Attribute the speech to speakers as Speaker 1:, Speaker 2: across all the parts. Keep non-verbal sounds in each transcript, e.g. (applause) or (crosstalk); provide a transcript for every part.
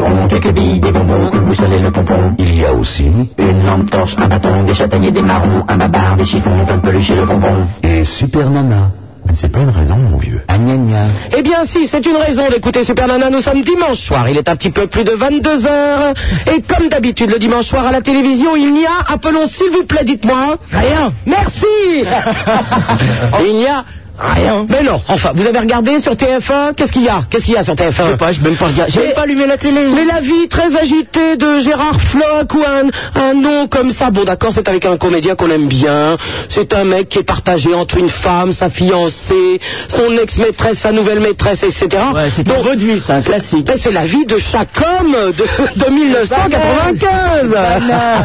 Speaker 1: ronds, quelques billes, des bonbons, une boussole et le pompon.
Speaker 2: Il y a aussi
Speaker 1: Une lampe torche, un bâton, des châtaigniers, des marrons, un babar, des chiffons, un peluche et le bonbon.
Speaker 2: et Super Nana.
Speaker 3: Mais c'est pas une raison, mon vieux.
Speaker 2: Ah, gna gna.
Speaker 4: Eh bien si, c'est une raison d'écouter Super Nana, nous sommes dimanche soir, il est un petit peu plus de 22h, et comme d'habitude le dimanche soir à la télévision, il n'y a, appelons s'il vous plaît, dites-moi... Rien Merci (laughs) Il n'y a... Rien. Mais non, enfin, vous avez regardé sur TF1, qu'est-ce qu'il y a Qu'est-ce qu'il y a sur TF1 Je sais pas, je même pas regardé, j'ai même pas allumé la télé. Mais la vie très agitée de Gérard Floch ou un, un nom comme ça, bon d'accord, c'est avec un comédien qu'on aime bien, c'est un mec qui est partagé entre une femme, sa fiancée, son ex-maîtresse, sa nouvelle maîtresse, etc.
Speaker 5: Ouais, c'est une votre vie, ça, un classique.
Speaker 4: Ben, c'est la vie de chaque homme de, de 1995.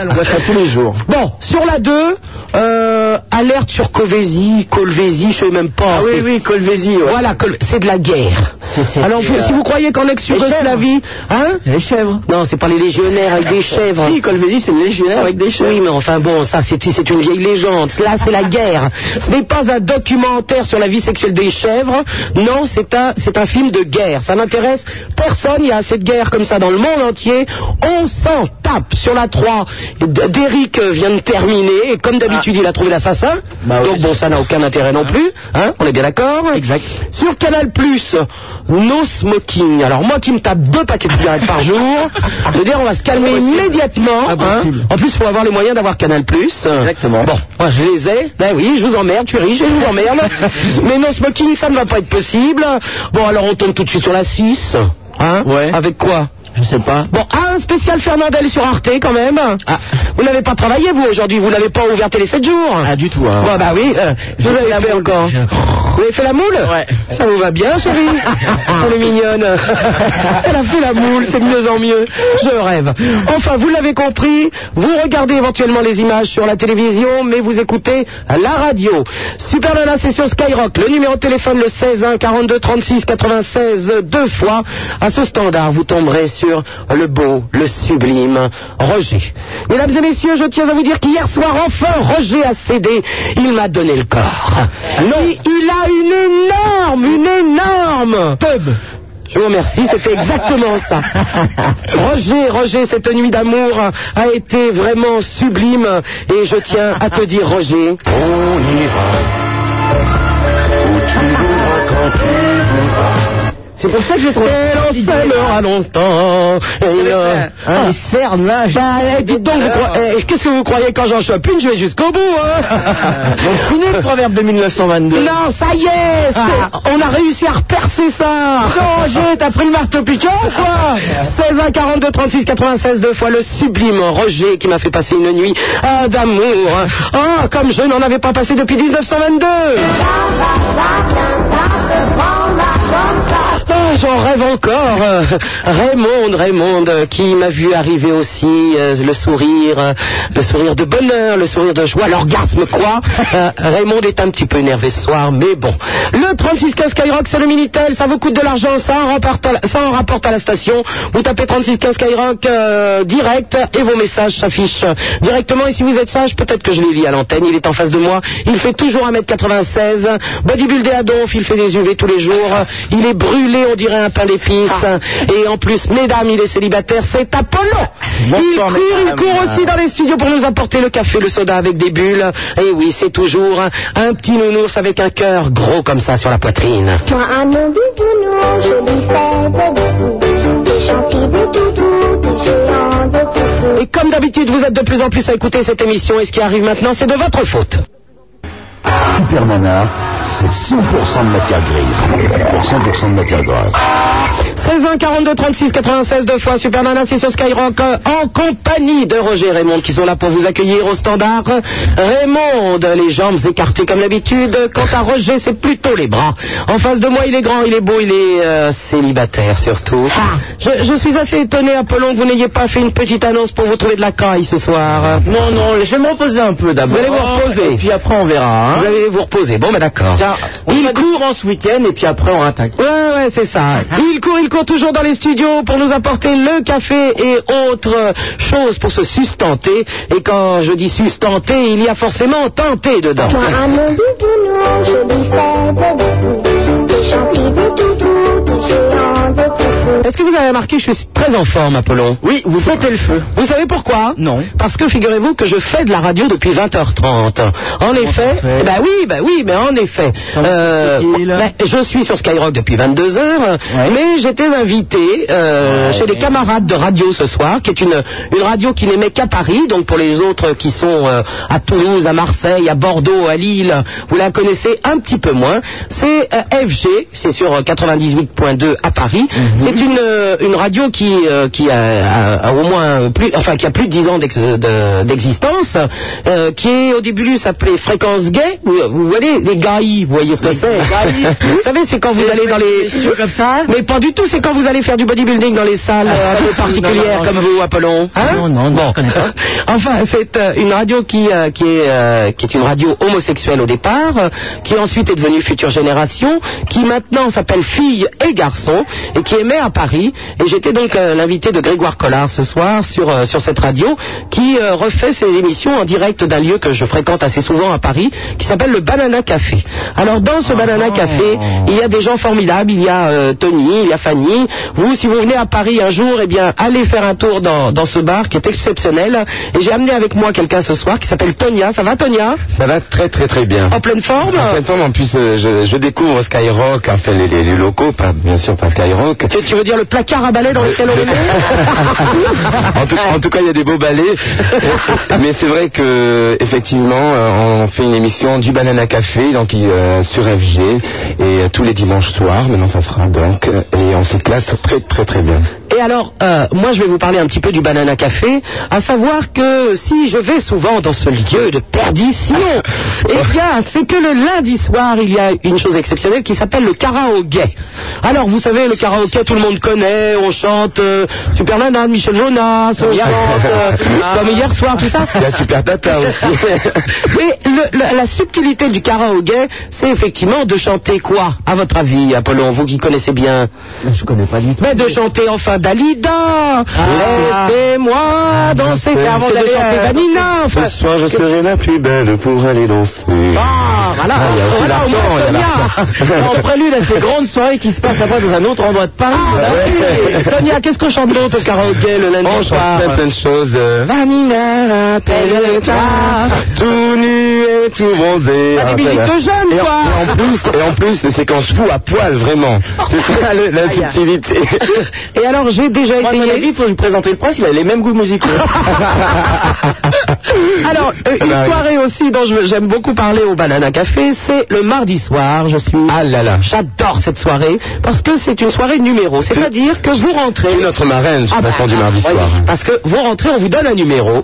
Speaker 4: (laughs)
Speaker 5: On voit ça tous les jours.
Speaker 4: Bon, sur la 2, euh, alerte sur Covesi, Colvesi, je sais même pas. c'est-
Speaker 5: Ah oui, Colvézi,
Speaker 4: Voilà, Col- c'est de la guerre.
Speaker 5: C'est- c'est-
Speaker 4: Alors,
Speaker 5: c'est, euh,
Speaker 4: si vous croyez qu'en ex-Yougoslavie, hein
Speaker 5: Les chèvres.
Speaker 4: Non, c'est pas les légionnaires avec des chèvres.
Speaker 5: Si, Colvézi, c'est une légionnaire avec des chèvres.
Speaker 4: Oui, mais enfin bon, ça c'est c'est une vieille légende. Là, c'est la guerre. Ce n'est pas un documentaire sur la vie sexuelle des chèvres. Non, c'est un c'est un film de guerre. Ça n'intéresse personne. Il y a assez de guerres comme ça dans le monde entier. On s'en tape sur la 3. Derrick vient de terminer et comme d'habitude, il a trouvé l'assassin.
Speaker 5: Ah. Bah oui. Ah.
Speaker 4: Donc bon, ça n'a aucun intérêt non plus. Hein On est bien d'accord
Speaker 5: Exact.
Speaker 4: sur Canal Plus, No Smoking. Alors moi qui me tape deux paquets de cigarettes par jour,
Speaker 5: (laughs)
Speaker 4: je veux dire on va se calmer immédiatement. hein.
Speaker 5: Impossible.
Speaker 4: En plus, il faut avoir les moyens d'avoir Canal Plus.
Speaker 5: Exactement.
Speaker 4: Bon, moi je les ai. Ben oui, je vous emmerde, tu es riche, et je vous
Speaker 5: (laughs)
Speaker 4: emmerde. Mais No Smoking, ça ne va pas être possible. Bon, alors on tombe tout de suite sur la 6. Hein
Speaker 5: Ouais.
Speaker 4: Avec quoi
Speaker 5: Je sais pas. Ah.
Speaker 4: Bon, ah, un spécial Fernandel sur Arte quand même. Vous n'avez pas travaillé vous aujourd'hui, vous n'avez pas ouvert Télé 7 jours.
Speaker 5: Ah, du tout, hein.
Speaker 4: Ouais, bah oui, euh, vous avez fait encore. Vous avez fait la moule
Speaker 5: Ouais.
Speaker 4: Ça vous va bien, chérie Elle est mignonne. Elle a fait la moule, c'est de mieux en mieux. Je rêve. Enfin, vous l'avez compris, vous regardez éventuellement les images sur la télévision, mais vous écoutez la radio. Super Nana, c'est sur Skyrock. Le numéro de téléphone, le 16 1 42 36 96, deux fois. À ce standard, vous tomberez sur le beau, le sublime Roger. Mesdames et messieurs, je tiens à vous dire qu'hier soir, enfin, Roger a cédé. Il m'a donné le corps. Non. Il, il a une énorme, une énorme pub. Je vous remercie, c'était exactement (laughs) ça. Roger, Roger, cette nuit d'amour a été vraiment sublime et je tiens à te dire, Roger,
Speaker 2: On ira où tu voudras quand tu voudras.
Speaker 4: C'est pour ça que j'ai trouvé. Et l'on s'aimera longtemps. Et là, hein, les cernes là. dites donc, vous croyez- eh, qu'est-ce que vous croyez quand j'en chope une Je vais jusqu'au bout. Hein (laughs)
Speaker 5: le proverbe de 1922.
Speaker 4: non, ça y est, c'est- on a réussi à repercer ça. Roger, Ah. t'as pris le marteau piquant ou (laughs) quoi 16 1 42 36 96 deux fois le sublime Roger qui m'a fait passer une nuit ah, d'amour. Ah, comme je n'en avais pas passé depuis 1922. Ah, j'en rêve encore. Euh, Raymond, Raymond, euh, qui m'a vu arriver aussi euh, le sourire, euh, le sourire de bonheur, le sourire de joie, l'orgasme quoi. Euh, Raymond est un petit peu énervé ce soir, mais bon. Le 3615 Skyrock, c'est le Minitel, ça vous coûte de l'argent, ça en, rapporte à la, ça en rapporte à la station. Vous tapez 3615 Skyrock euh, direct et vos messages s'affichent euh, directement. Et si vous êtes sage, peut-être que je les lis à l'antenne. Il est en face de moi, il fait toujours 1m96, bodybuildé à donf, il fait des UV tous les jours, il est brûlé, on dirait un pain d'épices.
Speaker 5: Ah.
Speaker 4: Et en plus, mesdames, il est célibataire, c'est Apollo. il
Speaker 5: Bonsoir,
Speaker 4: court, il
Speaker 5: mesdames.
Speaker 4: court aussi dans les studios pour nous apporter le café, le soda avec des bulles. Et oui, c'est toujours un petit nounours avec un cœur gros comme ça sur la poitrine.
Speaker 6: Moi, à mon bisounours, je lui fais des bisous. Des gentils, des doudous, des géants, des toutous.
Speaker 4: Et comme d'habitude, vous êtes de plus en plus à écouter cette émission et ce qui arrive maintenant, c'est de votre faute.
Speaker 2: Super Nana, c'est 100% de matière grise pour 100% de matière grasse.
Speaker 4: 16 1 42 36 96 deux fois Super Nana c'est sur Skyrock euh, en compagnie de Roger et Raymond qui sont là pour vous accueillir au standard Raymond les jambes écartées comme d'habitude quant à Roger c'est plutôt les bras en face de moi il est grand il est beau il est euh, célibataire surtout
Speaker 5: Ah.
Speaker 4: je, je suis assez étonné Apollon que vous n'ayez pas fait une petite annonce pour vous trouver de la caille ce soir
Speaker 5: Non, non, je vais me reposer un peu d'abord.
Speaker 4: Vous allez vous reposer.
Speaker 5: Et puis après, on verra. Hein.
Speaker 4: vous allez vous reposer bon ben d'accord
Speaker 5: Tiens, on
Speaker 4: Il
Speaker 5: il court en ce week-end et puis après, on Hein attaque.
Speaker 4: Ouais, ouais, c'est ça. Il court, il court toujours dans les studios pour nous apporter le café et autres choses pour se sustenter. Et quand je dis sustenter, il y a forcément tenter dedans.
Speaker 6: Moi, à mon bisounours, je lui fais des bisous. Des gentils, des doudous, des géants, des toutous.
Speaker 4: Est-ce que vous avez remarqué, je suis très en forme, Apollon
Speaker 5: Oui, vous faites le feu.
Speaker 4: Vous savez pourquoi
Speaker 5: Non.
Speaker 4: Parce que figurez-vous que je fais de la radio depuis 20h30. En effet,
Speaker 5: ça fait
Speaker 4: bah oui, bah oui, mais en effet.
Speaker 5: Ça va,
Speaker 4: Euh,
Speaker 5: tranquille.
Speaker 4: bah, je suis sur Skyrock depuis 22h, mais j'étais invité euh, chez des camarades de radio ce soir, qui est une, une radio qui n'émet qu'à Paris, donc pour les autres qui sont euh, à Toulouse, à Marseille, à Bordeaux, à Lille, vous la connaissez un petit peu moins. C'est euh, FG, c'est sur euh, 98.2 à Paris.
Speaker 5: Mhm.
Speaker 4: C'est une, euh, une radio qui, euh, qui a, a- a au moins plus, enfin qui a plus de 10 ans d'ex- de- d'existence, euh, qui est au début s'appelait Fréquence Gay. Vous, vous voyez les gaïs, vous voyez ce que c'est (laughs) Vous savez, c'est quand vous allez dans les
Speaker 5: comme ça
Speaker 4: mais pas du tout, c'est quand vous allez faire du bodybuilding dans les salles euh, un peu particulières
Speaker 5: (laughs) non,
Speaker 4: comme vous, Apollon. Hein
Speaker 5: Non, non, non, je connais
Speaker 4: (laughs)
Speaker 5: pas.
Speaker 4: Enfin, c'est euh, une radio qui, euh, qui, est, euh, qui est une radio homosexuelle au départ, euh, qui ensuite est devenue Future Génération, qui maintenant s'appelle Filles et Garçons, et qui émet à Paris. Et j'étais donc euh, l'invité de Grégoire Collard ce soir sur, euh, sur cette radio, qui euh, refait ses émissions en direct d'un lieu que je fréquente assez souvent à Paris, qui s'appelle le Banana Café. Alors dans ce
Speaker 2: Ah.
Speaker 4: Banana Café, il y a des gens formidables, il y a euh, Tony, il y a Fanny. Vous, si vous venez à Paris un jour, eh bien, allez faire un tour dans, dans ce bar qui est exceptionnel. Et j'ai amené avec moi quelqu'un ce soir qui s'appelle Tonia. Ça va, Tonia
Speaker 2: Ça va très très très bien.
Speaker 4: En pleine forme
Speaker 2: En pleine forme, en plus, euh, je, je découvre Skyrock, enfin les, les- les locaux, pas- bien sûr pas Skyrock.
Speaker 4: tu, tu veux dire le placard à balai dans lequel on est
Speaker 2: (laughs)
Speaker 4: (laughs)
Speaker 2: en, tout, en tout cas, il y a des beaux (laughs) ballets. Mais c'est vrai que effectivement, euh, on fait une émission du Banana Café, donc euh, sur FG, et euh, tous les dimanches soirs. Maintenant, ça sera donc, euh, et on s'éclate très très très bien.
Speaker 4: Et alors, euh, moi, je vais vous parler un petit peu du Banana Café, à savoir que si je vais souvent dans ce lieu de perdition, eh bien, c'est que le lundi soir, il y a une chose exceptionnelle qui s'appelle le karaoké. Alors, vous savez, le karaoké, tout le monde connaît, on chante euh, Super Nana de Michel Jonas, on
Speaker 2: Hier
Speaker 4: chante
Speaker 2: soir. (laughs)
Speaker 4: euh, comme hier soir, tout ça.
Speaker 2: Il y a Super Tata aussi.
Speaker 4: (laughs) Mais le- le- la subtilité du karaoké, c'est effectivement de chanter quoi, à votre avis, Apollon, vous qui connaissez bien
Speaker 5: Je connais pas du tout.
Speaker 4: mais de chanter enfin Dalida,
Speaker 2: Ah.
Speaker 4: laissez-moi danser, c'est avant
Speaker 2: C'est
Speaker 4: d'aller euh,
Speaker 2: de
Speaker 4: chanter
Speaker 2: Ah. chanter,
Speaker 4: Vanina, enfin.
Speaker 2: Ce soir, je serai la plus belle pour aller danser.
Speaker 4: Ah, voilà,
Speaker 2: Ah, il y a aussi
Speaker 4: voilà, au moins,
Speaker 2: l'argent, il y a (laughs)
Speaker 4: Tonia, en prélude à ces grandes soirées qui se passent après dans un autre endroit de Paris. Ah, bah oui. Tonia, qu'est-ce qu'on chante d'autre au karaoké le lundi
Speaker 2: On chante
Speaker 4: soir
Speaker 2: plein plein de choses. euh,
Speaker 4: Vanina, appelle-toi.
Speaker 2: Tout nu et tout bronzé.
Speaker 4: T'as des
Speaker 2: Ah,
Speaker 4: musiques
Speaker 2: voilà.
Speaker 4: de jeunes,
Speaker 2: et en,
Speaker 4: quoi.
Speaker 2: et en plus, et en plus, c'est quand je fous à poil, vraiment. C'est
Speaker 5: Ah,
Speaker 2: ça le- la subtilité.
Speaker 4: Ah, (laughs) Et alors, j'ai déjà
Speaker 5: Moi, à mon avis,
Speaker 4: essayé.
Speaker 5: il faut lui présenter le prince, il a les mêmes
Speaker 4: (laughs)
Speaker 5: goûts musicaux.
Speaker 4: Alors, euh,
Speaker 2: Ah
Speaker 4: une
Speaker 2: bah oui.
Speaker 4: soirée aussi dont je- j'aime beaucoup parler au Banana Café, c'est le mardi soir. Je suis.
Speaker 2: Ah là là.
Speaker 4: J'adore cette soirée parce que c'est une soirée numéro. C'est-à-dire que vous rentrez.
Speaker 2: C'est notre marraine, je
Speaker 4: Ah bah,
Speaker 2: passe du mardi
Speaker 4: oui,
Speaker 2: soir.
Speaker 4: Parce que vous rentrez, on vous donne
Speaker 2: (laughs)
Speaker 4: un numéro.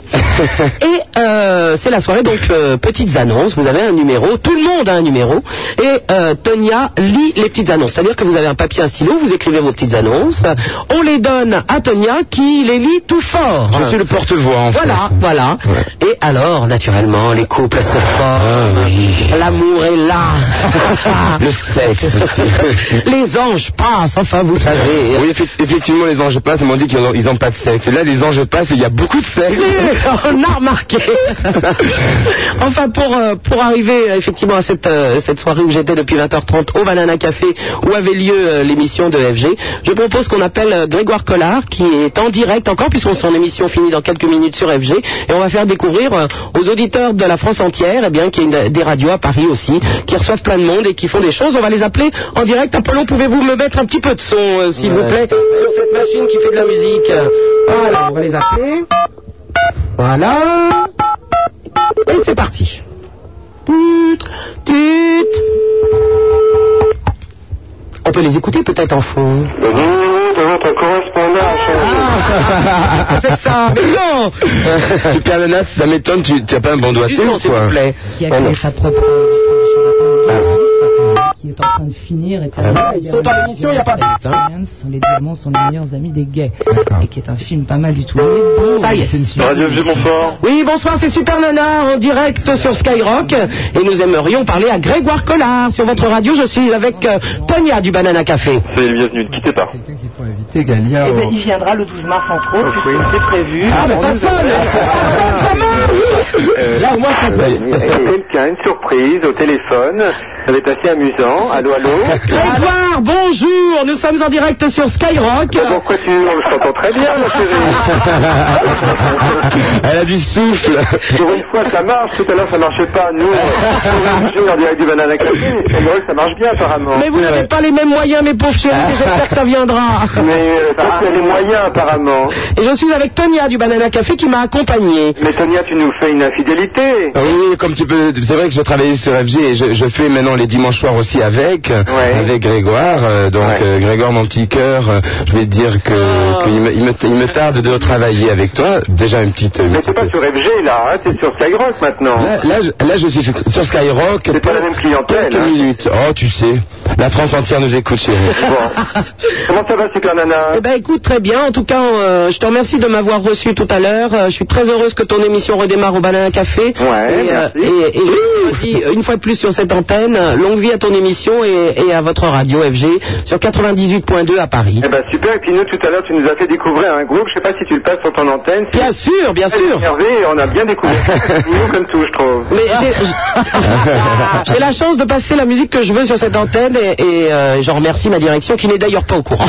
Speaker 4: et euh, c'est la soirée, donc euh, petites annonces. Vous avez un numéro, tout le monde a un numéro. Et euh, Tonia lit les petites annonces. C'est-à-dire que vous avez un papier, un stylo, vous écrivez vos petites annonces. On les donne à Tonia qui les lit tout fort.
Speaker 2: Je suis le porte-voix, en fait.
Speaker 4: Voilà, voilà. Et alors, naturellement, les couples se forment. L'amour est là.
Speaker 2: Ah (laughs) Le sexe aussi.
Speaker 4: les anges passent, enfin, vous savez.
Speaker 2: Oui, effe- effectivement, les anges passent, ils m'ont dit qu'ils n'ont ils ont pas de sexe. Et là, les anges passent, et il y a beaucoup de sexe.
Speaker 4: Eh (laughs) On a remarqué. (laughs) enfin, pour, euh, pour arriver euh, effectivement à cette, euh, cette soirée où j'étais depuis 20h30 au Banana Café où avait lieu euh, l'émission de FG, je propose qu'on appelle euh, Grégoire Collard qui est en direct encore puisque son émission finit dans quelques minutes sur FG et on va faire découvrir euh, aux auditeurs de la France entière, eh bien, qu'il y a une- des radios à Paris aussi, qui reçoivent plein de monde et qui font des choses. On va les appeler en direct. Apollon, pouvez-vous me mettre un petit peu de son, euh, s'il vous plaît, sur cette machine qui fait de la musique Voilà, on va les appeler. Voilà. Et c'est parti. Tut, tut. On peut les écouter peut-être en fond. Ah, c'est
Speaker 2: (laughs)
Speaker 4: ça. Mais non
Speaker 2: Super Nana, ça m'étonne, tu n'as pas un bon doigté
Speaker 4: Juste,
Speaker 2: ou
Speaker 4: s'il
Speaker 2: quoi
Speaker 4: vous plaît.
Speaker 7: qui a
Speaker 2: Ah non.
Speaker 7: créé sa propre distribution
Speaker 4: Bah
Speaker 7: d'appareils, qui est en train de finir, etc.
Speaker 4: Ah
Speaker 7: Ils sont en émission, il n'y a pas de sont Les Allemands sont les meilleurs amis des gays. Et qui est un film pas mal du tout.
Speaker 4: Ça y est.
Speaker 7: C'est une super-
Speaker 4: Oui, bonsoir, c'est Super Nana en direct sur Skyrock et nous aimerions parler à Grégoire Collard sur votre radio. Je suis avec euh, Tonia du Banana Café.
Speaker 8: Soyez les bienvenus, ne quittez pas.
Speaker 7: Eh ben, il viendra le 12 mars, entre autres, puisque c'est prévu.
Speaker 4: Ah, ben ça sonne Ça sonne, ça marche Là, au moins, ça
Speaker 8: Euh,
Speaker 4: sonne.
Speaker 8: Quelqu'un, une surprise au téléphone. Ça va être assez amusant. Allô, allô
Speaker 4: Grégoire, bonjour, Alors, nous sommes en direct sur Skyrock.
Speaker 8: Mais Pourquoi tu hurles Je t'entends très bien, ma
Speaker 4: (laughs)
Speaker 8: chérie.
Speaker 2: (laughs) Elle a du souffle.
Speaker 8: Pour une fois, ça marche. Tout à l'heure, ça marchait pas. Nous, on est en direct du Banana Café. C'est vrai que ça marche bien, apparemment.
Speaker 4: Mais vous n'avez pas les mêmes moyens, mes pauvres chéris, mais j'espère que ça viendra.
Speaker 8: (laughs) Mais euh, toi, tu as les moyens, apparemment.
Speaker 4: Et je suis avec Tonia du Banana Café qui m'a accompagné.
Speaker 8: Mais Sonia, tu nous fais une infidélité.
Speaker 2: Ah Oui, comme tu peux, c'est vrai que je travaillais sur FG et je, je fais maintenant les dimanches soirs aussi avec,
Speaker 8: Ouais.
Speaker 2: avec Grégoire. euh, donc
Speaker 8: Ouais.
Speaker 2: euh, Grégoire, mon petit cœur, euh, je vais te dire que qu'il me, il me- il me tarde de travailler avec toi. Déjà une petite. une
Speaker 8: Mais c'est pas
Speaker 2: petite-
Speaker 8: sur FG, là. Hein. T'es sur Skyrock, maintenant.
Speaker 2: Là, là, je, là, je suis sur sur Skyrock.
Speaker 8: C'est pas la
Speaker 2: Quelques
Speaker 8: même clientèle, hein.
Speaker 2: minutes. Oh, tu sais, la France entière nous écoute, chérie.
Speaker 8: Bon. (laughs) Comment ça va, Super Nana
Speaker 4: Eh ben écoute, très bien. En tout cas, euh, je te remercie de m'avoir reçu tout à l'heure. Euh, je suis très heureuse que ton émission redémarre au Banana Café.
Speaker 8: Ouais,
Speaker 4: et, euh,
Speaker 8: merci.
Speaker 4: et- et je le dis une fois de plus sur cette antenne, euh, longue vie à ton émission et, et à votre radio FG sur 98.2 à Paris.
Speaker 8: Eh ben super, et puis nous tout à l'heure tu nous as fait découvrir un groupe, je sais pas si tu le passes sur ton antenne.
Speaker 4: Bien sûr, bien sûr.
Speaker 8: Hervé, on a bien
Speaker 4: (laughs)
Speaker 8: découvert. nous comme tout je trouve. Ah.
Speaker 4: Mais j'ai- (laughs) j'ai- j'ai la chance de passer la musique que je veux sur cette antenne et, et, euh, j'en remercie ma direction qui n'est d'ailleurs pas
Speaker 2: (laughs)
Speaker 4: au courant.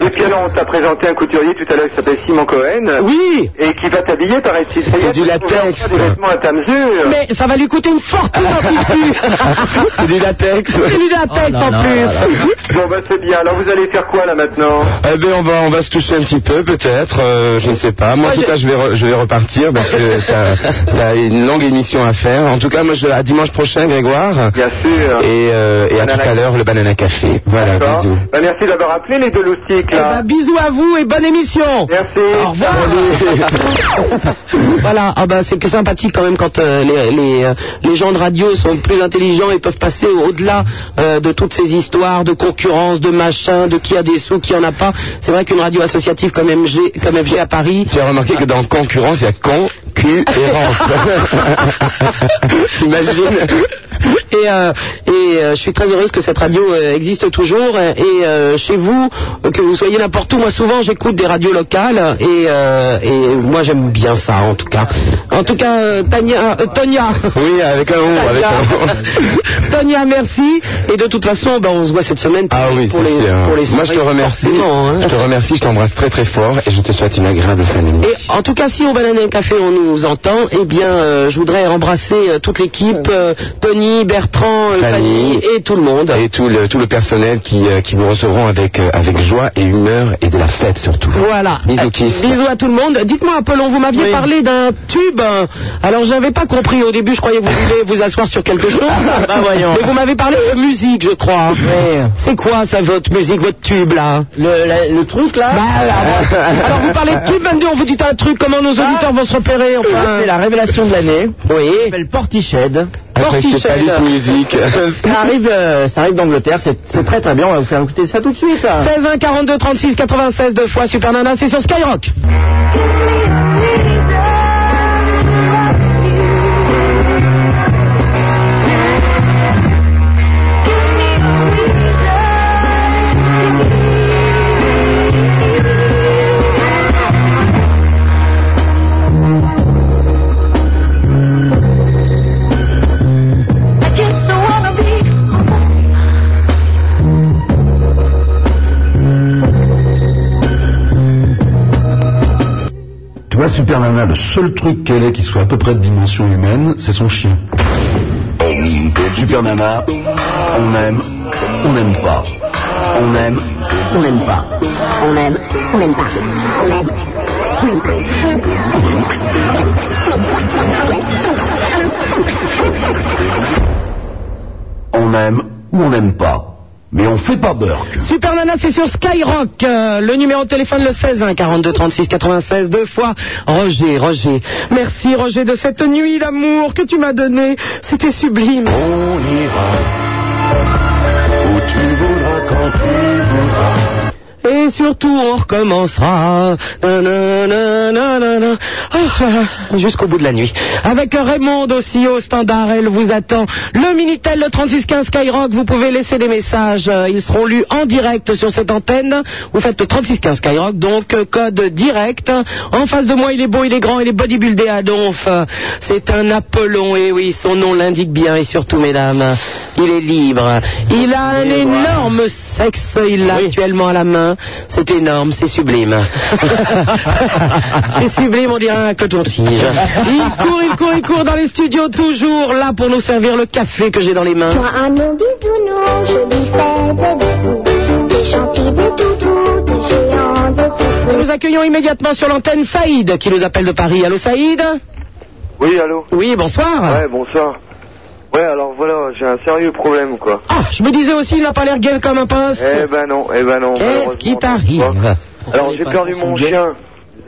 Speaker 8: Et puis alors on t'a présenté un couturier tout à l'heure qui s'appelle Simon Cohen.
Speaker 4: oui,
Speaker 8: Et qui va t'habiller paraît-il. Ça y est,
Speaker 2: Et du
Speaker 8: tu
Speaker 2: latex.
Speaker 8: trouveras Des vêtements à ta mesure.
Speaker 4: mais ça va lui coûter une fortune en tissu.
Speaker 2: (laughs) C'est du latex.
Speaker 4: C'est du latex en plus.
Speaker 8: Bon bah c'est bien, alors vous allez faire quoi là maintenant
Speaker 2: Eh ben on va on va se toucher un petit peu peut-être, euh, je ne sais pas. Moi en
Speaker 4: Moi,
Speaker 2: tout
Speaker 4: j'ai-
Speaker 2: cas je vais re- je vais repartir parce
Speaker 8: (laughs)
Speaker 2: que t'as t'as une longue émission à faire. En tout cas moi je à dimanche prochain Grégoire
Speaker 8: Bien sûr.
Speaker 2: et, euh, et à tout
Speaker 8: Banana-
Speaker 2: à l'heure le banana café. Voilà
Speaker 4: Ah,
Speaker 8: D'accord.
Speaker 2: bisous.
Speaker 8: Bah, merci d'avoir appelé les deux loustiques
Speaker 4: Eh ben,
Speaker 8: là.
Speaker 4: bisous à vous et bonne émission.
Speaker 8: Merci.
Speaker 4: Au revoir. voilà, ah ben, c'est que sympathique quand même quand euh, les, les, euh, les gens de radio sont plus intelligents et peuvent passer au- au-delà euh, de toutes ces histoires de concurrence, de machin, de qui a des sous, qui en a pas. C'est vrai qu'une radio associative comme, MG, comme FG à Paris, euh,
Speaker 2: Tu as remarqué que dans concurrence il y a con cul et
Speaker 4: (laughs)
Speaker 2: rampe. T'imagines
Speaker 4: et, euh, et, euh, je suis très heureuse que cette radio euh, existe toujours. euh, Et euh, chez vous, euh, que vous soyez n'importe où, moi souvent j'écoute des radios locales et, euh, et moi j'aime bien ça en tout cas. En tout cas, euh, Tania, euh, Tonia.
Speaker 2: Oui avec un on avec un on.
Speaker 4: Tonia, merci. Et de toute façon, ben, on se voit cette semaine pour,
Speaker 2: Ah oui,
Speaker 4: (laughs) pour
Speaker 2: c'est
Speaker 4: les,
Speaker 2: sûr.
Speaker 4: pour les
Speaker 2: Moi, je te
Speaker 4: soirées,
Speaker 2: remercie.
Speaker 4: forcément, hein.
Speaker 2: Je te remercie, je t'embrasse très très fort et je te souhaite une agréable fin de nuit.
Speaker 4: Et en tout cas, si au Banana Café on nous entend, eh bien, euh, je voudrais embrasser euh, toute l'équipe, euh, Tony, Bertrand, euh,
Speaker 2: Fanny.
Speaker 4: Fanny, et tout le monde.
Speaker 2: Et tout le, tout le personnel qui, euh, qui vous recevront avec, euh, avec joie et humeur et de la fête surtout.
Speaker 4: Voilà. Euh,
Speaker 2: Bisous, kiss.
Speaker 4: Bisous à tout le monde. Dites-moi, Apollon, vous m'aviez parlé d'un tube. hein. Alors, je n'avais pas compris. Au début, je croyais que vous vouliez vous asseoir sur quelque chose.
Speaker 2: Ah, bah,
Speaker 4: Mais vous m'avez parlé de musique, je crois. C'est quoi, ça, votre musique, votre tube, là
Speaker 5: Le, la- le truc là,
Speaker 4: Bah, là, Alors, vous parlez de tube 22, on vous dit un truc. Comment nos auditeurs vont se repérer enfin
Speaker 5: c'est la révélation de l'année. Ça
Speaker 4: Oui.
Speaker 5: s'appelle Portiched.
Speaker 2: Après,
Speaker 4: Portichet.
Speaker 2: c'est Palus
Speaker 4: (laughs)
Speaker 2: Music.
Speaker 5: Ça (laughs) arrive, euh, ça arrive d'Angleterre, c'est c'est très très bien, on va vous faire écouter ça tout de suite. ça.
Speaker 4: 16 1 42 36 96 deux fois Super Nana, c'est sur Skyrock.
Speaker 6: I
Speaker 4: bah,
Speaker 6: just wanna be
Speaker 3: Tu vois, Super Nana, le seul truc qu'elle ait qui soit à peu près de dimension humaine, c'est son chien. Super Nana, on aime, on n'aime pas. On aime, on n'aime pas.
Speaker 6: On aime, on aime pas. On aime.
Speaker 3: On aime ou on n'aime pas. Mais on fait pas Burke.
Speaker 4: Super Nana, c'est sur Skyrock. Euh, le numéro de téléphone, le 16 1 42 36 96 deux fois. Roger, Roger. Merci Roger de cette nuit d'amour que tu m'as donnée. C'était sublime.
Speaker 3: On ira où tu voudras quand tu voudras.
Speaker 4: Et surtout, on recommencera. Nanana, nanana. Ah, ah, ah, Jusqu'au bout de la nuit. Avec Raymond aussi au standard, elle vous attend. Le Minitel, le 3615 Skyrock, vous pouvez laisser des messages. euh, Ils seront lus en direct sur cette antenne. Vous faites le 3615 Skyrock, donc euh, code direct. En face de moi, il est beau, il est grand, il est bodybuildé à donf. Ah, C'est un Apollon, et oui, son nom l'indique bien, et surtout, mesdames, il est libre. Il a un énorme sexe, il l'a actuellement à la main. C'est énorme, c'est sublime. c'est sublime, on dirait un coton-tige. Il court, il court, il court dans les studios, toujours là pour nous servir le café que j'ai dans les mains.
Speaker 6: Toi, un nom bisounours, je lui fais des bisous. Des gentils, des doudous, des géants, des fous.
Speaker 4: Nous accueillons immédiatement sur l'antenne Saïd, qui nous appelle de Paris. Allô Saïd
Speaker 8: Oui, allô
Speaker 4: Oui, bonsoir.
Speaker 8: Ouais, bonsoir. Ouais, alors voilà, j'ai un sérieux problème, quoi.
Speaker 4: Ah, je me disais aussi, il n'a pas l'air gay comme un pince.
Speaker 8: Eh ben non, eh ben non.
Speaker 4: Qu'est-ce
Speaker 8: malheureusement,
Speaker 4: qui
Speaker 8: non,
Speaker 4: t'arrive
Speaker 8: quoi. Alors, j'ai perdu mon chien.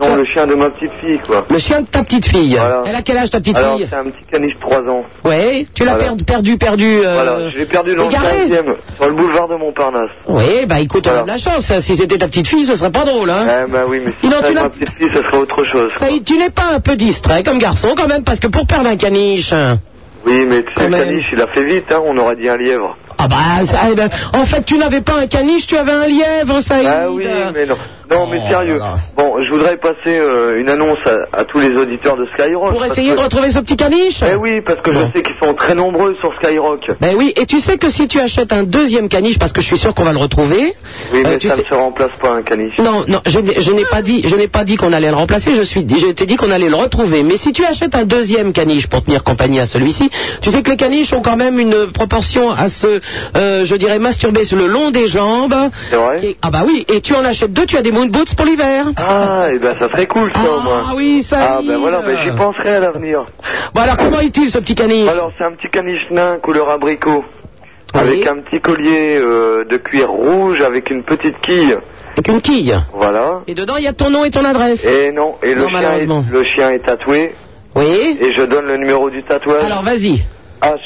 Speaker 8: Disons, le chien de ma petite fille, quoi.
Speaker 4: Le chien de ta petite fille.
Speaker 8: Voilà.
Speaker 4: Elle a quel âge ta petite
Speaker 8: Alors,
Speaker 4: fille
Speaker 8: c'est un petit caniche de 3 ans.
Speaker 4: Ouais, tu l'as
Speaker 8: Voilà.
Speaker 4: perdu, perdu, perdu. euh,
Speaker 8: Voilà, je l'ai perdu dans le
Speaker 4: égaré.
Speaker 8: 15e, sur le boulevard de Montparnasse.
Speaker 4: Oui, bah écoute, on a
Speaker 8: Voilà.
Speaker 4: de la chance. hein. Si c'était ta petite fille, ce serait pas drôle, hein.
Speaker 8: Eh ben oui, mais si
Speaker 4: Sinon,
Speaker 8: c'était
Speaker 4: tu l'as-
Speaker 8: ma petite fille, ce serait autre chose. quoi.
Speaker 4: Saïd, tu n'es pas un peu distrait comme garçon quand même, parce que pour perdre un caniche. hein,
Speaker 8: Oui, mais tu sais,
Speaker 4: Quand
Speaker 8: le
Speaker 4: même.
Speaker 8: caniche, il a fait vite, hein, on aurait dit un lièvre.
Speaker 4: Ah bah, ça- eh ben, en fait, tu n'avais pas un caniche, tu avais un lièvre, Saïd.
Speaker 8: Ah oui, mais non. Oh, Non, mais sérieux. Bon, je voudrais passer euh, une annonce à, à tous les auditeurs de Skyrock.
Speaker 4: Pour
Speaker 8: parce
Speaker 4: essayer
Speaker 8: que-
Speaker 4: de retrouver ce petit caniche.
Speaker 8: Eh oui, parce que
Speaker 4: Bon.
Speaker 8: je sais qu'ils sont très nombreux sur Skyrock.
Speaker 4: Ben oui, et tu sais que si tu achètes un deuxième caniche, parce que je suis sûr qu'on va le retrouver.
Speaker 8: Oui,
Speaker 4: euh,
Speaker 8: mais
Speaker 4: tu
Speaker 8: ça
Speaker 4: sais-
Speaker 8: ne se remplace pas un caniche.
Speaker 4: Non, non, je, n'ai- je n'ai pas dit, je n'ai pas dit qu'on allait le remplacer. Je suis, je t'ai dit qu'on allait le retrouver. Mais si tu achètes un deuxième caniche pour tenir compagnie à celui-ci, tu sais que les caniches ont quand même une proportion à se, euh, je dirais, masturber sur le long des jambes.
Speaker 8: C'est vrai
Speaker 4: Qui est- Ah bah oui. Et tu en achètes deux, tu as des moon boots pour l'hiver.
Speaker 8: Ah, et ben ça serait cool ça au moins.
Speaker 4: Ah oui, ça.
Speaker 8: Ah ben voilà, ben j'y penserai à l'avenir.
Speaker 4: Bon alors comment est-il ce petit caniche
Speaker 8: Alors c'est un petit caniche nain couleur abricot. Avec un petit collier euh, de cuir rouge avec une petite quille.
Speaker 4: Avec une quille.
Speaker 8: Voilà.
Speaker 4: Et dedans il y a ton nom et ton adresse.
Speaker 8: Et non, et le,
Speaker 4: Non,
Speaker 8: chien est,
Speaker 4: malheureusement.
Speaker 8: le chien est tatoué.
Speaker 4: Oui.
Speaker 8: Et je donne le numéro du tatouage.
Speaker 4: Alors vas-y.
Speaker 8: H,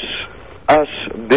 Speaker 8: HB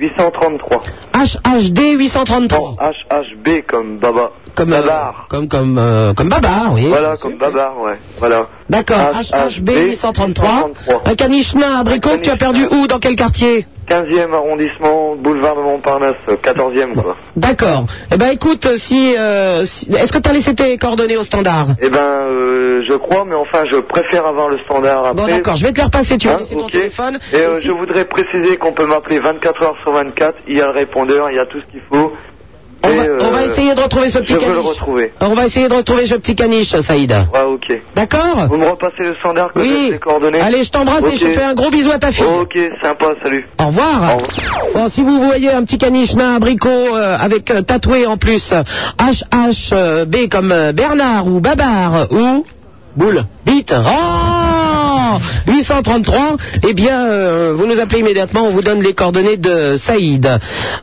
Speaker 8: 833.
Speaker 4: HHD 833.
Speaker 8: Non, HHB comme Baba.
Speaker 4: Comme, euh,
Speaker 8: Babar.
Speaker 4: comme comme euh, comme Babar, oui.
Speaker 8: Voilà, comme Babar, ouais. Voilà.
Speaker 4: D'accord, HHB
Speaker 8: HHB
Speaker 4: 833.
Speaker 8: 833.
Speaker 4: Un caniche nain, un bricot que tu as perdu où Dans quel quartier
Speaker 8: 15e arrondissement, boulevard de Montparnasse, 14e quoi.
Speaker 4: D'accord. Eh ben écoute, si, euh, si- est-ce que tu as laissé tes coordonnées au standard
Speaker 8: Eh ben, euh, je crois, mais enfin, je préfère avoir le standard après.
Speaker 4: Bon d'accord, je vais te les repasser, tu
Speaker 8: Hein,
Speaker 4: vas laisser ton
Speaker 8: ok.
Speaker 4: téléphone.
Speaker 8: Et euh,
Speaker 4: Et si-
Speaker 8: je voudrais préciser qu'on peut m'appeler 24 heures sur 24. Il y a le répondeur, il y a tout ce qu'il faut.
Speaker 4: on,
Speaker 8: Et,
Speaker 4: va, on va
Speaker 8: euh,
Speaker 4: essayer de retrouver ce
Speaker 8: je
Speaker 4: petit
Speaker 8: veux
Speaker 4: caniche.
Speaker 8: le retrouver.
Speaker 4: On va essayer de retrouver ce petit caniche, Saïd.
Speaker 8: Ah, ok.
Speaker 4: D'accord
Speaker 8: Vous me repassez le standard que je
Speaker 4: Oui.
Speaker 8: les coordonnées
Speaker 4: Allez, je t'embrasse
Speaker 8: Ok.
Speaker 4: et je te fais un gros bisou à ta fille.
Speaker 8: Ok, sympa, salut.
Speaker 4: Au revoir.
Speaker 8: Au revoir.
Speaker 4: Bon, si vous voyez un petit caniche nain abricot euh, avec euh, tatoué en plus HHB comme euh, Bernard ou Babar ou Boule. Bite. Oh 833, eh bien, euh, vous nous appelez immédiatement, on vous donne les coordonnées de Saïd.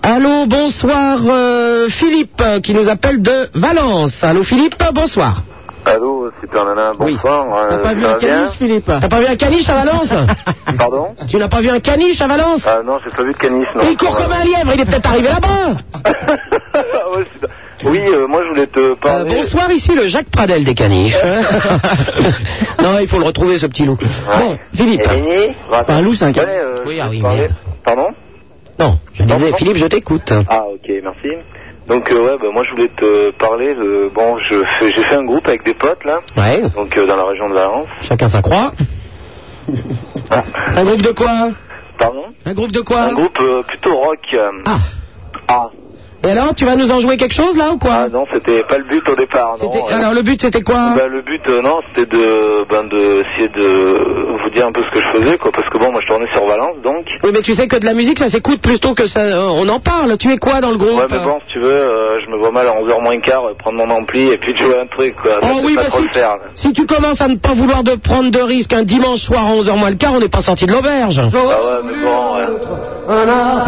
Speaker 4: Allô, bonsoir euh, Philippe, euh, qui nous appelle de Valence. Allô Philippe, bonsoir.
Speaker 8: Allô, Super Nana, bonsoir. euh, ça va bien
Speaker 4: Philippe T'as pas vu un caniche à Valence
Speaker 8: (laughs) Pardon
Speaker 4: Tu n'as pas vu un caniche à Valence
Speaker 8: Ah non, j'ai pas vu de canis, non.
Speaker 4: Il court comme un lièvre, il est peut-être arrivé
Speaker 8: (laughs)
Speaker 4: là-bas.
Speaker 8: Ouais, c'est- oui, euh, moi je voulais te
Speaker 4: Euh,
Speaker 8: parler.
Speaker 4: bonsoir, ici le Jacques Pradel
Speaker 8: (laughs)
Speaker 4: des caniches. non, il faut le retrouver ce petit loup. Bon, Philippe.
Speaker 8: Raté.
Speaker 4: Pas un loup, c'est un
Speaker 8: Ouais,
Speaker 4: caniche.
Speaker 8: euh,
Speaker 4: Oui,
Speaker 8: je
Speaker 4: ah oui,
Speaker 8: te parlais- Pardon
Speaker 4: Non, je
Speaker 8: Non,
Speaker 4: disais,
Speaker 8: non.
Speaker 4: Philippe, je t'écoute.
Speaker 8: Ah ok, merci. Donc euh, ouais, bah, moi je voulais te parler de... Bon, je fais- j'ai fait un groupe avec des potes là,
Speaker 4: Ouais,
Speaker 8: donc euh, dans la région de Valence.
Speaker 4: chacun sa croix.
Speaker 8: Ah.
Speaker 4: Un groupe de quoi
Speaker 8: Pardon
Speaker 4: Un groupe de quoi
Speaker 8: Un groupe euh, plutôt rock. euh,
Speaker 4: Ah,
Speaker 8: ah.
Speaker 4: et alors, tu vas nous en jouer quelque chose là ou quoi
Speaker 8: Ah, non, c'était pas le but au départ, non.
Speaker 4: C'était-
Speaker 8: Euh,
Speaker 4: Alors, le but c'était quoi
Speaker 8: Bah, le but, euh, non, c'était de, ben, de, essayer de vous dire un peu ce que je faisais, quoi, parce que bon, moi je tournais sur Valence, donc.
Speaker 4: Oui, mais tu sais que de la musique ça s'écoute plutôt que ça. euh, On en parle. Tu es quoi dans le groupe
Speaker 8: Ouais, mais bon, si tu veux, euh, je me vois mal à 11h moins quart, euh, prendre mon ampli et puis de jouer un truc, quoi. Ça,
Speaker 4: Oh
Speaker 8: c'est
Speaker 4: oui,
Speaker 8: pas
Speaker 4: bah
Speaker 8: trop
Speaker 4: si,
Speaker 8: le faire, là.
Speaker 4: si tu commences à ne pas vouloir de prendre de risques un dimanche soir à 11h moins le quart, on n'est pas sorti de l'auberge.
Speaker 8: Bah ouais, mais bon, ouais.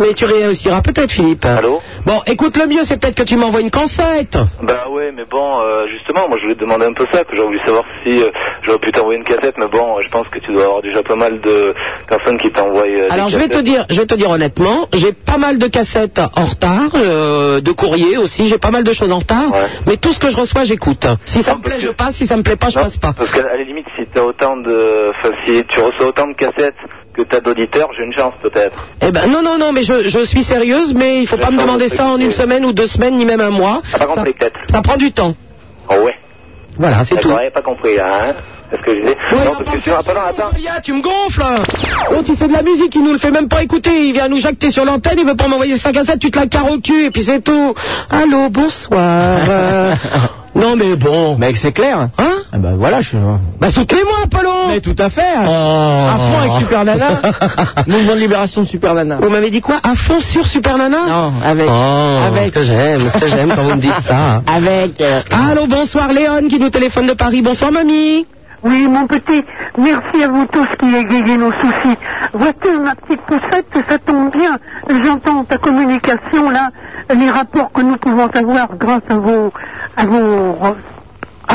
Speaker 4: Mais tu réussiras peut-être, Philippe.
Speaker 8: Allô
Speaker 4: Bon, écoute, le mieux, c'est peut-être que tu m'envoies une cassette.
Speaker 8: Bah ouais, mais bon, euh, justement, moi je voulais te demander un peu ça, que j'aurais voulu savoir si euh, j'aurais pu t'envoyer une cassette, mais bon, euh, je pense que tu dois avoir déjà pas mal de personnes qui t'envoient. euh, des
Speaker 4: Alors, je vais te
Speaker 8: cassettes.
Speaker 4: dire, je vais te dire honnêtement, j'ai pas mal de cassettes en retard, euh, de courrier aussi, j'ai pas mal de choses en retard,
Speaker 8: Ouais.
Speaker 4: mais tout ce que je reçois, j'écoute. Si ça
Speaker 8: Non,
Speaker 4: me
Speaker 8: parce
Speaker 4: plaît,
Speaker 8: que-
Speaker 4: je passe, si ça me plaît pas, je
Speaker 8: Non,
Speaker 4: passe pas.
Speaker 8: Parce qu'à à la limite, si t'as autant de, enfin, si tu reçois autant de cassettes que t'as d'auditeurs, j'ai une chance peut-être.
Speaker 4: Eh ben, non, non, non, mais je, je suis sérieuse, mais il faut
Speaker 8: Je
Speaker 4: pas me
Speaker 8: sens
Speaker 4: demander
Speaker 8: votre
Speaker 4: ça en une
Speaker 8: écoute.
Speaker 4: semaine ou deux semaines, ni même un mois.
Speaker 8: T'as pas
Speaker 4: Ça,
Speaker 8: compris peut-être.
Speaker 4: ça prend du temps.
Speaker 8: Oh ouais.
Speaker 4: Voilà, c'est tout.
Speaker 8: D'accord, j'avais pas compris là. Hein. C'est ce que je disais. non,
Speaker 4: Ouais, on va
Speaker 8: parce
Speaker 4: pas
Speaker 8: que
Speaker 4: le
Speaker 8: tu vas pas
Speaker 4: faire sur
Speaker 8: non, attends.
Speaker 4: le Moria, tu me gonfles L'autre, il fait de la musique, il nous le fait même pas écouter. Il vient nous jacter sur l'antenne, il veut pas m'envoyer 5 à 7, tu te la carres au cul, et puis c'est tout. Allô,
Speaker 5: (laughs)
Speaker 4: bonsoir. Euh, non, mais bon.
Speaker 5: Mec, c'est clair.
Speaker 4: Hein
Speaker 5: Ah bah voilà, je suis.
Speaker 4: Bah soutenez-moi, Apollon
Speaker 5: Mais tout à fait. Oh.
Speaker 4: À fond avec Super Nana
Speaker 5: (laughs) Mouvement de libération de Super Nana.
Speaker 4: Vous m'avez dit quoi À fond sur Super Nana Oh,
Speaker 5: Non, avec.
Speaker 2: avec.
Speaker 5: avec.
Speaker 2: ce que j'aime, ce que j'aime quand vous me dites ça.
Speaker 5: (laughs) Avec. euh,
Speaker 4: Allô, bonsoir Léon qui nous téléphone de Paris. Bonsoir mamie.
Speaker 9: Oui, mon petit, merci à vous tous qui égayez nos soucis. Vois-tu, ma petite poussette, ça tombe bien. J'entends ta communication, là, les rapports que nous pouvons avoir grâce à vos... À vos... Ah.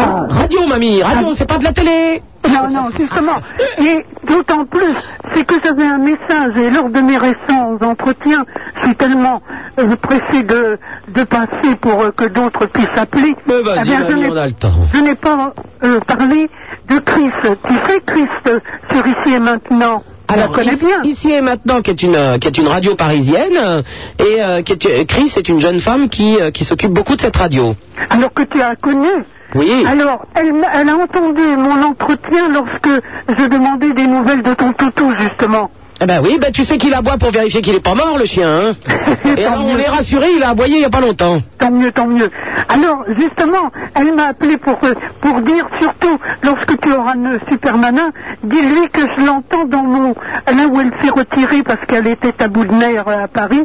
Speaker 4: Ah, radio mamie, radio, c'est pas de la télé.
Speaker 9: Non, non, justement. Et d'autant plus, c'est que j'avais un message et lors de mes récents entretiens, je suis tellement euh, pressé de, de passer pour euh, que d'autres puissent appeler.
Speaker 2: Mais vas-y,
Speaker 9: Eh bien, je
Speaker 2: mamie,
Speaker 9: n'ai-
Speaker 2: on a le temps.
Speaker 9: Je n'ai pas euh, parlé de Chris. Tu sais, Chris, euh, sur ici et maintenant. On la connaît
Speaker 4: ici,
Speaker 9: bien.
Speaker 4: ici et maintenant, qui est une euh, qui est une radio parisienne, euh, et euh, qui est, euh, Chris est une jeune femme qui euh, qui s'occupe beaucoup de cette radio.
Speaker 9: Alors que tu as connu.
Speaker 4: Oui.
Speaker 9: Alors, elle, m'a- elle a entendu mon entretien lorsque je demandais des nouvelles de ton toutou, justement.
Speaker 4: Eh ben oui, ben tu sais qu'il aboie pour vérifier qu'il est pas mort le
Speaker 9: (laughs)
Speaker 4: chien. Hein et alors on est rassuré, il a aboyé il y a pas longtemps.
Speaker 9: Tant mieux, tant mieux. Alors, justement, elle m'a appelé pour, euh, pour dire, surtout, lorsque tu auras un Supermanin, dis-lui que je l'entends dans mon... Là où elle s'est retirée parce qu'elle était à bout de nerfs euh, à Paris.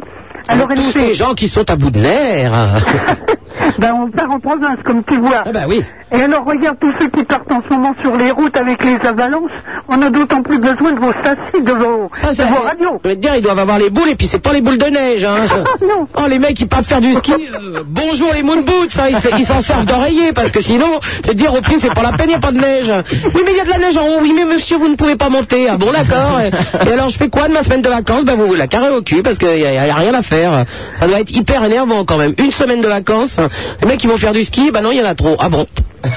Speaker 9: Alors,
Speaker 4: Tous
Speaker 9: elle
Speaker 4: ces
Speaker 9: fait...
Speaker 4: gens qui sont à bout de nerfs.
Speaker 9: (laughs) ben, on part en province, comme tu vois.
Speaker 4: eh ben oui.
Speaker 9: Et alors, regarde tous ceux qui partent en ce moment sur les routes avec les avalanches. On a d'autant plus besoin de vos sacis, de Ben, vos,
Speaker 4: Ça,
Speaker 9: de
Speaker 4: ça,
Speaker 9: vos radios.
Speaker 4: Je vais te dire, ils doivent avoir les boules et puis c'est pas les boules de neige.
Speaker 9: (laughs)
Speaker 4: Hein.
Speaker 9: Ah, non.
Speaker 4: Oh, les mecs, ils partent faire du
Speaker 9: (laughs)
Speaker 4: ski. euh, bonjour les moon boots, hein, ils se- ils s'en servent d'oreiller parce que sinon, je vais te dire au prix, c'est pas la peine, il n'y a pas de neige. Oui, mais il y a de la neige en haut. Oui, mais monsieur, vous ne pouvez pas monter. Ah bon, d'accord. Et, et alors, je fais quoi de ma semaine de vacances Ben, vous vous la carrez au cul parce qu'il n'y a, y a rien à faire. Ça doit être hyper énervant quand même. Une semaine de vacances, les mecs, ils vont faire du ski. Ben non, il y en a trop. Ah bon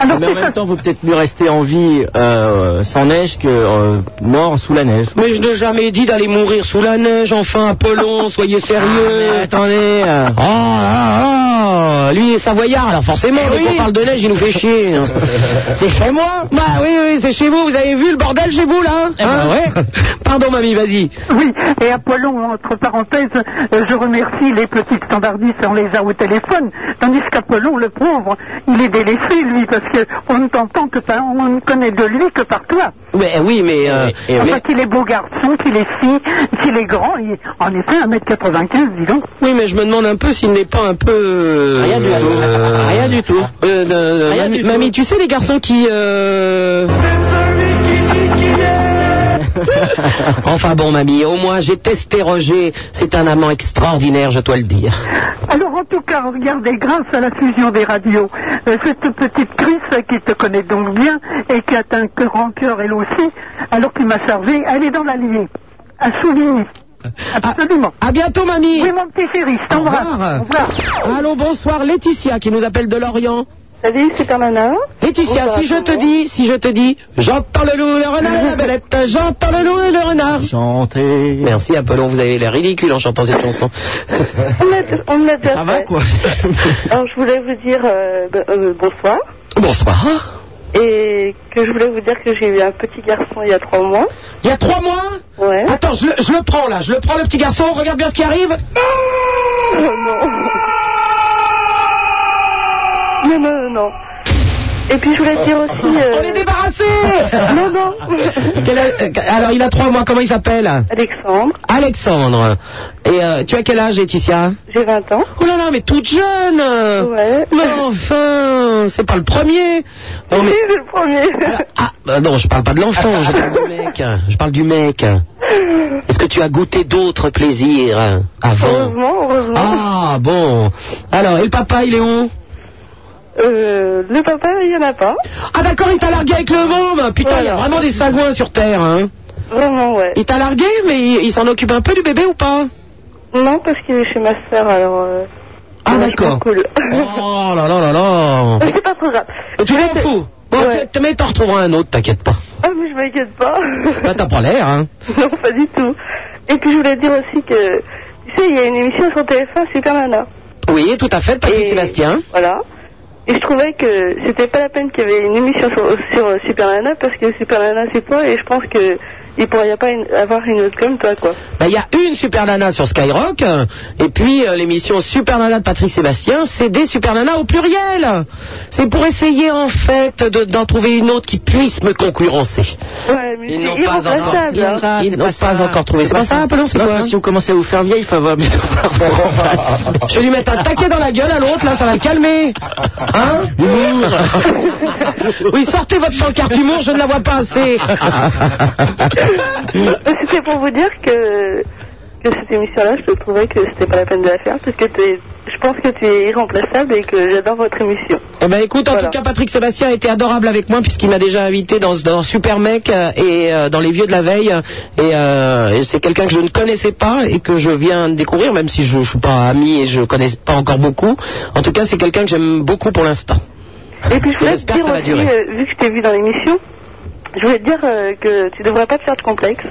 Speaker 9: Alors,
Speaker 5: Mais en
Speaker 9: c'est ça.
Speaker 5: même temps, vaut peut-être mieux rester en vie euh, sans neige que euh, mort sous la neige.
Speaker 4: Mais je n'ai jamais dit d'aller mourir sous la neige. Enfin,
Speaker 5: (laughs)
Speaker 4: Apollon, soyez sérieux.
Speaker 5: Ah, Mais attendez. euh,
Speaker 4: Oh là là là Lui il est savoyard, alors forcément, dès qu'on parle de neige, il nous fait
Speaker 5: (laughs)
Speaker 4: chier. c'est chez moi Bah oui, oui, c'est chez vous, vous avez vu le bordel chez vous là
Speaker 5: Eh ben,
Speaker 4: Hein Pardon mamie, vas-y.
Speaker 9: Oui, et Apollon, entre parenthèses, euh, je remercie les petits standardistes, on les a au téléphone, tandis qu'Apollon, le pauvre, il est délaissé, lui, parce qu'on ne t'entend que par, on ne connaît de lui que par toi.
Speaker 4: Mais, oui, mais... euh,
Speaker 5: Et
Speaker 9: Enfin,
Speaker 5: mais-
Speaker 9: qu'il est beau garçon, qu'il est si, qu'il est grand, il est en effet 1m95, dis donc.
Speaker 4: Oui, mais je me demande un peu s'il n'est pas un peu... euh,
Speaker 5: Rien du tout.
Speaker 4: euh,
Speaker 5: Rien du tout.
Speaker 4: euh, de- de-
Speaker 5: Rien
Speaker 4: mamie,
Speaker 5: du tout.
Speaker 4: mamie, tu sais les garçons qui... euh, (laughs) enfin bon, mamie, au moins j'ai testé Roger. C'est un amant extraordinaire, je dois le dire.
Speaker 9: Alors, en tout cas, regardez, grâce à la fusion des radios, euh, cette petite Chris euh, qui te connaît donc bien et qui a un grand cœur elle aussi, alors qu'il m'a chargé, elle est dans l'Allier, à Souvigny. Absolument.
Speaker 4: Ah, À bientôt, mamie
Speaker 9: Oui, mon petit chéri, je t'embrasse.
Speaker 4: Au revoir.
Speaker 9: Au revoir.
Speaker 4: Allô, bonsoir, Laetitia qui nous appelle de Lorient.
Speaker 9: Salut, Super Nana.
Speaker 4: Laetitia,
Speaker 9: Bonsoir,
Speaker 4: si je te
Speaker 9: comment
Speaker 4: dis, si je te dis, j'entends le loup, le renard et la belette, j'entends le loup et le renard.
Speaker 5: Chanter.
Speaker 4: Merci Apollon, vous avez l'air ridicule en chantant cette chanson. (laughs)
Speaker 9: On me l'a- on me l'a déjà
Speaker 5: Ça va
Speaker 9: fait.
Speaker 5: quoi
Speaker 9: Alors, je voulais vous dire euh, b- euh, bonsoir
Speaker 4: Bonsoir.
Speaker 9: et que je voulais vous dire que j'ai eu un petit garçon il y a trois mois.
Speaker 4: Il y a trois mois
Speaker 9: Ouais.
Speaker 4: Attends, je le, je le prends là, je le prends le petit garçon, regarde bien ce qui arrive.
Speaker 9: Oh, non. Non, non, non, non. Et puis, je voulais dire aussi. euh,
Speaker 4: On est débarrassé
Speaker 9: non, non.
Speaker 4: Quel âge- euh, Alors il a trois mois, comment il s'appelle
Speaker 9: Alexandre,
Speaker 4: Alexandre. Et euh, tu as quel âge Laetitia
Speaker 9: j'ai 20 ans.
Speaker 4: Oh là là, mais toute jeune
Speaker 9: Ouais.
Speaker 4: Mais enfin, c'est pas le premier Non, mais-
Speaker 9: Oui, c'est le premier.
Speaker 4: Ah, bah non, je parle pas de l'enfant, je parle du mec. Je parle du mec. Est-ce que tu as goûté d'autres plaisirs avant
Speaker 9: Heureusement, heureusement.
Speaker 4: Ah, bon. Alors, et le papa, il est où
Speaker 9: Euh, le papa, il n'y en a pas.
Speaker 4: Ah d'accord, il t'a largué avec le
Speaker 10: Euh,
Speaker 4: môme Putain, il y a vraiment des sagouins sur Terre, hein
Speaker 9: Vraiment, ouais.
Speaker 4: Il t'a largué, mais il, il s'en occupe un peu du bébé ou pas
Speaker 9: Non, parce qu'il est chez ma soeur, alors. euh,
Speaker 4: Ah,
Speaker 9: moi, je
Speaker 4: d'accord.
Speaker 9: m'en coule.
Speaker 4: Oh là là là là
Speaker 9: Mais C'est pas trop grave. euh,
Speaker 4: Mais Tu t'en fous Bon,
Speaker 9: Ouais.
Speaker 4: tu- mais t'en retrouveras un autre, t'inquiète pas.
Speaker 9: Ah, mais je m'inquiète pas.
Speaker 4: Bah, t'as pas l'air,
Speaker 9: (laughs)
Speaker 4: hein
Speaker 9: non, pas du tout. Et puis, je voulais dire aussi que, tu sais, il y a une émission sur TF1, Super Nana.
Speaker 4: Oui, tout à fait, Patrick
Speaker 9: Et-
Speaker 4: Sébastien.
Speaker 9: Voilà.
Speaker 10: Et je trouvais que c'était pas la peine qu'il y avait une émission sur, sur euh, Super Nana parce que Super Nana c'est toi et je pense que il pourrait y a pas une- avoir une autre comme toi
Speaker 11: (laughs)
Speaker 10: quoi.
Speaker 4: Bah, Il y a une Super Nana sur Skyrock, euh, et puis euh, l'émission Super Nana de Patrick Sébastien, c'est des Super Nana au pluriel. C'est pour essayer en fait de- d'en trouver une autre qui puisse me concurrencer. Ils n'ont pas encore trouvé. Ils n'ont pas encore trouvé. hein. C'est pas ça, Apollon C'est quoi hein.
Speaker 5: Si vous commencez à vous faire vieille, il faut bientôt faire en face.
Speaker 4: Je vais lui mettre un taquet dans la gueule à l'autre, là, ça va le calmer. Hein Oui, sortez votre pancarte humour, je ne la vois pas (laughs) assez. Euh,
Speaker 9: Euh,
Speaker 10: C'était pour vous dire que, que cette émission-là, je trouvais que c'était pas la peine de la faire parce que t'es- je pense que tu es irremplaçable et que j'adore votre émission.
Speaker 4: Eh ben écoute, en tout cas, Patrick Sébastien a été adorable avec moi puisqu'il m'a déjà invité dans, dans Super Mec euh, et euh, dans Les Vieux de la Veille. Et, euh, et c'est quelqu'un que je ne connaissais pas et que je viens de découvrir, même si je ne suis pas ami et je ne connais pas encore beaucoup. En tout cas, c'est quelqu'un que j'aime beaucoup pour l'instant.
Speaker 10: Et puis je voulais te
Speaker 4: J'espère que
Speaker 10: dire
Speaker 4: ça va
Speaker 10: aussi,
Speaker 4: durer.
Speaker 10: euh, vu que je t'ai vu dans l'émission, je voulais te dire euh, que tu devrais pas te faire de complexe.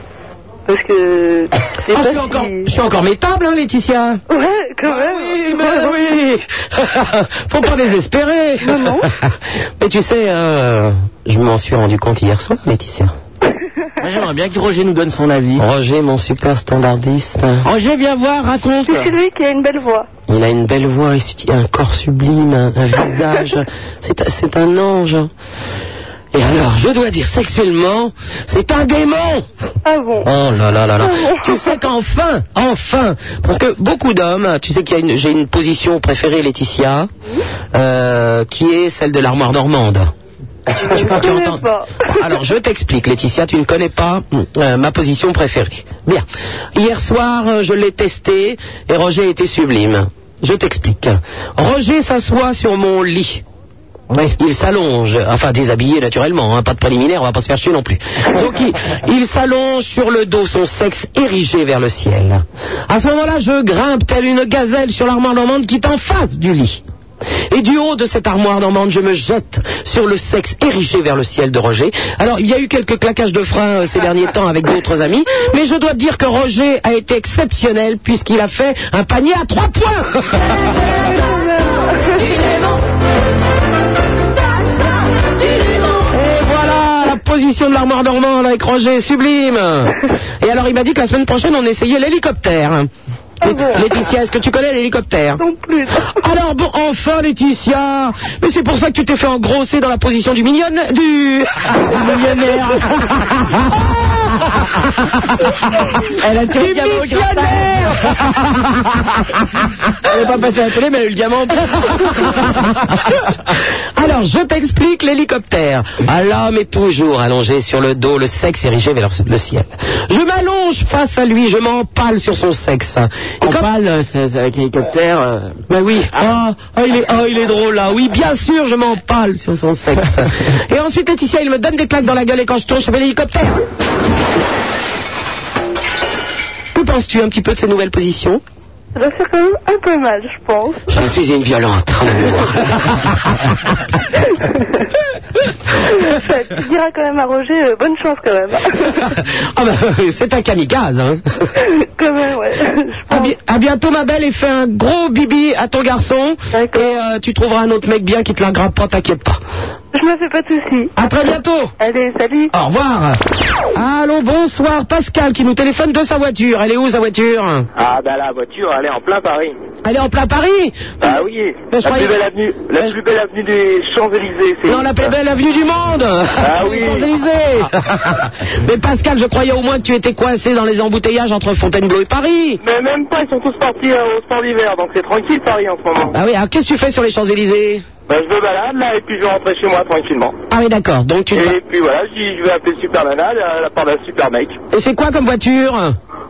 Speaker 10: Parce que.
Speaker 4: Ah, je, suis encore, je suis encore métable, hein, Laetitia Ah
Speaker 10: Ouais, quand même.
Speaker 4: Oui, mais oui (laughs) Faut pas désespérer
Speaker 10: Non, non.
Speaker 4: (laughs) Mais tu sais, euh, je m'en suis rendu compte hier soir,
Speaker 10: (laughs)
Speaker 4: Laetitia.
Speaker 5: Moi, J'aimerais bien que Roger nous donne son avis.
Speaker 4: Roger, mon super standardiste,
Speaker 5: Roger, viens
Speaker 4: Ah,
Speaker 5: voir, raconte.
Speaker 10: C'est lui qui a une belle voix.
Speaker 4: il a une belle voix, il su- il a un corps sublime, un, un visage, c'est un- c'est un ange. Et alors, je dois dire, sexuellement, c'est un démon
Speaker 10: Ah bon Ah
Speaker 4: Oh là là là là. tu sais qu'enfin, enfin, parce que beaucoup d'hommes, tu sais qu'il y a une, j'ai une position préférée, Laetitia, euh, qui est celle de l'armoire normande.
Speaker 10: (laughs) Je ne connais pas.
Speaker 4: Alors, je t'explique, Laetitia, tu ne connais pas euh, ma position préférée. Bien. Hier soir, euh, je l'ai testé et Roger était sublime. Je t'explique. Roger s'assoit sur mon lit. Il s'allonge, enfin déshabillé naturellement, hein, pas de préliminaire, on va pas se faire chier non plus. Donc il, il s'allonge sur le dos, son sexe érigé vers le
Speaker 10: (laughs)
Speaker 4: ciel. À ce moment-là, je grimpe telle une gazelle sur l'armoire normande qui est en face du lit. Et du haut de cette armoire normande, je me jette sur le sexe érigé vers le ciel de Roger. Alors, il y a eu quelques claquages de freins euh, ces derniers temps avec d'autres amis, mais je dois dire que Roger a été exceptionnel puisqu'il a fait un panier à trois points. (laughs) Et voilà Ah, la position de l'armoire normande avec Roger, sublime. Et alors, il m'a dit que la semaine prochaine, on essayait l'hélicoptère. Lét- Laetitia, est-ce que tu connais l'hélicoptère
Speaker 10: Ah Non plus.
Speaker 4: alors bon, enfin Laetitia, mais c'est pour ça que tu t'es fait engrosser dans la position du mignonne, du, du
Speaker 10: (laughs)
Speaker 4: millionnaire. elle a tiré du millionnaire. elle n'est pas passée à la télé, mais elle a eu le diamant. Alors je t'explique l'hélicoptère. Ah, L'homme est toujours allongé sur le dos, le sexe érigé vers le ciel. Je m'allonge face à lui, je m'empale sur son sexe. Et
Speaker 5: On
Speaker 4: comme-
Speaker 5: parle euh, c'est- c'est avec l'hélicoptère. euh,
Speaker 4: ben oui. Ah, ah, il est, ah, il est drôle là. Oui, bien sûr, je m'empale sur son
Speaker 5: (laughs)
Speaker 4: sexe. Et ensuite, Laetitia, il me donne des claques dans la gueule et quand je tourne, je fais l'hélicoptère. Que penses-tu un petit peu de ces nouvelles positions
Speaker 10: Ça doit faire quand même un peu mal, je pense.
Speaker 4: Je suis une
Speaker 10: (laughs)
Speaker 4: violente.
Speaker 10: Ça, tu diras quand même à Roger, euh, bonne chance quand même.
Speaker 4: ah ben, c'est un kamikaze, hein.
Speaker 10: (laughs) quand même, ouais. Je
Speaker 4: À,
Speaker 10: pense.
Speaker 4: bi- à bientôt, ma belle, et fais un gros bibi à ton garçon. Et
Speaker 10: D'accord.
Speaker 4: euh, tu trouveras un autre mec bien qui te la grappe pas, t'inquiète pas.
Speaker 10: Je me fais pas de soucis.
Speaker 4: À très bientôt.
Speaker 10: Allez, salut.
Speaker 4: Au revoir. Allons, bonsoir. Pascal qui nous téléphone de sa voiture. Elle est où sa voiture
Speaker 12: Ah bah la voiture, elle est en plein Paris.
Speaker 4: Elle est en plein Paris
Speaker 12: Bah oui,
Speaker 4: Ah Mais
Speaker 12: la
Speaker 4: je croyais-
Speaker 12: plus belle avenue, la plus belle avenue des Champs-Élysées. c'est-
Speaker 4: Non, la plus belle avenue du monde
Speaker 12: Ah
Speaker 4: (laughs) Les
Speaker 12: oui.
Speaker 4: Champs-Élysées.
Speaker 12: (laughs)
Speaker 4: Mais Pascal, je croyais au moins que tu étais coincé dans les embouteillages entre Fontainebleau et Paris
Speaker 12: Mais même pas, ils sont tous partis euh, au sport d'hiver, donc c'est tranquille Paris en ce moment.
Speaker 4: Ah oui, alors qu'est-ce que tu fais sur les Champs-Élysées
Speaker 12: Bah je me balade là et puis je vais rentrer chez moi tranquillement.
Speaker 4: Ah oui, d'accord, donc tu...
Speaker 12: Et puis voilà, je dis, je vais appeler Super Nana, la, la part d'un super mec.
Speaker 4: Et c'est quoi comme voiture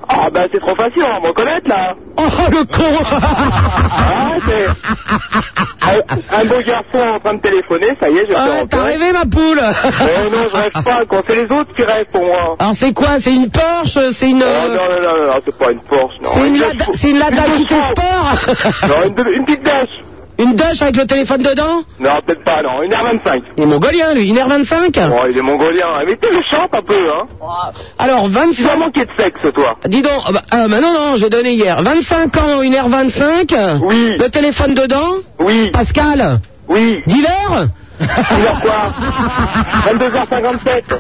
Speaker 12: Ah bah c'est trop facile, on va me reconnaître là.
Speaker 4: Oh, le con
Speaker 12: Ah, c'est... un, un beau garçon en train de téléphoner, ça y est, je vais
Speaker 4: Ah, T'as rêvé, ma poule
Speaker 12: Mais non, je rêve pas, quoi. C'est les autres qui rêvent pour moi.
Speaker 4: Alors c'est quoi C'est une Porsche C'est une... euh,
Speaker 12: Oh, non, non, non, non, non, c'est pas une Porsche, non.
Speaker 4: C'est une,
Speaker 12: Dodge
Speaker 4: Lada-
Speaker 12: Fo-
Speaker 4: c'est une Lada
Speaker 12: Dodge
Speaker 4: Quitté
Speaker 12: Fo-
Speaker 4: Sport
Speaker 12: (laughs) Non, une, de- une petite Dash.
Speaker 4: Une Dash avec le téléphone dedans
Speaker 12: Non, peut-être pas, non. Une R25.
Speaker 4: Il est mongolien, lui, une R25
Speaker 12: Oh, il est mongolien. hein. Mais t'es méchante un peu, hein.
Speaker 4: Ah. Alors,
Speaker 12: Tu vas
Speaker 4: 25...
Speaker 12: manquer de sexe, toi.
Speaker 4: Dis donc, ah bah, ah, bah non, non, j'ai donné hier. 25 ans, une R25
Speaker 12: Oui.
Speaker 4: Le téléphone dedans
Speaker 12: Oui.
Speaker 4: Pascal
Speaker 10: Oui.
Speaker 12: (laughs)
Speaker 4: Dealer
Speaker 10: 22h57.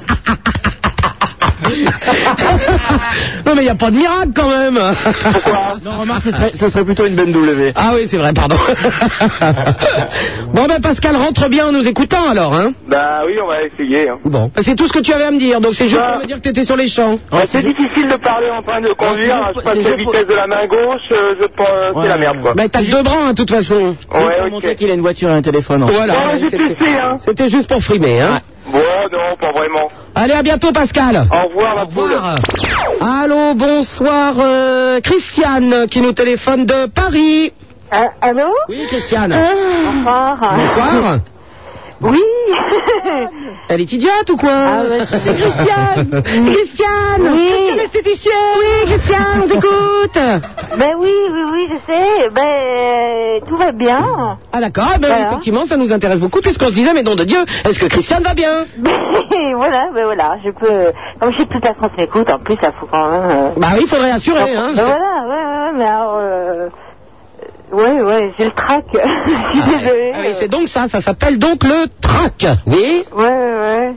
Speaker 4: (laughs) Non mais il n'y a pas de miracle quand même
Speaker 10: Pourquoi
Speaker 12: Non, remarque, ce serait, ce serait plutôt une BMW.
Speaker 4: Ah oui, c'est vrai,
Speaker 10: (laughs)
Speaker 4: pardon. bon ben Pascal, rentre bien en nous écoutant alors, hein
Speaker 10: Bah oui, on va essayer. hein.
Speaker 4: Bon. C'est tout ce que tu avais à me dire, donc c'est juste
Speaker 10: Ah.
Speaker 4: pour me dire que tu étais sur les champs. Ah,
Speaker 10: Bah, c'est difficile de parler en train de conduire.
Speaker 12: c'est
Speaker 10: Je passe
Speaker 12: juste
Speaker 10: la
Speaker 12: pour-
Speaker 10: vitesse de la main gauche. euh, Je prends- euh, C'est
Speaker 12: Ouais.
Speaker 10: la merde, quoi.
Speaker 4: Bah t'as que deux bras, hein, de toute façon.
Speaker 12: Juste
Speaker 10: Ouais,
Speaker 12: pour
Speaker 10: ok.
Speaker 12: montrer qu'il a une voiture et un téléphone. en fait.
Speaker 4: Voilà.
Speaker 10: Ouais, j'ai
Speaker 4: C'était-
Speaker 10: testé, hein.
Speaker 4: C'était juste pour frimer, hein
Speaker 10: Ouais, non, pas vraiment.
Speaker 4: Allez, à bientôt Pascal Ah
Speaker 10: Au revoir, la poule.
Speaker 4: Allô, bonsoir, euh, Christiane qui nous téléphone de Paris.
Speaker 11: Ah, allô Euh,
Speaker 4: Oui, Christiane.
Speaker 11: Bonsoir.
Speaker 4: Bonsoir.
Speaker 11: Oui.
Speaker 4: (laughs) Elle est idiote ou quoi
Speaker 11: Ah ouais,
Speaker 4: (laughs)
Speaker 11: c'est (laughs)
Speaker 4: Christiane Christiane
Speaker 11: Oui.
Speaker 4: Christiane esthéticienne Oui, Christiane, on t'écoute
Speaker 11: (laughs) ben oui, oui, oui, je sais. Ben, euh, tout va bien.
Speaker 4: Ah d'accord, eh ben,
Speaker 11: Voilà.
Speaker 4: effectivement, ça nous intéresse beaucoup puisqu'on se disait, mais nom de Dieu, est-ce que Christiane va bien
Speaker 11: Ben, (laughs) voilà, ben voilà, je peux... Comme je sais plus à France m'écoute, en plus, ça faut quand même... euh,
Speaker 4: Bah oui, il faudrait assurer, hein.
Speaker 11: Ben voilà, ouais, ouais, ouais, mais alors... Euh... Ouais, ouais, j'ai le trac. je suis désolée.
Speaker 4: Ah oui, c'est donc ça, ça s'appelle donc le trac. Oui
Speaker 11: Ouais, ouais, ouais.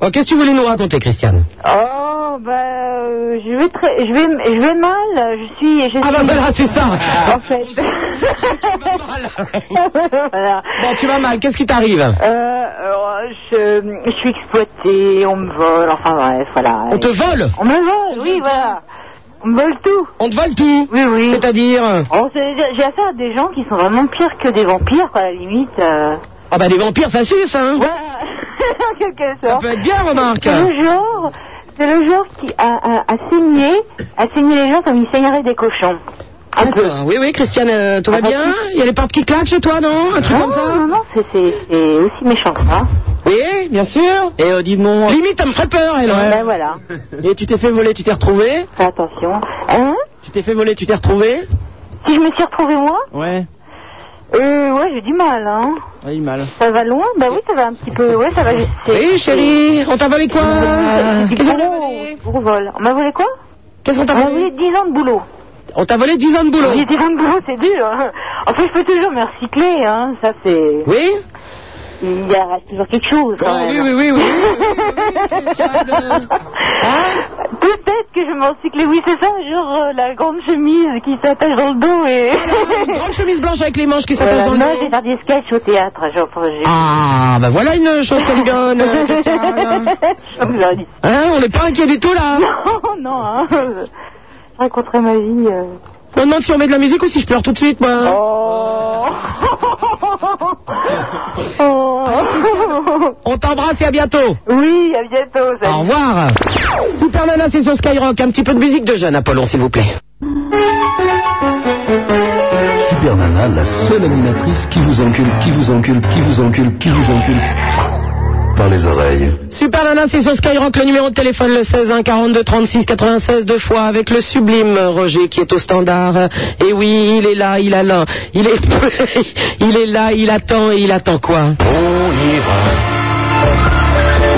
Speaker 4: Oh, Qu'est-ce que tu voulais nous raconter, Christiane
Speaker 11: Oh, ben, euh, je vais très... Je vais, je vais mal, je suis... Je
Speaker 4: Ah bah
Speaker 11: suis-
Speaker 4: voilà, c'est ça (laughs)
Speaker 11: En fait. voilà.
Speaker 4: Bon, tu vas mal, qu'est-ce qui t'arrive
Speaker 11: Euh, alors, je, je suis exploitée, on me vole, enfin bref, voilà.
Speaker 4: On te vole
Speaker 11: On me vole, oui, voilà. On me vole tout.
Speaker 4: On te vole tout
Speaker 11: Oui, oui.
Speaker 4: C'est-à-dire
Speaker 11: Oh, c'est- J'ai affaire à des gens qui sont vraiment pires que des vampires, quoi, à la limite. euh.
Speaker 4: Ah bah des vampires, ça suce, hein
Speaker 11: Voilà, (laughs) en quelque sorte.
Speaker 4: Ça peut être bien, remarque
Speaker 11: C'est le genre, c'est le genre qui a, a, a saigné, a saigné les gens comme il saignerait des cochons. Un peu.
Speaker 4: D'accord. Oui, oui, Christiane, euh, tout va
Speaker 11: Ah, bah,
Speaker 4: bien Il y a les portes qui claquent chez toi, non Un truc
Speaker 11: Non,
Speaker 4: comme ça
Speaker 11: non, non, c'est c'est- c'est aussi méchant que ça.
Speaker 4: Oui, bien sûr
Speaker 12: Et euh, dis-moi,
Speaker 4: Limite, ça me ferait peur, elle
Speaker 11: Ben voilà,
Speaker 12: et tu t'es fait voler, tu t'es retrouvé
Speaker 11: fais attention. Hein
Speaker 12: Tu t'es fait voler, tu t'es retrouvé
Speaker 11: Si je me suis retrouvée moi,
Speaker 12: Ouais.
Speaker 11: euh, ouais, j'ai du mal, hein.
Speaker 4: Ah,
Speaker 12: Oui, mal.
Speaker 11: Ça va loin Bah oui, ça va un petit peu. Ouais, ça va. c'est-
Speaker 4: Oui, chérie, on t'a volé quoi
Speaker 11: C'est du
Speaker 4: Qu'est-ce qu'on t'a
Speaker 11: gros,
Speaker 4: volé
Speaker 11: gros vol. On m'a volé quoi
Speaker 4: Qu'est-ce qu'on
Speaker 11: On
Speaker 4: t'a
Speaker 11: m'a
Speaker 4: volé
Speaker 11: volé 10 ans de boulot.
Speaker 4: On t'a volé 10 ans de boulot.
Speaker 11: J'ai 10 ans de boulot, c'est dur. hein. En fait, je peux toujours me recycler, hein. Ça, c'est.
Speaker 4: Oui
Speaker 11: Il y a toujours quelque chose.
Speaker 4: Oh,
Speaker 11: quand même.
Speaker 4: oui, oui, oui, oui, oui, oui, oui, Christiane.
Speaker 11: Peut-être que je me recycle. Oui, c'est ça, genre euh, la grande chemise qui s'attache dans le dos et.
Speaker 4: Une (laughs) grande chemise blanche avec les manches qui
Speaker 11: Voilà,
Speaker 4: s'attachent dans
Speaker 11: non,
Speaker 4: le
Speaker 11: j'ai
Speaker 4: dos.
Speaker 11: fait des sketchs au théâtre. Genre, j'ai-
Speaker 4: Ah, bah voilà une chose
Speaker 11: (laughs)
Speaker 4: qu'on donne, euh, Christiane.
Speaker 11: Je vous l'aurais dit.
Speaker 4: Hein, on n'est pas inquiet du tout, (laughs) là.
Speaker 11: Non, non, hein. Je raconterai ma vie. euh.
Speaker 4: On demande si on met de la musique ou si je pleure tout de suite, moi. (laughs)
Speaker 11: Oh. Oh.
Speaker 4: On t'embrasse et à bientôt.
Speaker 11: Oui, à bientôt. salut.
Speaker 4: Au revoir. Super Nana, c'est sur Skyrock. Un petit peu de musique de jeune, Apollon, s'il vous plaît.
Speaker 8: Super Nana, la seule animatrice qui vous encule, qui vous encule, qui vous encule, qui vous encule. Par les oreilles.
Speaker 4: Super Nana, c'est sur Skyrock, le numéro de téléphone, le 16 1 42 36 96, deux fois, avec le sublime Roger qui est au standard. Et oui, il est là, il a là, il est, (laughs) il est là, il attend, et il attend quoi
Speaker 7: On ira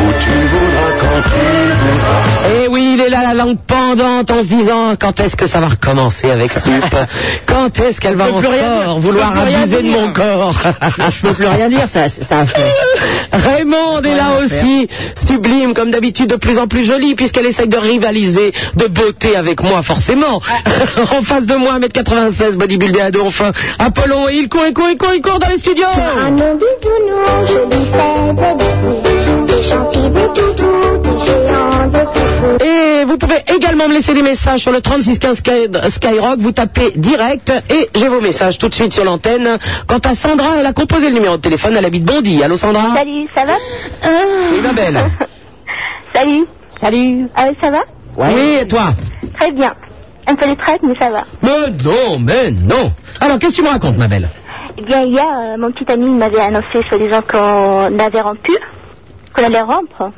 Speaker 7: où tu voudras quand tu voudras.
Speaker 4: Eh oui, il est là, la langue pendante, en se disant, quand est-ce que ça va recommencer avec
Speaker 12: (laughs)
Speaker 4: Soupe Quand est-ce qu'elle va
Speaker 12: peux plus rien dire, je
Speaker 4: encore
Speaker 12: peux
Speaker 4: vouloir
Speaker 12: plus rien
Speaker 4: abuser de
Speaker 12: dire.
Speaker 4: mon corps
Speaker 12: Je peux plus rien dire, ça, ça a fait.
Speaker 4: (laughs) Raymond est là
Speaker 12: Rien à faire.
Speaker 4: aussi, sublime, comme d'habitude, de plus en plus jolie, puisqu'elle essaye de rivaliser de beauté avec moi, forcément.
Speaker 12: Ah.
Speaker 4: (laughs) en face de moi, 1m96, bodybuildé à dos, fin. Apollon, et il court, il court, il court, il court dans les studios.
Speaker 13: Un nom bisounours, je lui fais des bisous. Des gentils, des doudous, des géants, des fous.
Speaker 4: Et vous pouvez également me laisser des messages sur le 3615 Sky- Skyrock. Vous tapez direct et j'ai vos messages tout de suite sur l'antenne. Quant à Sandra, elle a composé le numéro de téléphone. Elle habite Bondy. Allô Sandra
Speaker 11: Salut, ça va
Speaker 4: Oui, ma belle.
Speaker 11: (laughs) Salut.
Speaker 4: Salut.
Speaker 11: Euh, ça va
Speaker 4: Oui, et toi
Speaker 11: Très bien. Un peu de traite, mais ça va.
Speaker 4: Mais non, mais non. Alors, qu'est-ce que tu me racontes, ma belle
Speaker 11: Eh bien, hier, euh, mon petit ami m'avait annoncé, soi-disant, qu'on avait rompu, qu'on allait rompre.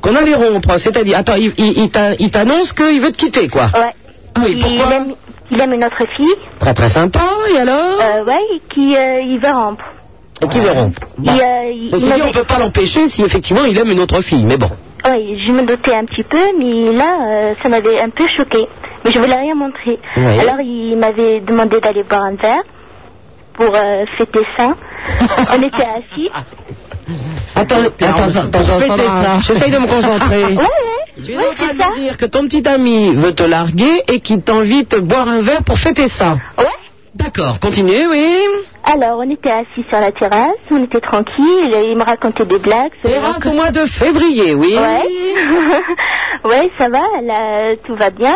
Speaker 4: Qu'on allait rompre, c'est-à-dire... Attends, il, il- il t'a- il t'annonce qu'il veut te quitter, quoi.
Speaker 11: Ouais.
Speaker 4: Ah oui,
Speaker 11: Il
Speaker 4: pourquoi
Speaker 11: aime, il aime une autre fille,
Speaker 4: Très très sympa, et alors
Speaker 11: euh, ouais, et qui euh, il veut rompre.
Speaker 4: Et qui veut rompre Bon.
Speaker 11: Il, euh, il-
Speaker 4: Ceci
Speaker 11: il
Speaker 4: dit, on
Speaker 11: m'avait-
Speaker 4: peut pas l'empêcher si effectivement il aime une autre fille, mais bon.
Speaker 11: Ouais, je me doutais un petit peu, mais là, euh, ça m'avait un peu choqué. Mais je voulais rien montrer.
Speaker 4: Ouais.
Speaker 11: Alors, il m'avait demandé d'aller boire un verre.
Speaker 14: pour euh, fêter
Speaker 4: (laughs)
Speaker 14: ça. On était assis.
Speaker 4: Attends, attends, attends, attends, attends, j'essaye de me
Speaker 14: (laughs)
Speaker 4: concentrer. Tu es en train
Speaker 11: Ah.
Speaker 4: de me dire que ton petit ami veut te larguer et qu'il t'invite boire un verre pour fêter ça.
Speaker 14: Ouais.
Speaker 4: D'accord, continue, oui.
Speaker 14: Alors, on était assis sur la terrasse, on était tranquille, et il me racontait des blagues.
Speaker 4: Terrasse au mois de février, oui.
Speaker 14: Ouais. (laughs) ouais, ça va, là, tout va bien.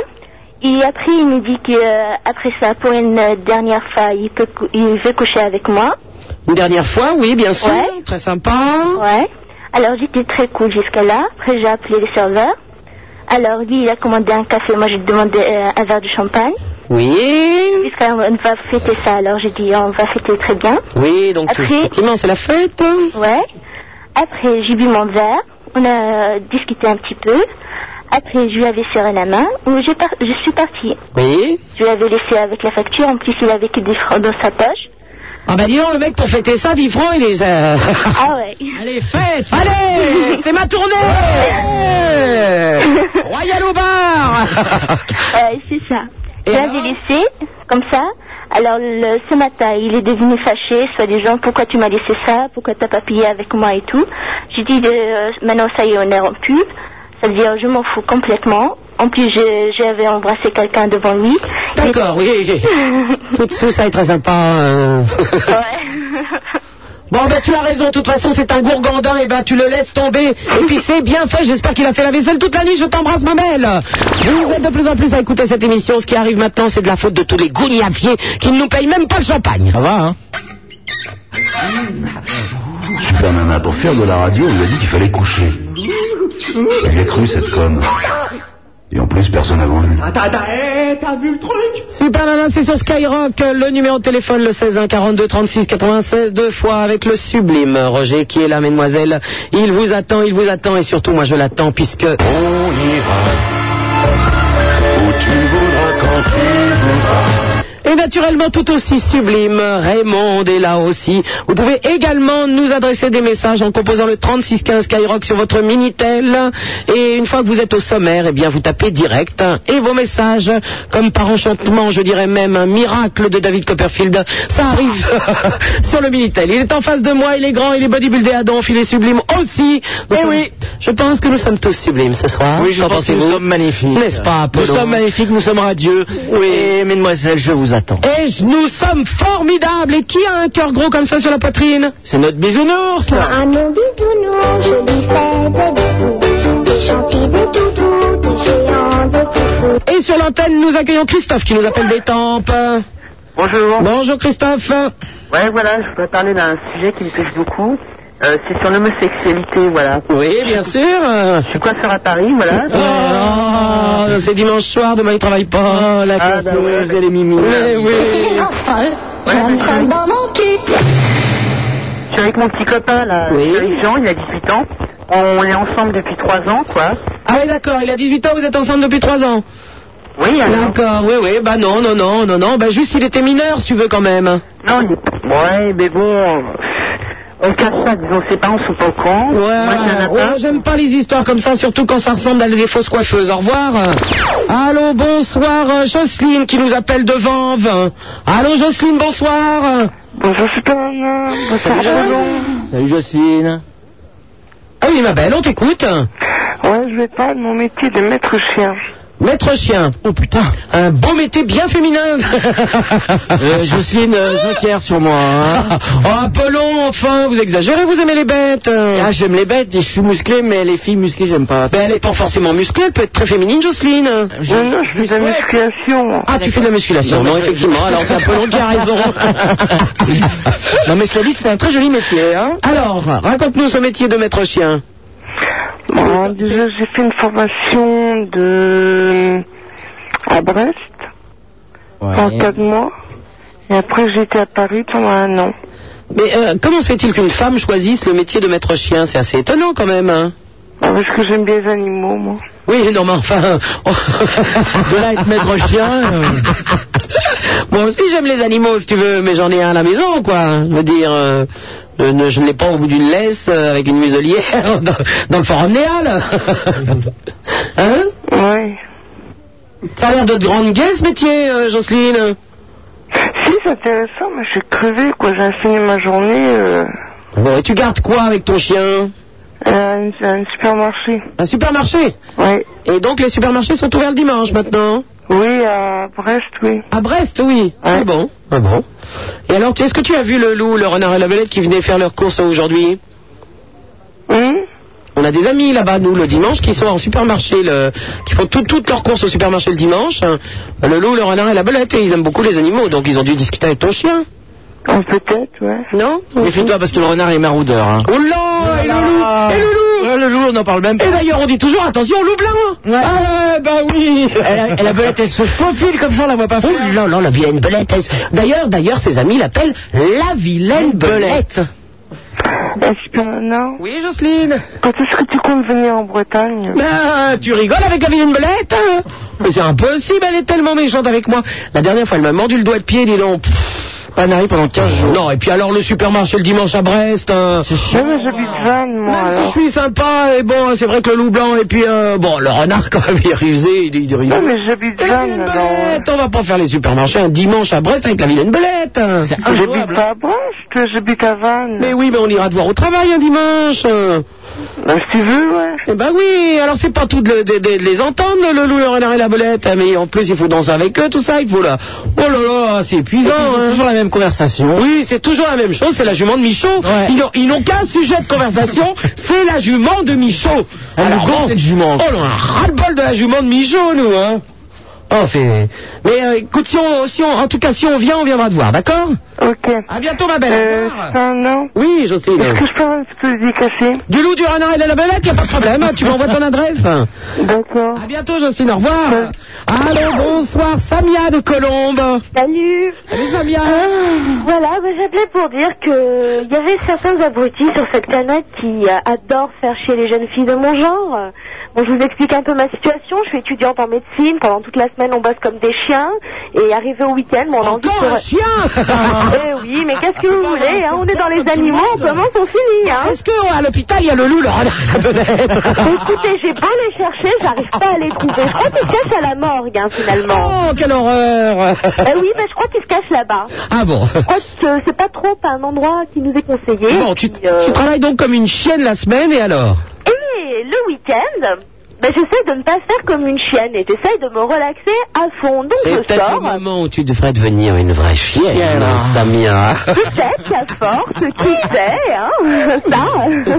Speaker 14: Et après, il me dit qu'après ça, pour une dernière fois, il, peut cou- il veut coucher avec moi.
Speaker 4: Une dernière fois, oui, bien sûr.
Speaker 14: Ouais.
Speaker 4: Très sympa.
Speaker 14: Ouais. Alors j'étais très cool jusqu'à là. Après j'ai appelé le serveur. Alors lui il a commandé un café, moi j'ai demandé euh, un verre de champagne.
Speaker 4: Oui.
Speaker 14: Jusqu'à on va fêter ça. Alors j'ai dit on va fêter très bien.
Speaker 4: Oui, donc euh,
Speaker 14: Après-
Speaker 4: effectivement, c'est
Speaker 14: (laughs)
Speaker 4: la fête.
Speaker 14: Ouais. Après j'ai bu mon verre. On a euh, discuté un petit peu. Après je lui avais serré la main. Ou j'ai par- Je suis partie.
Speaker 4: Oui.
Speaker 14: Je lui avais laissé avec la facture. En plus il avait que des francs dans sa poche.
Speaker 4: Ah bah dis donc, le mec, pour fêter ça, 10 francs, il les a... (laughs)
Speaker 14: Ah ouais.
Speaker 4: Allez, fête Allez C'est ma tournée Ouais. Euh, Royal
Speaker 14: (laughs)
Speaker 4: au bar
Speaker 14: Ouais, c'est Euh, ça. Je l'avais laissé, comme ça. Alors, le- ce matin, il est devenu fâché, soi-disant, pourquoi tu m'as laissé ça, pourquoi t'as pas payé avec moi et tout. J'ai dit, euh, maintenant, ça y est, on est rompu. Ça veut dire, je m'en fous complètement. En plus, je- j'avais embrassé quelqu'un devant lui.
Speaker 4: D'accord, oui,
Speaker 14: (laughs)
Speaker 4: oui. Tout, tout ça est très sympa. euh. (laughs) Bon, ben tu as raison, de toute façon c'est un gourgandin, et ben tu le laisses tomber. Et puis c'est bien fait, j'espère qu'il a fait la vaisselle toute la nuit, je t'embrasse ma belle. Vous êtes de plus en plus à écouter cette émission, ce qui arrive maintenant c'est de la faute de tous les gougnafiers qui ne nous payent même pas le champagne.
Speaker 5: Ça va, hein
Speaker 1: Super Nana, pour faire de la radio, on lui a dit qu'il fallait coucher. Il y a cru, cette conne. Et en plus, personne n'a voulu.
Speaker 4: Attends, attends, hé, t'as vu le truc Super Nana, c'est sur Skyrock, le numéro de téléphone, le 16 1 42 36 96, deux fois avec le sublime Roger qui est là, mesdemoiselles. Il vous attend, il vous attend, et surtout moi je l'attends puisque...
Speaker 3: On ira où tu voudras quand tu voudras.
Speaker 4: Et naturellement, tout aussi sublime, Raymond est là aussi. Vous pouvez également nous adresser des messages en composant le 3615 Skyrock sur votre Minitel. Et une fois que vous êtes au sommaire, eh bien, vous tapez direct. Et vos messages, comme par enchantement, je dirais même un miracle de David Copperfield, ça arrive (laughs) sur le Minitel. Il est en face de moi, il est grand, il est bodybuildé à donf, il est sublime aussi. Mais oui, je pense que nous sommes tous sublimes ce soir.
Speaker 5: Oui, je
Speaker 4: Qu'en
Speaker 5: pense que
Speaker 4: pensez-vous
Speaker 5: nous sommes magnifiques.
Speaker 4: N'est-ce pas,
Speaker 5: Nous
Speaker 4: Apollo
Speaker 5: sommes magnifiques, nous sommes radieux. Oui. Et mesdemoiselles, je vous attends.
Speaker 4: Et je- nous sommes formidables. Et qui a un cœur gros comme ça sur la poitrine
Speaker 5: C'est notre bisounours. là.
Speaker 6: À Ah, mon bisounours, je lui fais des bisous. Des gentils, des doudous, des géants, des foufous.
Speaker 4: Et sur l'antenne, nous accueillons Christophe qui nous appelle des tempes.
Speaker 15: Bonjour.
Speaker 4: Bonjour Christophe.
Speaker 15: Ouais, voilà, je voudrais parler d'un sujet qui me touche beaucoup. Euh, c'est sur l'homosexualité, voilà.
Speaker 4: Oui, bien sûr.
Speaker 15: Je suis coiffeur à Paris, voilà.
Speaker 4: Oh, c'est dimanche soir, demain il travaille pas. Oh, La
Speaker 15: Ah, bah ouais.
Speaker 4: coiffeuse et les mimines. Eh oui.
Speaker 6: Enfin, tu vas me prendre dans mon cul.
Speaker 15: Je suis avec mon petit copain, là. Je suis avec Euh, Jean, il a 18 ans. On est ensemble depuis 3 ans, quoi.
Speaker 4: Ah oui, d'accord, il a 18 ans, vous êtes ensemble depuis 3 ans.
Speaker 15: Oui, alors.
Speaker 4: D'accord, oui, oui, bah non, non, non, non, non, bah juste il était mineur si tu veux quand même.
Speaker 15: Non, il est- Ouais, mais bon. On cache ça, disons, ses parents sont pas au courant. Moi, je suis un
Speaker 4: Ouais,
Speaker 15: lapin.
Speaker 4: ouais, j'aime pas les histoires comme ça, surtout quand ça ressemble à des fausses coiffeuses. Au revoir. Allô, bonsoir, euh, Jocelyne qui nous appelle de Vanves. Allô, Jocelyne, bonsoir.
Speaker 15: Bonjour, Super Nana. Bonsoir, Jean.
Speaker 5: Salut Jocelyne.
Speaker 4: Ah oui, ma belle, on t'écoute.
Speaker 15: Ouais, je vais parler de mon métier de maître chien.
Speaker 4: Maître chien. Oh putain. Un beau métier bien (laughs) féminin.
Speaker 5: Euh, Jocelyne, euh, Joker sur moi. hein.
Speaker 4: oh, Apollon, enfin, vous exagérez, vous aimez les bêtes. euh.
Speaker 5: Ah, j'aime les bêtes, et je suis musclé, mais les filles musclées, j'aime pas.
Speaker 4: Ben, elle est pas forcément musclée, elle peut être très féminine, Jocelyne.
Speaker 15: Non, non, je fais de la musculation.
Speaker 4: Ah, tu fais de la musculation.
Speaker 5: Non,
Speaker 4: Non,
Speaker 5: mais je-
Speaker 4: effectivement, alors c'est Apollon qui (laughs) a raison.
Speaker 5: non, mais cela dit, c'est un très joli métier, hein.
Speaker 4: Alors, raconte-nous ce métier de maître chien.
Speaker 15: (laughs) Bon, déjà, j'ai fait une formation de euh, à Brest en quatre mois. Et après, j'étais à Paris pendant un an.
Speaker 4: Mais euh, comment se fait-il qu'une femme choisisse le métier de maître chien C'est assez étonnant quand même. hein.
Speaker 15: Ah, Parce que j'aime bien les animaux, moi.
Speaker 4: oui, non, mais enfin. (laughs)
Speaker 5: De là, être maître chien. euh,
Speaker 4: Moi aussi, j'aime les animaux, si tu veux, mais j'en ai un à la maison, quoi. Je veux dire, euh, je ne, je ne l'ai pas au bout d'une laisse euh, avec une muselière (laughs) dans, dans le forum néal. (laughs) hein
Speaker 15: Ouais.
Speaker 4: Ça a l'air de grande gaie, ce métier, euh, Jocelyne.
Speaker 15: Si, c'est intéressant, mais je suis crevée, quoi. J'ai fini ma journée. euh,
Speaker 4: Bon, et tu gardes quoi avec ton chien
Speaker 15: un, supermarché.
Speaker 4: Un supermarché
Speaker 15: Oui.
Speaker 4: Et donc les supermarchés sont ouverts le dimanche maintenant
Speaker 15: Oui, à Brest, oui.
Speaker 4: À Brest, oui. Ah bon, ah bon. Et alors, tu- est-ce que tu as vu le loup, le renard et la belette qui venaient faire leurs courses aujourd'hui On a des amis là-bas, nous, le dimanche, qui sont en supermarché, le- qui font tout- toutes leurs courses au supermarché le dimanche. hein. Le loup, le renard et la belette, et ils aiment beaucoup les animaux, donc ils ont dû discuter avec ton chien.
Speaker 15: Peut-être, ouais.
Speaker 4: Non
Speaker 5: Méfie-toi parce que le renard est maraudeur. Hein.
Speaker 4: Oh là, et le loup, et le loup
Speaker 5: Ah. Le loup, on n'en parle même pas.
Speaker 4: Et d'ailleurs, on dit toujours, attention, loup blanc Ah, ouais, bah oui
Speaker 5: Elle- la belette, elle se faufile comme ça, on la voit pas faire.
Speaker 4: Oh là là, la vilaine belette elle se- D'ailleurs, d'ailleurs, ses amis l'appellent la vilaine belette
Speaker 15: Est-ce
Speaker 11: Euh,
Speaker 15: que, non
Speaker 4: Oui, Jocelyne
Speaker 15: Quand est-ce que tu comptes venir en Bretagne
Speaker 4: Ben, tu rigoles avec la vilaine belette hein Mais c'est impossible, elle est tellement méchante avec moi La dernière fois, elle m'a mordu le doigt de pied, dis donc pff, pas nari pendant 15 jours. Non, et puis alors le supermarché le dimanche à Brest. C'est
Speaker 15: chiant. mais j'habite Vannes, moi.
Speaker 4: Même si
Speaker 15: alors.
Speaker 4: je suis sympa, et bon, c'est vrai que le loup blanc, et puis euh, bon, le renard quand même, il est rusé, il, il rigole.
Speaker 15: Non, mais j'habite Vannes, alors.
Speaker 4: Belette, on va pas faire les supermarchés un dimanche à Brest avec la vilaine belette.
Speaker 15: J'habite pas à Brest, j'habite à Vannes.
Speaker 4: Mais oui, mais on ira te voir au travail un dimanche.
Speaker 15: Ben, si tu veux, ouais.
Speaker 4: Eh ben oui, alors c'est pas tout de, de- de- de les entendre, le loup, le renard et la belette, mais en plus il faut danser avec eux, tout ça, il faut là. Oh là là, c'est épuisant. hein.
Speaker 5: Toujours la même conversation.
Speaker 4: Oui, c'est toujours la même chose, c'est la jument de Michaud. Ils n'ont- Ils n'ont qu'un sujet de
Speaker 5: (laughs)
Speaker 4: conversation, c'est la jument de Michaud.
Speaker 5: Elle nous gonfle, cette jument.
Speaker 4: Oh, on a un ras-le-bol de la jument de Michaud, nous, hein. Oh, c'est... Mais euh, écoute, si on, si on- en tout cas, si on vient, on viendra te voir, d'accord
Speaker 15: Ok.
Speaker 4: À bientôt, ma belle.
Speaker 15: Euh,
Speaker 4: Au revoir.
Speaker 15: ça, non
Speaker 4: Oui, Jocelyne.
Speaker 15: Est-ce que je peux avoir une petite dédicace
Speaker 4: Du loup, du renard et de la belette, y a pas de problème, hein, tu m'envoies ton adresse.
Speaker 5: Ah.
Speaker 15: D'accord.
Speaker 4: À bientôt, Jocelyne, au revoir. Allô, bonsoir, Samia de Colombe.
Speaker 11: Salut.
Speaker 4: Salut Samia.
Speaker 11: Voilà, bah, j'appelais pour dire que il y avait certains abrutis sur cette planète qui euh, adorent faire chier les jeunes filles de mon genre. Bon, je vous explique un peu ma situation. Je suis étudiante en médecine. Pendant toute la semaine, on bosse comme des chiens. Et arrivé au week-end, bon, on a envie de...
Speaker 4: Encore un
Speaker 11: (laughs)
Speaker 4: chien hein
Speaker 11: Eh oui, mais qu'est-ce que vous voulez hein On est dans les animaux, on commence, on finit. Hein
Speaker 4: Est-ce qu'à l'hôpital, il y a le loup, le renard et la belette
Speaker 11: (laughs) Écoutez, j'ai beau les chercher, j'arrive pas à les trouver. Je crois qu'ils se cachent à la morgue, hein, finalement.
Speaker 4: Oh, quelle horreur
Speaker 11: Eh oui, mais je crois qu'ils se cachent là-bas.
Speaker 4: Ah bon
Speaker 11: Je crois que Oh, c'est pas trop un endroit qui nous est conseillé.
Speaker 4: Bon, tu,
Speaker 11: Puis, euh,
Speaker 4: tu travailles donc comme une chienne la semaine, et alors
Speaker 11: Et le week-end, ben, j'essaie de ne pas faire comme une chienne et j'essaie de me relaxer à fond. Donc
Speaker 5: C'est
Speaker 11: je
Speaker 5: peut-être le
Speaker 11: sors.
Speaker 5: moment où tu devrais devenir une vraie chienne,
Speaker 4: Chienne, hein.
Speaker 5: Samia.
Speaker 4: (laughs)
Speaker 11: Peut-être qu'à force, qui sait, hein, ça.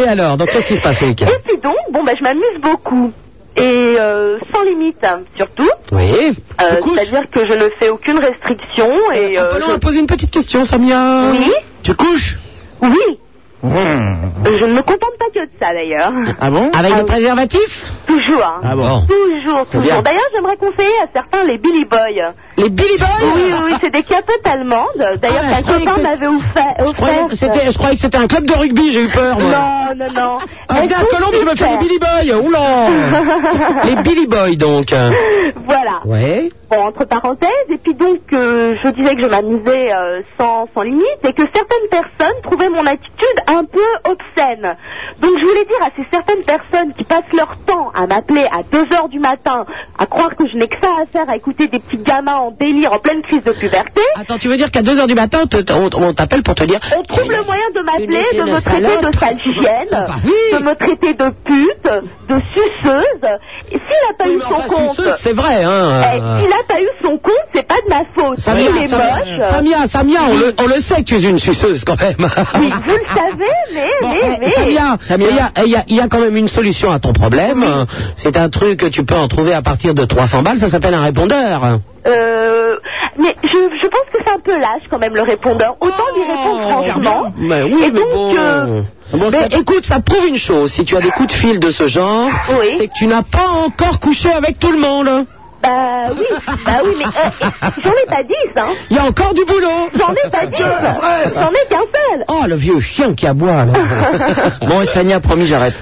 Speaker 4: Et alors, donc qu'est-ce qui se passe, le week-end
Speaker 11: Et puis donc, bon, ben, je m'amuse beaucoup. Et euh, sans limite, hein, surtout.
Speaker 4: Oui.
Speaker 11: Euh, C'est-à-dire que je ne fais aucune restriction et. euh,
Speaker 4: Apollon
Speaker 11: je-
Speaker 4: a posé une petite question, Samia.
Speaker 11: Oui
Speaker 4: Tu couches
Speaker 11: Oui. Je ne me contente pas que de ça d'ailleurs.
Speaker 4: Ah bon Avec
Speaker 11: Ah
Speaker 4: des
Speaker 11: oui.
Speaker 4: préservatifs
Speaker 11: Toujours. hein.
Speaker 4: Ah bon
Speaker 11: Toujours,
Speaker 4: C'est bien.
Speaker 11: toujours. D'ailleurs, j'aimerais conseiller à certains les Billy Boy.
Speaker 4: Les Billy Boy
Speaker 11: Oui, oui, oui, c'est des capotes allemandes. D'ailleurs,
Speaker 4: Ah,
Speaker 11: un
Speaker 4: je croyais
Speaker 11: copain
Speaker 4: que-
Speaker 11: m'avait offert.
Speaker 4: Je croyais, que c'était- je croyais que c'était un club de rugby, j'ai eu peur. Moi.
Speaker 11: Non, non, non.
Speaker 4: Ah, regarde,
Speaker 11: Écoute,
Speaker 4: Colombe, je me fais les
Speaker 11: super.
Speaker 4: Billy Boy.
Speaker 11: (laughs)
Speaker 4: Oula Les Billy Boy, donc.
Speaker 11: Voilà.
Speaker 4: Ouais.
Speaker 11: Bon, entre parenthèses, et puis donc, euh, je disais que je m'amusais euh, sans, sans limite et que certaines personnes trouvaient mon attitude un peu obscène. Donc, je voulais dire à ces certaines personnes qui passent leur temps à m'appeler à 2 heures du matin, à croire que je n'ai que ça à faire, à écouter des petits gamins en délire en pleine crise de puberté,
Speaker 4: Attends, tu veux dire qu'à 2h du matin, on te- on on t'appelle pour te dire.
Speaker 11: on trouve le moyen de m'appeler,
Speaker 4: une-
Speaker 11: de
Speaker 4: une
Speaker 11: me traiter
Speaker 4: salope. Ah, bah
Speaker 11: de salchienne, de me traiter de pute, de suceuse. Et s'il n'a pas eu son
Speaker 4: Enfin,
Speaker 11: compte,
Speaker 4: suceuse, C'est vrai,
Speaker 11: Eh,
Speaker 4: hein.
Speaker 11: s'il n'a pas eu son compte, c'est pas de ma faute.
Speaker 4: Samia,
Speaker 11: il est
Speaker 4: Samia,
Speaker 11: moche.
Speaker 4: Samia, Samia, on, le, on le sait que tu es une suceuse quand même. eh,
Speaker 11: Oui, vous le savez, mais, mais, mais.
Speaker 4: Samia, Samia, il y a- eh, il y, a- il y a quand même une solution à ton problème. Euh, C'est un truc que tu peux en trouver à partir de 300 balles, ça s'appelle un répondeur.
Speaker 11: Euh, mais je, je pense que c'est un peu lâche quand même le répondeur. Autant
Speaker 4: Oh,
Speaker 11: lui répondre franchement.
Speaker 4: Mais oui,
Speaker 11: Et
Speaker 4: mais
Speaker 11: donc,
Speaker 4: bon.
Speaker 11: euh,
Speaker 4: Bon, mais écoute, ça prouve une chose. Si tu as des coups de fil de ce genre, c'est que tu n'as pas encore couché avec tout le monde.
Speaker 11: Bah oui, bah oui, mais euh, j'en ai pas dix, hein.
Speaker 4: Il y a encore du boulot.
Speaker 11: J'en ai pas dix. J'en ai qu'un seul.
Speaker 4: Oh, le vieux chien qui aboie,
Speaker 11: (laughs)
Speaker 4: alors.
Speaker 5: bon, Sania, promis, j'arrête.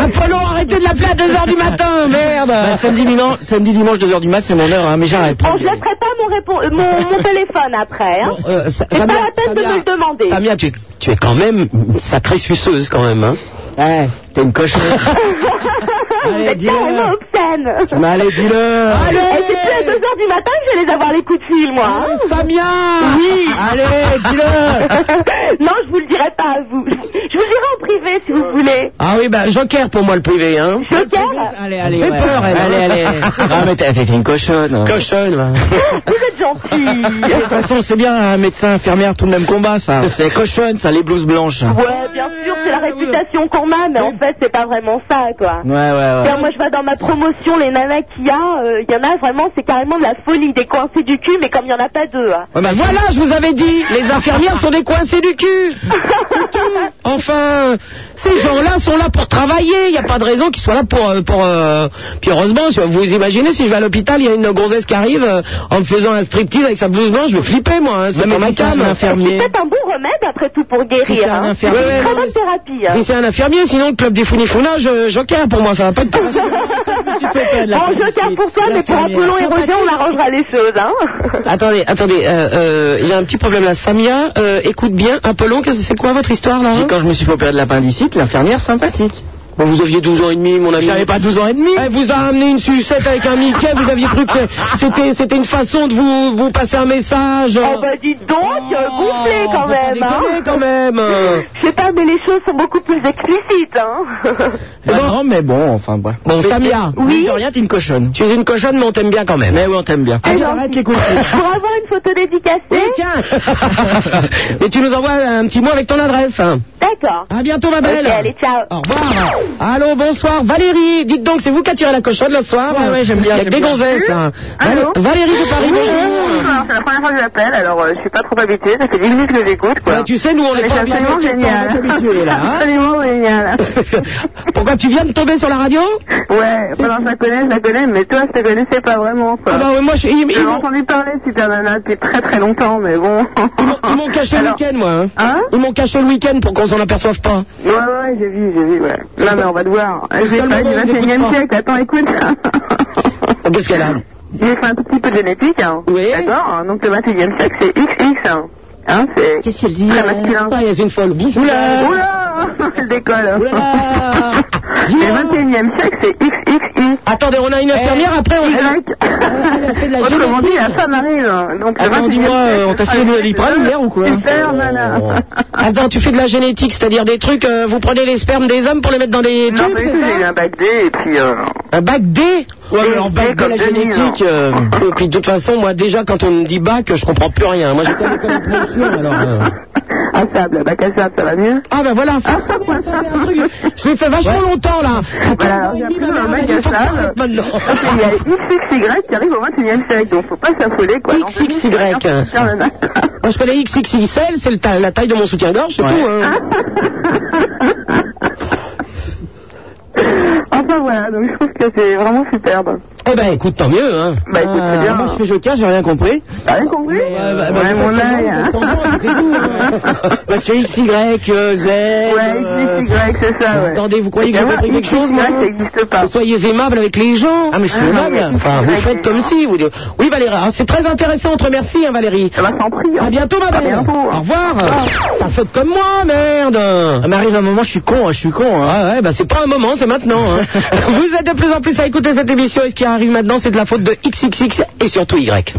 Speaker 4: Apollo, arrêtez de l'appeler à 2h du matin, merde
Speaker 5: Bah, samedi, dimanche, samedi, dimanche, 2h du mat, c'est mon heure, hein, mais j'arrête.
Speaker 11: Bon, je laisserai pas mon, répon- euh, mon, mon téléphone après. Hein.
Speaker 4: Euh, Sa-
Speaker 11: c'est pas
Speaker 4: Samia,
Speaker 11: la peine de me le demander.
Speaker 4: Samia, Oh, tu, tu es quand même une sacrée suceuse, quand même, hein.
Speaker 5: Ouais,
Speaker 11: (laughs)
Speaker 4: (laughs)
Speaker 5: t'es une cochonne.
Speaker 11: C'est carrément obscène.
Speaker 5: Mais allez, dis-le
Speaker 11: Et 2h du matin que j'allais avoir les coups de fil, moi. hein.
Speaker 4: Oh, Samia
Speaker 11: Oui
Speaker 4: Allez, dis-le
Speaker 11: (laughs) Non, je vous le dirai pas à vous. Je vous le dirai en privé, si vous voulez.
Speaker 4: Ah oui, ben, joker pour moi le privé, hein.
Speaker 11: Joker hein. Allez,
Speaker 4: allez, Fais ouais. peur, elle.
Speaker 5: Allez, allez. Ah, mais t'es t'es une cochonne. hein.
Speaker 4: Cochonne, là.
Speaker 11: Vous êtes gentils.
Speaker 4: De toute façon, c'est bien, un médecin, infirmière, tout le même combat, ça.
Speaker 5: C'est cochonne, ça, les blouses blanches.
Speaker 11: Ouais, bien sûr, c'est la réputation qu'on a, mais en fait, c'est pas vraiment ça, quoi.
Speaker 5: Ouais, ouais, ouais.
Speaker 11: Tiens, moi, je vois dans ma promotion les nanas qu'il y a, euh, il y en a vraiment, c'est carrément de la folie, des coincés du cul, mais comme il y en a pas deux. hein.
Speaker 4: Ouais, bah, voilà, je vous avais dit, les infirmières sont des coincés du cul. C'est tout. Enfin, euh, ces gens-là sont là pour travailler. Il n'y a pas de raison qu'ils soient là pour. euh, pour euh, Puis heureusement, si- vous imaginez, si je vais à l'hôpital, il y a une gonzesse qui arrive euh, en me faisant un striptease avec sa blouse blanche, je vais flipper, moi. hein. C'est
Speaker 5: Non,
Speaker 4: pas
Speaker 5: mais
Speaker 4: ma
Speaker 5: si c'est un
Speaker 4: cam.
Speaker 5: infirmier.
Speaker 11: C'est un bon remède, après tout, pour
Speaker 4: Si c'est
Speaker 11: guérir.
Speaker 4: un
Speaker 11: hein. C'est une
Speaker 4: infirmier. Ouais, ouais,
Speaker 11: très
Speaker 4: non,
Speaker 11: bonne thérapie. hein.
Speaker 4: Si c'est un infirmier, sinon le club des founifounas, je, joker pour moi, ça va pas être possible.
Speaker 11: (laughs) Bon, joker pour toi, mais pour Apollon et Roger, on arrangera les choses, hein.
Speaker 4: Attendez, attendez, euh, euh, il y a un petit problème là. Samia, euh, écoute bien, Apollon, qu'est-ce- c'est quoi votre histoire là
Speaker 5: J'ai- Quand je me suis fait opérer de l'appendicite, l'infirmière sympathique.
Speaker 4: Bon, Vous aviez 12 ans et demi, mon ami.
Speaker 5: J'avais pas 12 ans et demi.
Speaker 4: Elle vous a amené une sucette avec un Mickey, vous aviez cru que c'était, c'était une façon de vous, vous passer un message.
Speaker 5: Eh
Speaker 4: euh,
Speaker 11: Oh,
Speaker 5: ben,
Speaker 11: bah, dites donc, euh, gonflé
Speaker 4: Oh,
Speaker 11: quand
Speaker 4: faut pas
Speaker 11: même, hein.
Speaker 4: déconner, quand même.
Speaker 11: Je sais pas, mais les choses sont beaucoup plus
Speaker 5: (laughs)
Speaker 11: explicites, hein.
Speaker 5: Bah Non, mais bon, enfin, bref.
Speaker 4: Bon, Samia,
Speaker 5: Oui. De rien, t'es une cochonne.
Speaker 4: tu es une cochonne, mais on t'aime bien quand même.
Speaker 5: Mais oui, on t'aime bien.
Speaker 4: Allez, arrête les coups.
Speaker 11: pour avoir une photo dédicacée.
Speaker 4: Oui, tiens. Mais tu nous envoies un petit mot avec ton adresse. hein.
Speaker 11: D'accord.
Speaker 4: À bientôt, ma
Speaker 11: Ok,
Speaker 4: belle.
Speaker 11: allez, ciao.
Speaker 4: Au revoir. Allô, bonsoir. Valérie, dites donc, c'est vous qui attirez la cochonne le soir
Speaker 5: Ouais, ouais, j'aime bien,
Speaker 4: Il y a que
Speaker 5: j'aime
Speaker 4: des
Speaker 5: bien.
Speaker 4: gonzesses. hein.
Speaker 10: Allô
Speaker 4: Valé- Valérie de Paris, bonjour.
Speaker 10: C'est la première fois que j'appelle, alors euh, je suis pas trop habituée, ça fait 10 minutes que je l'écoute, quoi.
Speaker 4: Ouais, Bah, tu sais, nous, on est
Speaker 10: Mais
Speaker 4: pas
Speaker 10: c'est
Speaker 4: bien
Speaker 10: absolument
Speaker 4: habitués,
Speaker 10: génial.
Speaker 4: on est pas habitués, là, hein.
Speaker 10: absolument génial.
Speaker 4: (laughs) Pourquoi tu viens de tomber sur la radio
Speaker 10: Ouais, pendant que je la connais, je la connais, mais toi, je te connaissais pas vraiment, quoi.
Speaker 4: Ah bah ouais, moi, je- ils, ils
Speaker 10: J'ai
Speaker 4: m'ont-
Speaker 10: entendu parler de Super Nana depuis très très longtemps, mais bon.
Speaker 4: ils m'ont- ils m'ont caché le
Speaker 10: Alors,
Speaker 4: week-end, moi. hein.
Speaker 10: Hein
Speaker 4: Ils m'ont caché le week-end pour qu'on s'en aperçoive pas.
Speaker 10: Ouais, ouais, j'ai vu, j'ai vu, ouais. Non, mais on va te voir.
Speaker 4: C'est le
Speaker 10: J'ai
Speaker 4: seul
Speaker 10: pas
Speaker 4: moment
Speaker 10: du
Speaker 4: où ils
Speaker 10: 21 e
Speaker 4: écoutent
Speaker 10: siècle, attends, écoute.
Speaker 4: Qu'est-ce qu'elle a
Speaker 10: J'ai fait un tout petit peu de génétique, hein.
Speaker 4: Oui.
Speaker 10: D'accord hein, Donc le 21 e siècle, c'est XX, hein. Hein, c'est.
Speaker 5: Qu'est-ce qu'elle dit
Speaker 10: Très
Speaker 5: elle
Speaker 10: masculin.
Speaker 4: euh, Ça, il y a une folle. Bonjour.
Speaker 10: Oula (laughs) Elle décolle. (laughs)
Speaker 4: Oula
Speaker 10: Le 21 e siècle, c'est XXI.
Speaker 4: Attendez, on a une infirmière, après on...
Speaker 10: Y. Oh,
Speaker 4: Elle a fait de la
Speaker 10: Autrement dit,
Speaker 4: génétique.
Speaker 10: la femme arrive. hein. Donc, le
Speaker 4: Attends,
Speaker 10: 21e
Speaker 4: dis-moi,
Speaker 10: siècle,
Speaker 4: euh, on t'a filé
Speaker 10: ah,
Speaker 4: le Doliprane
Speaker 10: c'est
Speaker 4: hier ou quoi Oh.
Speaker 10: Super, nana.
Speaker 4: Attends, Ah, tu fais de la génétique, c'est-à-dire des trucs, euh, vous prenez les spermes des hommes pour les mettre dans des
Speaker 10: Non,
Speaker 4: tubes,
Speaker 10: mais
Speaker 4: c'est
Speaker 10: j'ai eu
Speaker 4: ça
Speaker 10: un bac D et puis. euh,
Speaker 4: Un bac D Ouais, mais alors
Speaker 10: D
Speaker 4: bac D,
Speaker 10: comme
Speaker 4: la
Speaker 10: Denis,
Speaker 4: génétique.
Speaker 10: hein.
Speaker 4: euh, et puis de toute façon, moi déjà quand on me dit bac, je comprends plus rien. Moi j'étais à l'école de promotion, alors. euh.
Speaker 10: À sable, bac à sable, ça va mieux
Speaker 4: Ah ben voilà, ça, c'est bien, ça, c'est un truc. Je l'ai fait vachement longtemps là.
Speaker 10: Voilà, alors, j'ai appris dans un bac à sable. Ok, Il y a XXY qui arrive au 21 e siècle, donc faut pas s'affoler, quoi.
Speaker 4: XXY.
Speaker 10: Super
Speaker 4: (laughs)
Speaker 10: nana.
Speaker 4: Moi je connais XXXL, c'est le ta- la taille de mon soutien-gorge, c'est
Speaker 5: Ouais.
Speaker 4: tout. hein.
Speaker 10: Enfin voilà, donc je trouve que c'est vraiment superbe.
Speaker 4: Eh ben écoute, tant mieux. Hein.
Speaker 10: Bah écoute, c'est bien.
Speaker 5: Moi, je fais joker, j'ai rien compris.
Speaker 10: T'as rien compris
Speaker 4: Ouais, bah, bah,
Speaker 10: Ouais, mon
Speaker 4: c'est
Speaker 10: œil.
Speaker 4: bon,
Speaker 10: hein.
Speaker 4: c'est tendance, c'est tout,
Speaker 10: (laughs)
Speaker 4: hein.
Speaker 5: Parce que X, Y, euh, Z.
Speaker 10: Ouais,
Speaker 5: euh,
Speaker 10: XXY, c'est ça, ouais.
Speaker 4: Attendez, vous croyez que
Speaker 10: Mais
Speaker 4: j'ai
Speaker 10: moi,
Speaker 4: compris quelque chose, moi
Speaker 10: XXY, ça n'existe pas.
Speaker 4: Soyez aimable avec les gens.
Speaker 5: Ah, mais je suis
Speaker 10: Ah,
Speaker 5: aimable.
Speaker 10: mais-
Speaker 4: Enfin, vous faites comme si, vous dites. Oui, Valérie, ah, c'est très intéressant, on te remercie, hein, Valérie.
Speaker 10: Ça va s'en prie. hein.
Speaker 4: À bientôt, ma
Speaker 10: À
Speaker 4: belle.
Speaker 10: bientôt. hein.
Speaker 4: Au revoir. T'as fait comme moi, merde.
Speaker 5: Ah, mais arrive un moment, je suis con, hein, je suis con. hein.
Speaker 4: Ah ouais, bah c'est pas un moment, c'est maintenant. hein.
Speaker 5: (laughs)
Speaker 4: vous êtes de plus en plus à écouter cette émission et ce qui arrive maintenant, c'est de la faute de XXX et surtout Y.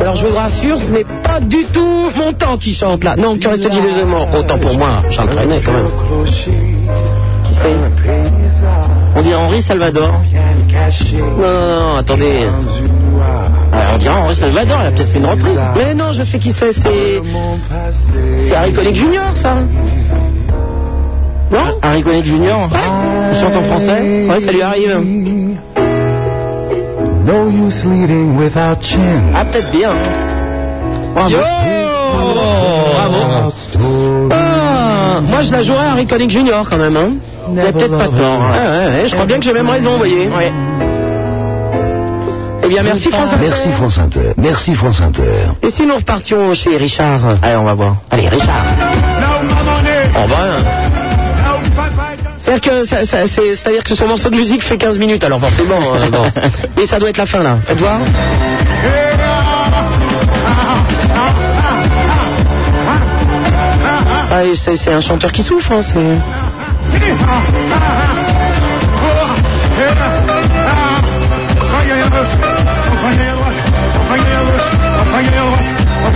Speaker 4: Alors je vous rassure, ce n'est pas du tout mon temps qui chante là. Non, tu restes dit deux mots. Autant pour moi, Charles Trenet quand même. Qui c'est
Speaker 5: On dirait Henri Salvador.
Speaker 4: Non, non, non, attendez.
Speaker 5: Ah, on dirait Henri Salvador, elle a peut-être fait une reprise.
Speaker 4: Mais non, je sais qui c'est, c'est. C'est Harry Connick Junior, ça. Non
Speaker 5: Harry Connick Junior.
Speaker 4: Ouais.
Speaker 5: Il chante en français.
Speaker 4: Ouais, ça lui arrive.
Speaker 1: No use leading without chin.
Speaker 5: Ah, peut-être
Speaker 4: hein.
Speaker 5: bien.
Speaker 4: Yo
Speaker 1: Bravo.
Speaker 4: Bravo Ah, Moi, je la jouerais à Harry Connick Junior quand même. Hein. Vous avez peut-être pas tort. hein. Ah, ouais, ouais, je crois bien que j'ai même raison, vous voyez.
Speaker 5: Ouais.
Speaker 4: Eh bien, merci France Inter.
Speaker 1: Merci France Inter. Merci France Inter.
Speaker 4: Et si nous repartions chez Richard
Speaker 5: Allez, on va voir.
Speaker 4: Allez, Richard. On va. hein. C'est-à-dire que, ça- ça- c'est- c'est-à-dire que son morceau de musique fait 15 minutes, alors forcément. euh,
Speaker 5: (laughs)
Speaker 4: bon. Mais ça doit être la fin, là. Faites voir. Ça, c'est- c'est un chanteur qui souffre. hein, c'est-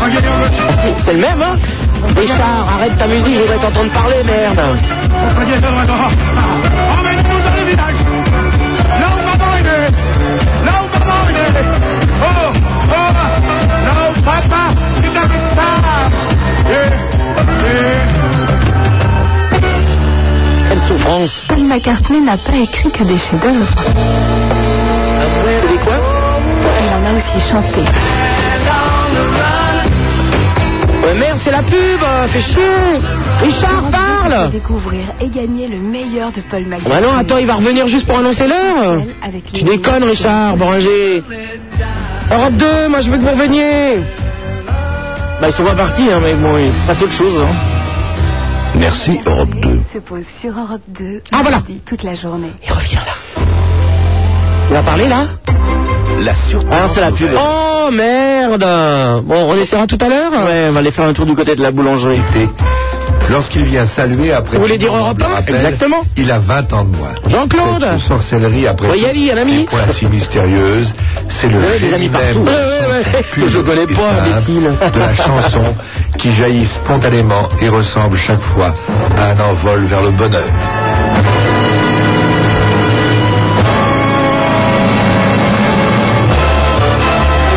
Speaker 4: Ah, si, C'est le même, hein Richard, arrête ta musique, je voudrais t'entendre parler, merde Quelle souffrance
Speaker 16: Paul McCartney n'a pas écrit que des chefs-d'œuvre.
Speaker 4: quoi
Speaker 16: Il en a aussi chanté.
Speaker 4: Ouais, merde, c'est la pub euh, Fais chier Richard, parle
Speaker 16: Découvrir et gagner le meilleur de Paul
Speaker 4: Ah
Speaker 16: McCartney.
Speaker 4: Bah non, attends, il va revenir juste pour annoncer l'heure Tu déconnes, Richard, Branger Europe 2, moi je veux que vous reveniez
Speaker 5: Bah, ils sont pas partis, hein, mais bon, ils passent autre chose. Hein.
Speaker 1: Merci Europe 2.
Speaker 16: se pose sur Europe 2.
Speaker 4: Ah voilà
Speaker 16: Toute la journée.
Speaker 4: Il va parler là
Speaker 1: La
Speaker 5: Ah, c'est la pub.
Speaker 4: Oh merde Bon, on essaiera tout à l'heure
Speaker 5: Ouais, on va aller faire un tour du côté de la boulangerie.
Speaker 1: Lorsqu'il vient saluer après.
Speaker 4: Vous voulez dire
Speaker 1: on
Speaker 4: Europe
Speaker 1: le
Speaker 4: un
Speaker 1: rappelle,
Speaker 4: Exactement.
Speaker 1: Il a 20 ans de moins.
Speaker 4: Jean-Claude
Speaker 1: Cette sorcellerie après.
Speaker 4: Voyez-y, un ami.
Speaker 1: C'est quoi si mystérieuse C'est le
Speaker 4: Vous avez des
Speaker 1: génie
Speaker 4: amis partout.
Speaker 1: même de la
Speaker 4: Ouais, ouais, ouais.
Speaker 1: chanson pure
Speaker 4: Je connais
Speaker 1: et
Speaker 4: pas,
Speaker 1: simple
Speaker 4: imbécile.
Speaker 1: De la chanson qui jaillit spontanément et ressemble chaque fois à un envol vers le bonheur.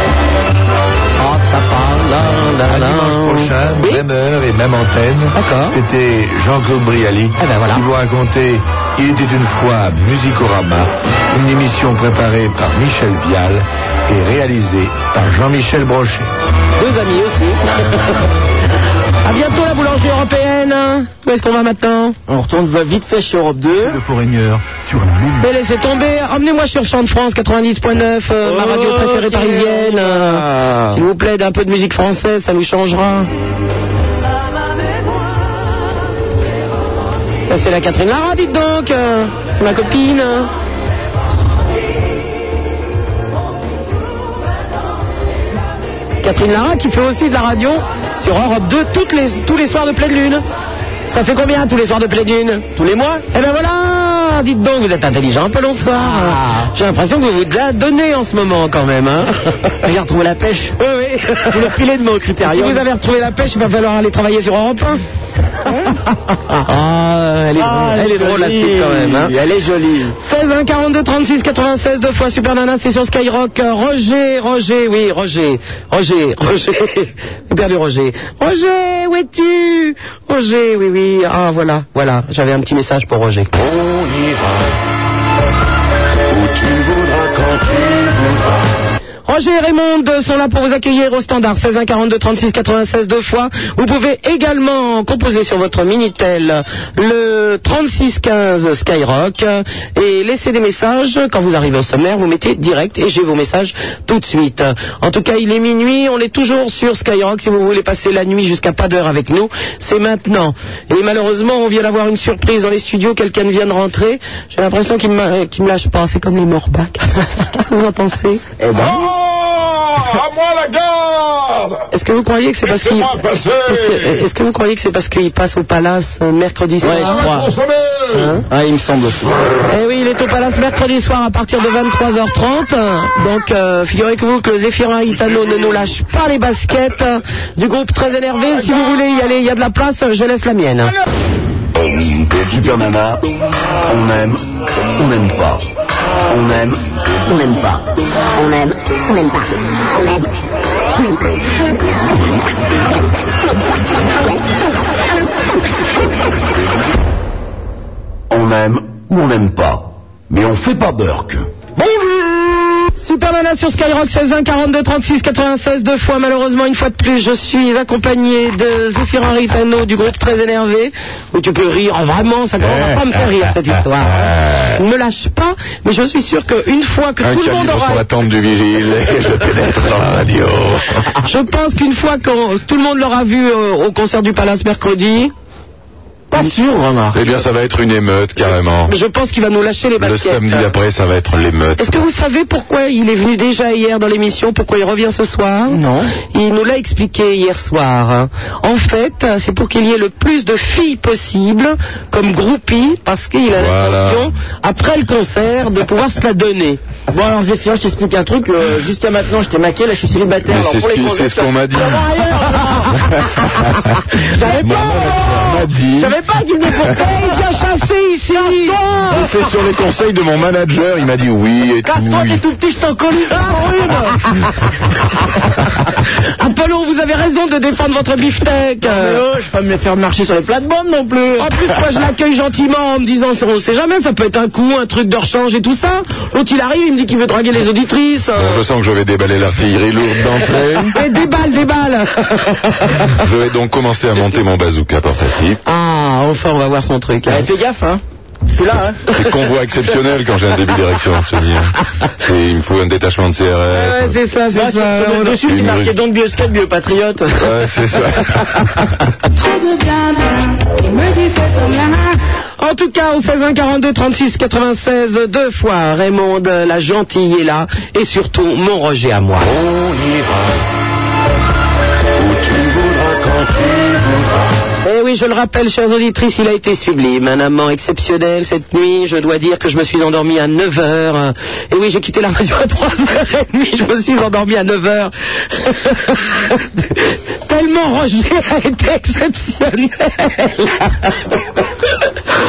Speaker 4: Oh, ça parle Ah,
Speaker 1: À dimanche prochain, même heure et même antenne. C'était Jean-Claude Brialy
Speaker 4: Eh ben,
Speaker 1: qui vous racontait Il était une fois à Musicorama, une émission préparée par Michel Vial et réalisée par Jean-Michel Brochet.
Speaker 4: Deux amis aussi. (laughs) à bientôt la boulangerie européenne. hein. Où est-ce qu'on va maintenant
Speaker 5: On retourne va vite fait chez Europe 2.
Speaker 1: Le Foreigner sur
Speaker 4: Mais laissez tomber. Emmenez-moi sur Chant de France 90.9, euh, ma radio préférée parisienne. euh, S'il vous plaît, d'un peu de musique française, ça nous changera. Ça, c'est la Catherine Lara, dites donc. euh, C'est ma copine. Catherine Lara qui fait aussi de la radio sur Europe 2 toutes les, tous les soirs de pleine lune. Ça fait combien tous les soirs de pleine lune Tous les mois Eh ben voilà Dites donc, vous êtes intelligent, un peu long soir. J'ai l'impression que vous vous la donnez en ce moment quand même. Hein. J'ai retrouvé la pêche. Oui, oui. Vous le filet de mon critérium. Si vous avez retrouvé la pêche, il va falloir aller travailler sur Europe 1.
Speaker 5: Ah, elle est,
Speaker 4: Ah, elle est
Speaker 5: drôle la
Speaker 4: jolie.
Speaker 5: petite quand même. Hein. Elle est jolie.
Speaker 4: 16 1 42 36 96 deux fois Super Nana c'est sur Skyrock Euh, Roger Roger oui Roger Roger (laughs) Roger J'ai perdu Roger Roger où es-tu Roger oui oui ah voilà voilà j'avais un petit message pour Roger
Speaker 3: On ira où tu voudras quand tu voudras.
Speaker 4: Roger et Raymond euh, sont là pour vous accueillir au standard 16 1 42 36 96 deux fois. Vous pouvez également composer sur votre minitel le 36 15 Skyrock euh, et laisser des messages quand vous arrivez au sommaire. Vous mettez direct et j'ai vos messages tout de suite. En tout cas, il est minuit. On est toujours sur Skyrock. Si vous voulez passer la nuit jusqu'à pas d'heure avec nous, c'est maintenant. Et malheureusement, on vient d'avoir une surprise dans les studios. Quelqu'un vient de rentrer. J'ai l'impression qu'il ne me lâche pas. C'est comme les morbacs. (laughs) Qu'est-ce que vous en pensez
Speaker 3: À moi la garde
Speaker 4: Est-ce que vous croyez que c'est parce qu'il
Speaker 3: Laissez-moi passer
Speaker 4: Est-ce que- euh, est-ce que vous croyez que c'est parce qu'il passe au palace euh, mercredi soir
Speaker 5: Ouais, je crois.
Speaker 4: Hein
Speaker 5: Ah, il me semble aussi.
Speaker 4: Eh oui, il est au palace mercredi soir à partir de 23h30. Donc euh, figurez-vous que Zéphira Itano ne nous lâche pas les baskets euh, du groupe très énervé. Si vous voulez y aller, il y a de la place. Je laisse la mienne.
Speaker 1: Super Nana, on aime, on n'aime pas. On aime, on n'aime pas.
Speaker 6: On aime, on n'aime pas. On aime.
Speaker 1: On aime ou on n'aime pas. Mais on fait pas Burke.
Speaker 4: Super Nana sur Skyrock 16 1 42 36 96 deux fois malheureusement une fois de plus je suis accompagné de Zéphirin Ritano du groupe très énervé où tu peux rire ah, vraiment ça commence à pas me faire rire
Speaker 2: Eh,
Speaker 4: cette histoire hein. ne me lâche pas mais je suis sûr qu'une fois que
Speaker 2: Un
Speaker 4: tout le monde
Speaker 2: calibre
Speaker 4: aura
Speaker 2: sur la tombe du vigile et je pénètre dans (laughs) la radio.
Speaker 4: je pense qu'une fois que tout le monde l'aura vu euh, au concert du Palace mercredi
Speaker 2: Pas
Speaker 4: pas sûr, remarque.
Speaker 17: Eh bien, ça va être une émeute, carrément.
Speaker 4: Je pense qu'il va nous lâcher les
Speaker 17: Le
Speaker 4: baskets.
Speaker 17: samedi après, ça va être l'émeute.
Speaker 4: Est-ce que vous savez pourquoi il est venu déjà hier dans l'émission, pourquoi il revient ce soir Non. Il nous l'a expliqué hier soir. En fait, c'est pour qu'il y ait le plus de filles possible comme groupies, parce qu'il a l'intention, après le concert, de pouvoir se la donner.
Speaker 5: Bon, alors, Zéphir, je t'explique un truc. euh, jusqu'à maintenant, j'étais maqué, là, je suis célibataire.
Speaker 17: Mais
Speaker 5: alors,
Speaker 17: c'est
Speaker 5: pour
Speaker 17: ce
Speaker 5: les
Speaker 17: qui- c'est ce qu'on m'a dit.
Speaker 5: Je savais pas qu'il était pour
Speaker 4: Il vient chasser ici Ah.
Speaker 17: Mais C'est sur les conseils de mon manager, il m'a dit oui et tout.
Speaker 4: Casse-toi,
Speaker 17: oui.
Speaker 4: t'es tout petit, je t'en colle une Apollon, vous avez raison de défendre votre beefsteak.
Speaker 5: Mais oh, je vais pas me faire marcher sur les plates-bandes non plus.
Speaker 4: En plus, moi, je l'accueille gentiment en me disant, on sait jamais, ça peut être un coup, un truc de rechange et tout ça. L'autre, il arrive, il me dit qu'il veut draguer les auditrices.
Speaker 17: Bon, je sens que je vais déballer l'artillerie lourde d'entrée.
Speaker 4: (laughs) Et des balles, des
Speaker 5: (laughs)
Speaker 4: balles
Speaker 17: Je vais donc commencer à monter mon bazooka portatif.
Speaker 4: Ah, enfin, on va voir son truc.
Speaker 5: Eh, fais gaffe, hein. Je suis là, hein.
Speaker 17: C'est convoi exceptionnel quand j'ai un débit d'érection, Sony. hein. C'est- Il me faut un détachement de CRS.
Speaker 4: c'est ça,
Speaker 5: c'est ça.
Speaker 17: on a-
Speaker 5: dessus, c'est
Speaker 17: Une
Speaker 5: marqué
Speaker 17: rue.
Speaker 5: Don't be a scat, be a patriote.
Speaker 17: Ouais, c'est
Speaker 5: (laughs)
Speaker 17: ça.
Speaker 4: En tout cas, au 16 1 42 36 96, deux fois, Raymond, euh, la gentille est là, et surtout, mon Roger à moi. Eh oui, je le rappelle, chers auditrices, il a été sublime, un amant exceptionnel cette nuit. Je dois dire que je me suis endormi à 9h. Et oui, j'ai quitté la radio à 3h30, je me suis endormi à (laughs) 9h. Tellement Roger a été exceptionnel.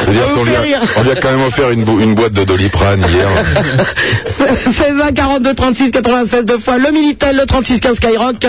Speaker 17: C'est-à-dire qu'on lui a- on lui a quand même offert une, bou- une boîte de doliprane hier.
Speaker 4: 16 1 42 36 96 deux fois le Minitel le 36 15 Skyrock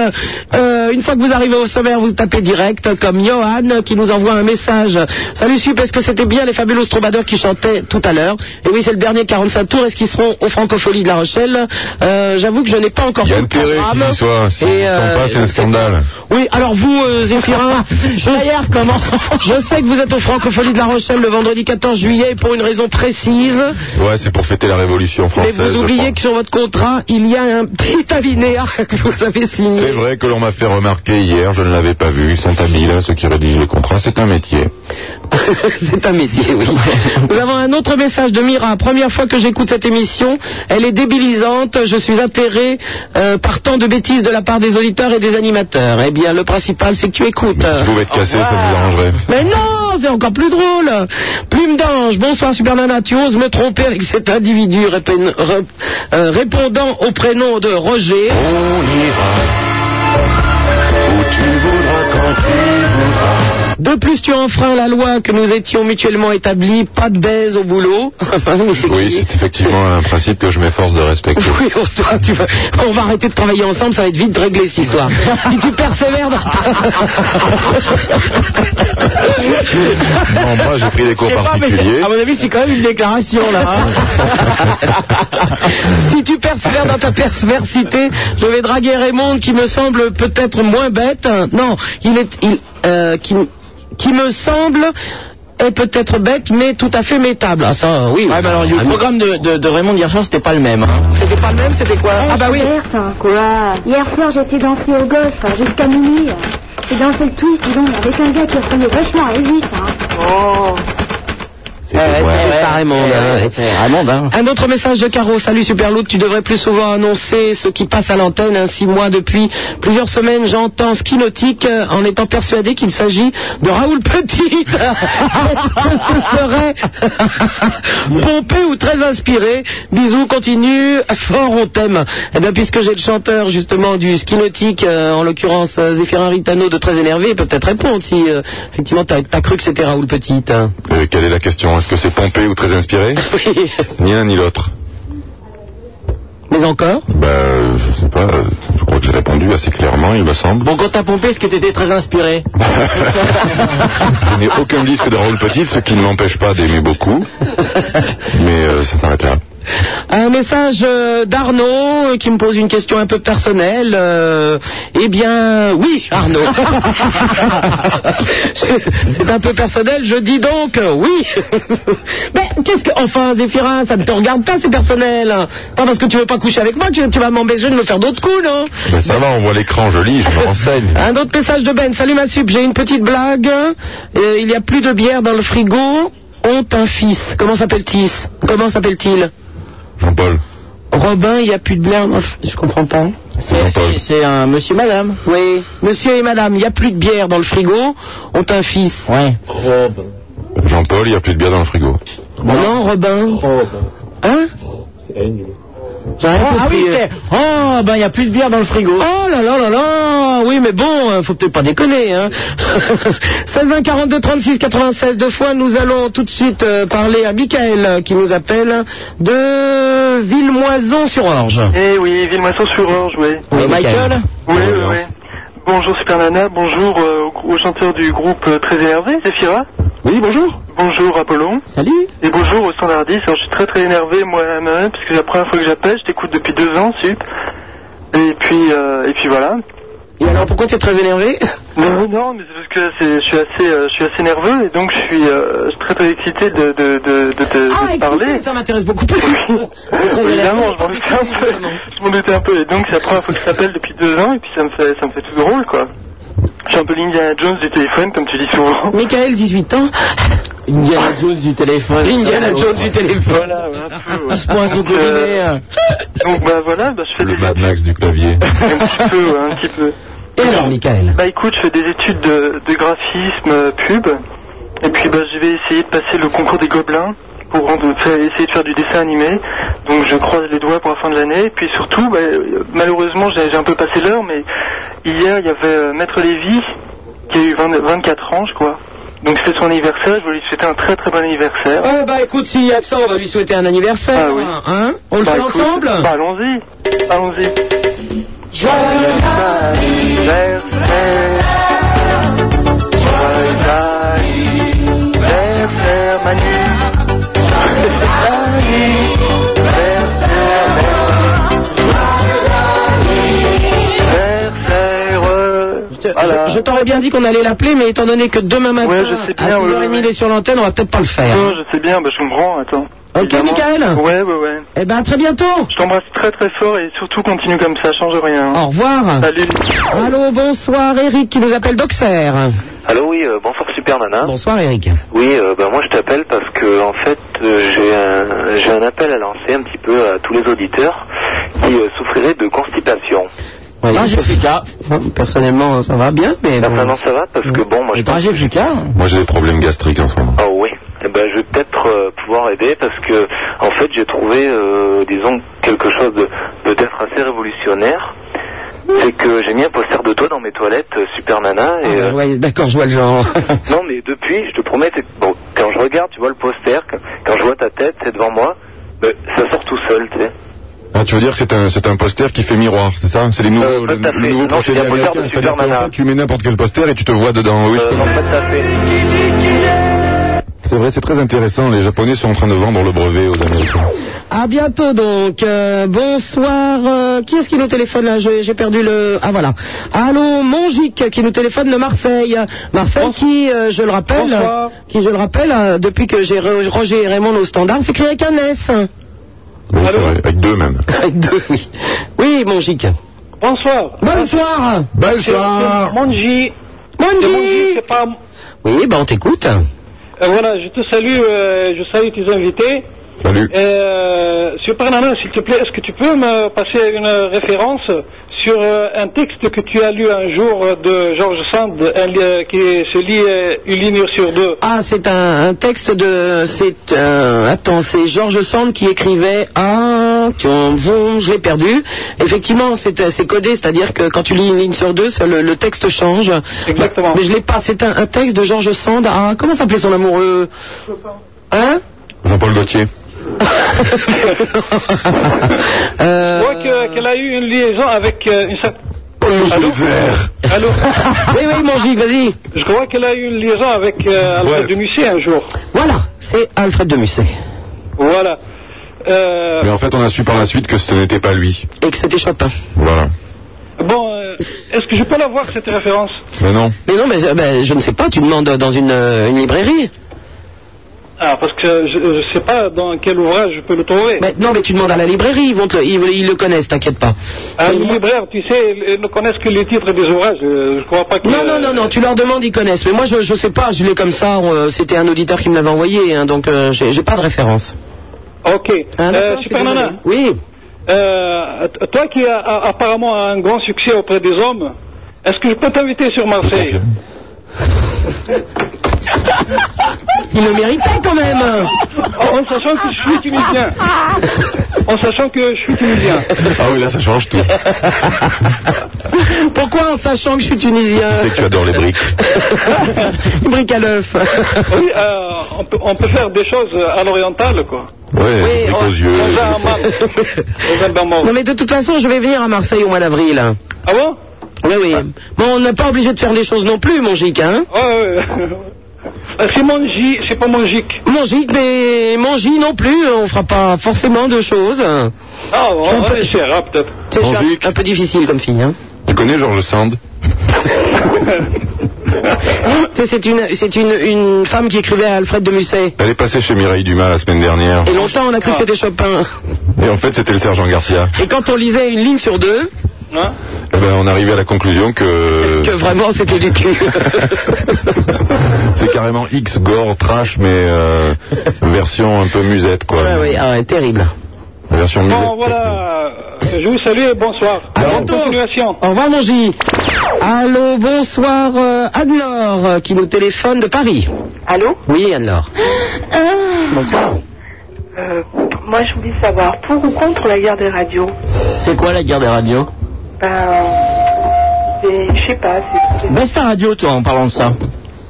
Speaker 4: Euh, une fois que vous arrivez au sommaire vous tapez direct comme Johan qui nous envoie un message salut Sup est-ce que c'était bien les fabuleux troubadours qui chantaient tout à l'heure et oui c'est le dernier 45 tours est-ce qu'ils seront aux francopholies de La Rochelle Euh, j'avoue que je n'ai pas encore
Speaker 17: Il y a
Speaker 4: tout le
Speaker 17: intérêt qu'ils
Speaker 4: programme.
Speaker 17: y soient. S'ils
Speaker 4: Et,
Speaker 17: ne
Speaker 4: euh,
Speaker 17: sont pas, c'est un scandale.
Speaker 4: oui, alors vous, euh,
Speaker 17: (laughs)
Speaker 4: Zéphirin, je, comment je sais que vous êtes aux Francopholies de La Rochelle le vendredi 14 juillet pour une raison précise.
Speaker 17: Ouais, c'est pour fêter la Révolution
Speaker 4: Mais vous
Speaker 17: française. je
Speaker 4: oubliez que sur votre contrat, il y a un petit alinéa (laughs) que vous avez
Speaker 17: crois. C'est
Speaker 4: signé.
Speaker 17: vrai que l'on m'a fait remarquer hier, je ne l'avais pas vu. Ils sont habiles, ceux qui rédigent les contrats. C'est un métier.
Speaker 4: (laughs) C'est un métier, oui. Nous avons un autre message de Mira. Première fois que j'écoute cette émission, elle est débilisante. Je suis atterré euh, par tant de bêtises de la part des auditeurs et des animateurs. Eh bien, le principal, c'est que tu écoutes.
Speaker 17: Si je pouvais être cassé, ça vous arrangerait.
Speaker 4: Mais non, c'est encore plus drôle. Plume d'ange, bonsoir Supernana, tu oses me tromper avec cet individu répén- rep- euh, répondant au prénom de Roger. De plus, tu enfreins la loi que nous étions mutuellement établie, pas de baise au boulot. (laughs) Ah, bah
Speaker 17: Oui, c'est effectivement un principe que je m'efforce de respecter.
Speaker 4: Oui, oh, toi, tu vas- on va arrêter de travailler ensemble, ça va être vite réglé cette histoire. si tu persévères dans
Speaker 17: (laughs) Bon, moi, j'ai pris des cours particuliers.
Speaker 5: À mon avis, c'est quand même une déclaration, là.
Speaker 4: hein. (laughs) si tu persévères dans ta perversité, je vais draguer Raymond qui me semble peut-être moins bête. Non, il est, il, euh, qui, qui me semble est peut-être bête, mais tout à fait métable. Ah ça, oui.
Speaker 5: Ouais, mais alors, le programme de, de, de Raymond Guerchon, c'était pas le même. hein.
Speaker 4: C'était pas le même, c'était quoi
Speaker 11: Ah,
Speaker 6: Eh,
Speaker 11: bah
Speaker 6: Gilbert, t'as quoi Hier soir, j'étais danser au golf hein, jusqu'à minuit. hein. J'ai dansé le twist, dis donc, avec un gars qui ressemblait vachement à Elvis. Oh
Speaker 5: Ouais, ouais, c'est ça, Raymond. hein. C'est Raymond, hein.
Speaker 4: Un autre message de Caro. Salut Superloot, tu devrais plus souvent annoncer ce qui passe à l'antenne. Ainsi, moi, depuis plusieurs semaines, j'entends ski nautique euh, en étant persuadé qu'il s'agit de Raoul Petit. (laughs) Est-ce que ce serait
Speaker 5: (laughs)
Speaker 4: pompé ou très inspiré Bisous, continue. Fort, on t'aime. Eh bien, puisque j'ai le chanteur, justement, du ski nautique, euh, en l'occurrence, euh, Zéphirin Ritano, de très énervé, il peut peut-être répondre si, euh, effectivement, t'as as cru que c'était Raoul Petit. hein.
Speaker 17: Euh, quelle est la question Est-ce que c'est pompé ou très inspiré
Speaker 4: Oui.
Speaker 17: Ni l'un ni l'autre.
Speaker 4: Mais encore
Speaker 17: Bah, euh, je sais pas. euh, Je crois que j'ai répondu assez clairement, il me semble.
Speaker 5: Bon, quand t'as pompé, est-ce que t'étais très inspiré
Speaker 17: Je n'ai aucun disque de Raoul Petit, ce qui ne m'empêche pas d'aimer beaucoup. Mais euh, ça s'arrête là.
Speaker 4: (laughs) Un message euh, d'Arnaud euh, qui me pose une question un peu personnelle. Euh, eh bien, oui, Arnaud.
Speaker 5: (laughs)
Speaker 4: Je- C'est un peu personnel, je dis donc euh, oui. (laughs) Mais qu'est-ce que. Enfin, Zéphirin, ça ne te regarde pas, c'est personnel. Pas parce que tu veux pas coucher avec moi, tu, tu vas m'empêcher de me faire d'autres coups, non Ben,
Speaker 17: Mais ça va, Ah on voit l'écran joli, je me renseigne.
Speaker 4: Un autre message de Ben. Salut ma sup, j'ai une petite blague. Euh, il n'y a plus de bière dans le frigo. Ont un fils. Comment s'appelle-t-il Comment s'appelle-t-il
Speaker 17: Jean-Paul.
Speaker 4: Robin, il n'y a plus de bière dans le frigo. Je comprends pas.
Speaker 5: C'est- C'est un monsieur, madame.
Speaker 4: Oui. Monsieur et madame, il n'y a plus de bière dans le frigo. Ont un fils.
Speaker 5: Ouais.
Speaker 17: Rob. Jean-Paul, il n'y a plus de bière dans le frigo.
Speaker 4: Non, Robin. Hein
Speaker 5: J'ai rien
Speaker 4: Ah
Speaker 5: compris.
Speaker 4: oui,
Speaker 12: euh,
Speaker 4: c'est. Oh, ben il n'y a plus de bière dans le frigo. Oh là là là là Oui, mais bon, euh, faut peut-être pas déconner. (laughs) Hein. 16 20 42 36 96 deux fois, nous allons tout de suite euh, parler à Michael euh, qui nous appelle de Villemoison-sur-Orge.
Speaker 12: Eh oui, Villemoisson-sur-Orge, oui.
Speaker 4: Oui, Michael
Speaker 12: Oui, oui, oui. Bonjour Super Nana, bonjour euh, au- aux chanteurs du groupe euh, Très Énervé, Zéphira.
Speaker 5: Oui, bonjour.
Speaker 12: Bonjour Apollon.
Speaker 5: Salut.
Speaker 12: Et bonjour aux standardistes. Alors, je suis très très énervé moi-même, parce que c'est la première fois que j'appelle, je t'écoute depuis deux ans, sup. Et puis, euh, et puis voilà.
Speaker 4: Et alors pourquoi tu es très énervé
Speaker 12: Non, non, mais c'est parce que c'est- je suis assez, euh, je suis assez nerveux et donc je suis euh, très très excité de de de de, de- de te parler.
Speaker 4: Ah, Ça m'intéresse beaucoup plus.
Speaker 12: Évidemment, je m'en doutais un peu. Je m'en doutais un peu. Et donc, c'est la première fois que je t'appelle depuis deux ans, et puis ça me fait, ça me fait tout drôle, quoi. Je suis un peu l'Indiana Jones du téléphone, comme tu dis souvent.
Speaker 4: Michael, 18 ans.
Speaker 5: Indiana Jones du téléphone.
Speaker 4: Indiana Jones du téléphone.
Speaker 12: Voilà, ouais, un peu. ouais.
Speaker 5: Je pense
Speaker 12: Donc,
Speaker 5: au
Speaker 12: euh, donc, bah voilà, bah, je fais des
Speaker 17: Mad Max du clavier.
Speaker 12: (laughs) un petit peu, ouais, un petit peu.
Speaker 4: Et alors, Michael
Speaker 12: Bah écoute, je fais des études de, de graphisme euh, pub, et puis bah je vais essayer de passer le concours des gobelins pour rendre- faire- essayer de faire du dessin animé. Donc je croise les doigts pour la fin de l'année, et puis surtout, bah, euh, malheureusement j'ai j'ai un peu passé l'heure, mais hier il y avait euh, Maître Lévy qui a eu 20 24 ans, je crois. Donc c'était son anniversaire, je voulais lui souhaiter un très très bon anniversaire.
Speaker 4: Eh bah écoute, s'il y a que ça, on va lui souhaiter un anniversaire.
Speaker 12: Ah oui.
Speaker 4: hein On le
Speaker 12: Bah,
Speaker 4: fait
Speaker 12: écoute,
Speaker 4: ensemble
Speaker 12: bah, Allons-y, allons-y.
Speaker 4: Je, je- je t'aurais bien dit qu'on allait l'appeler, mais étant donné que demain matin,
Speaker 12: Ouais, je sais bien,
Speaker 4: à
Speaker 12: ouais,
Speaker 4: 6h30,
Speaker 12: ouais,
Speaker 4: il est sur l'antenne, on va peut-être pas le faire.
Speaker 12: Non, je sais bien, bah, je comprends, attends.
Speaker 4: Ok, Michael
Speaker 12: Ouais, ouais, ouais.
Speaker 4: Eh ben, à très bientôt
Speaker 12: Je t'embrasse très très fort et surtout continue comme ça, change rien.
Speaker 4: Au revoir
Speaker 12: Salut
Speaker 4: Allô, bonsoir, Eric qui nous appelle d'Auxerre.
Speaker 8: Allô, oui, euh, bonsoir Super Nana.
Speaker 4: Bonsoir, Eric.
Speaker 8: Oui, euh, ben moi je t'appelle parce que en fait euh, j'ai un, j'ai un appel à lancer un petit peu à tous les auditeurs qui euh, souffriraient de constipation.
Speaker 5: Ah, j'ai fait cas.
Speaker 4: Personnellement, ça va bien, mais.
Speaker 8: Personnellement Ah, ça va parce que bon moi je
Speaker 5: Ah, j'ai fait cas.
Speaker 17: Moi, j'ai des problèmes gastriques en ce moment.
Speaker 8: Ah oui. Eh ben, je vais peut-être euh, pouvoir aider parce que, en fait, j'ai trouvé, euh, disons, quelque chose de peut-être assez révolutionnaire. C'est que j'ai mis un poster de toi dans mes toilettes, euh, Super Nana, et euh,
Speaker 4: Ah, Ouais, d'accord, je vois
Speaker 8: (laughs)
Speaker 4: le genre.
Speaker 8: non, mais depuis, je te promets, c'est- bon, quand je regarde, tu vois le poster, quand- quand je vois ta tête, c'est devant moi, mais ça sort tout seul, tu sais.
Speaker 17: Ah, tu veux dire que c'est un, c'est un poster qui fait miroir, c'est ça C'est les nouveaux,
Speaker 8: Euh,
Speaker 17: le,
Speaker 8: tout à
Speaker 17: le
Speaker 8: fait.
Speaker 17: nouveau
Speaker 8: Non,
Speaker 17: procédé
Speaker 8: c'est un poster de
Speaker 17: américain. c'est-à-dire
Speaker 8: Superman,
Speaker 17: qu'en
Speaker 8: hein.
Speaker 17: fait, tu mets n'importe quel poster et tu te vois dedans. Oui, je
Speaker 8: Euh, non,
Speaker 17: connais.
Speaker 8: pas tout à fait.
Speaker 17: C'est vrai, c'est très intéressant. Les Japonais sont en train de vendre le brevet aux Américains.
Speaker 4: À bientôt donc. Euh, bonsoir. Euh, qui est-ce qui nous téléphone là J'ai j'ai perdu le. Ah voilà. Allô, Mongic qui nous téléphone de Marseille. Marseille qui, euh, je le rappelle,
Speaker 5: Bonsoir.
Speaker 4: qui je le rappelle, euh, depuis que j'ai re- Roger et Raymond au standard, c'est écrit avec un S.
Speaker 17: Oui, c'est vrai, avec deux même.
Speaker 4: (laughs) Avec deux, oui. Oui, Mongic.
Speaker 18: Bonsoir.
Speaker 4: Bonsoir.
Speaker 18: Bonsoir. Monji.
Speaker 4: Monji.
Speaker 18: c'est pas.
Speaker 4: Oui, ben on t'écoute.
Speaker 18: Euh, voilà, je te salue, euh, je salue tes invités.
Speaker 17: Salut.
Speaker 18: Euh, Super Nana, s'il te plaît, est-ce que tu peux me passer une euh, référence sur euh, un texte que tu as lu un jour euh, de Georges Sand, un li- euh, qui se lit euh, une ligne sur deux
Speaker 4: Ah, c'est un, un texte de. C'est. euh, attends, c'est Georges Sand qui écrivait. Ah, tiens, boum, je l'ai perdu. Effectivement, c'est c'est codé, c'est-à-dire que quand tu lis une ligne sur deux, ça, le, le texte change. Exactement. Mais je l'ai pas. C'est un, un texte de Georges Sand. Ah, comment s'appelait son amoureux Hein
Speaker 17: Jean-Paul Gauthier.
Speaker 18: Je vois que- qu'elle a eu une liaison avec euh, une certaine. Allô
Speaker 4: (laughs)
Speaker 18: Allô
Speaker 4: Oui, oui, Mongic, Ah, vas-y.
Speaker 18: Je crois qu'elle a eu une liaison avec euh, Alfred de Musset un jour.
Speaker 4: Voilà, c'est Alfred de Musset.
Speaker 18: Voilà. euh,
Speaker 17: Mais en fait, on a su par la suite que ce n'était pas lui.
Speaker 4: Et que c'était Chopin.
Speaker 17: Voilà.
Speaker 18: Bon, euh, est-ce que je peux la voir cette référence
Speaker 17: Mais non.
Speaker 4: Mais non, mais euh, ben, je ne sais pas, tu demandes dans une, euh, une librairie.
Speaker 18: Ah, parce que je ne sais pas dans quel ouvrage je peux le trouver.
Speaker 4: Mais, non, mais tu demandes à la librairie, ils, vont te- ils, ils le connaissent, t'inquiète pas.
Speaker 18: Un libraire, tu sais, ils ne connaissent que les titres des ouvrages. euh, Je crois pas que.
Speaker 4: Non, non, non, non, tu leur demandes, ils connaissent. Mais moi, je ne sais pas, je l'ai comme ça, euh, c'était un auditeur qui me l'avait envoyé, hein, donc euh, j'ai j'ai pas de référence. (laughs)
Speaker 18: Ok.
Speaker 4: d'accord,
Speaker 18: euh,
Speaker 4: je suis
Speaker 18: Super Nana. Euh,
Speaker 4: Oui.
Speaker 18: toi qui as a- apparemment un grand succès auprès des hommes, est-ce que je peux t'inviter sur Marseille
Speaker 4: Il le méritait quand même
Speaker 18: en, en sachant que je suis tunisien. En sachant que je suis tunisien.
Speaker 17: Ah oui, là, ça change tout.
Speaker 4: Pourquoi en sachant que je suis tunisien
Speaker 17: C'est
Speaker 4: (laughs)
Speaker 17: que tu adores les briques.
Speaker 4: Brique à l'œuf.
Speaker 18: Oui, euh, on, peut, on peut faire des choses à l'oriental, quoi.
Speaker 17: Ouais,
Speaker 18: oui, on,
Speaker 17: yeux.
Speaker 18: on va à Mal. On va dans Mal.
Speaker 4: (laughs) Non, mais de toute façon, je vais venir à Marseille au mois d'avril.
Speaker 18: Ah bon
Speaker 4: Oui, oui. Bon, on n'est pas obligé de faire les choses non plus, mon gic, hein
Speaker 18: Ouais, ouais. Euh, C'est mon J, c'est pas mon J.
Speaker 4: Mon gic, mais mon gic non plus, on fera pas forcément de choses.
Speaker 18: Ah, on on est cher, hein, peut-être.
Speaker 4: C'est cher- un peu difficile comme fille, hein
Speaker 17: Tu connais Georges Sand
Speaker 4: Tu sais, C'est une, c'est une, une femme qui écrivait à Alfred de Musset.
Speaker 17: Elle est passée chez Mireille Dumas la semaine dernière.
Speaker 4: Et longtemps, on a cru que c'était Chopin.
Speaker 17: Et en fait, c'était le sergent Garcia.
Speaker 4: Et quand on lisait une ligne sur deux,
Speaker 17: Eh ben, on arrivait à la conclusion que
Speaker 4: que vraiment c'était du cul.
Speaker 17: c'est carrément X gore trash, mais euh, version un peu musette, quoi.
Speaker 4: Ah oui, ah ouais, terrible.
Speaker 17: Version musette.
Speaker 18: Bon, voilà. euh, Je vous salue et bonsoir. Bonne continuation.
Speaker 4: Au revoir, mon J. Allô, bonsoir, euh, Anne-Laure, euh, qui nous téléphone de Paris.
Speaker 10: Allô
Speaker 4: Oui, Anne-Laure. Bonsoir.
Speaker 10: Euh, moi, je voulais savoir, pour ou contre la guerre des radios
Speaker 5: C'est quoi la guerre des radios
Speaker 10: Ben, c'est- je sais pas, c'est-
Speaker 5: Baisse ta radio, toi, en parlant de ça.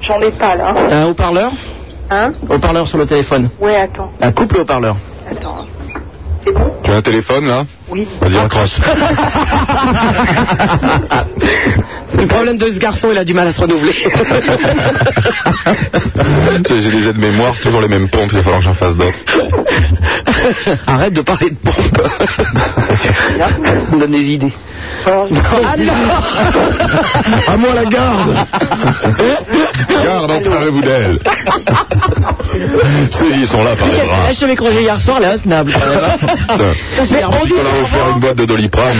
Speaker 10: j'en ai pas là.
Speaker 5: T'as
Speaker 4: Euh,
Speaker 5: un haut-parleur
Speaker 10: Hein
Speaker 5: Haut-parleur sur le téléphone.
Speaker 10: Ouais, attends.
Speaker 5: Un couple haut-parleur.
Speaker 17: Tu as un téléphone, là
Speaker 4: (laughs)
Speaker 10: Oui.
Speaker 17: Vas-y, raccroche.
Speaker 4: (laughs) C'est le problème de ce garçon, il a du mal à se
Speaker 5: (laughs)
Speaker 4: renouveler.
Speaker 17: Tu sais, J'ai des jets de mémoire, (laughs) c'est toujours les mêmes pompes, il va falloir que j'en fasse d'autres.
Speaker 4: Arrête de parler de pompe. On donne des idées.
Speaker 17: À moi (laughs) la garde Garde, emparez-vous d'elle Ces ils sont là par les bras.
Speaker 4: Eh, Je vais croiser hier soir, elle est intenable. quand même, hein.
Speaker 17: Putain.
Speaker 4: Mais on dit
Speaker 17: On leur a offert une boîte de doliprane.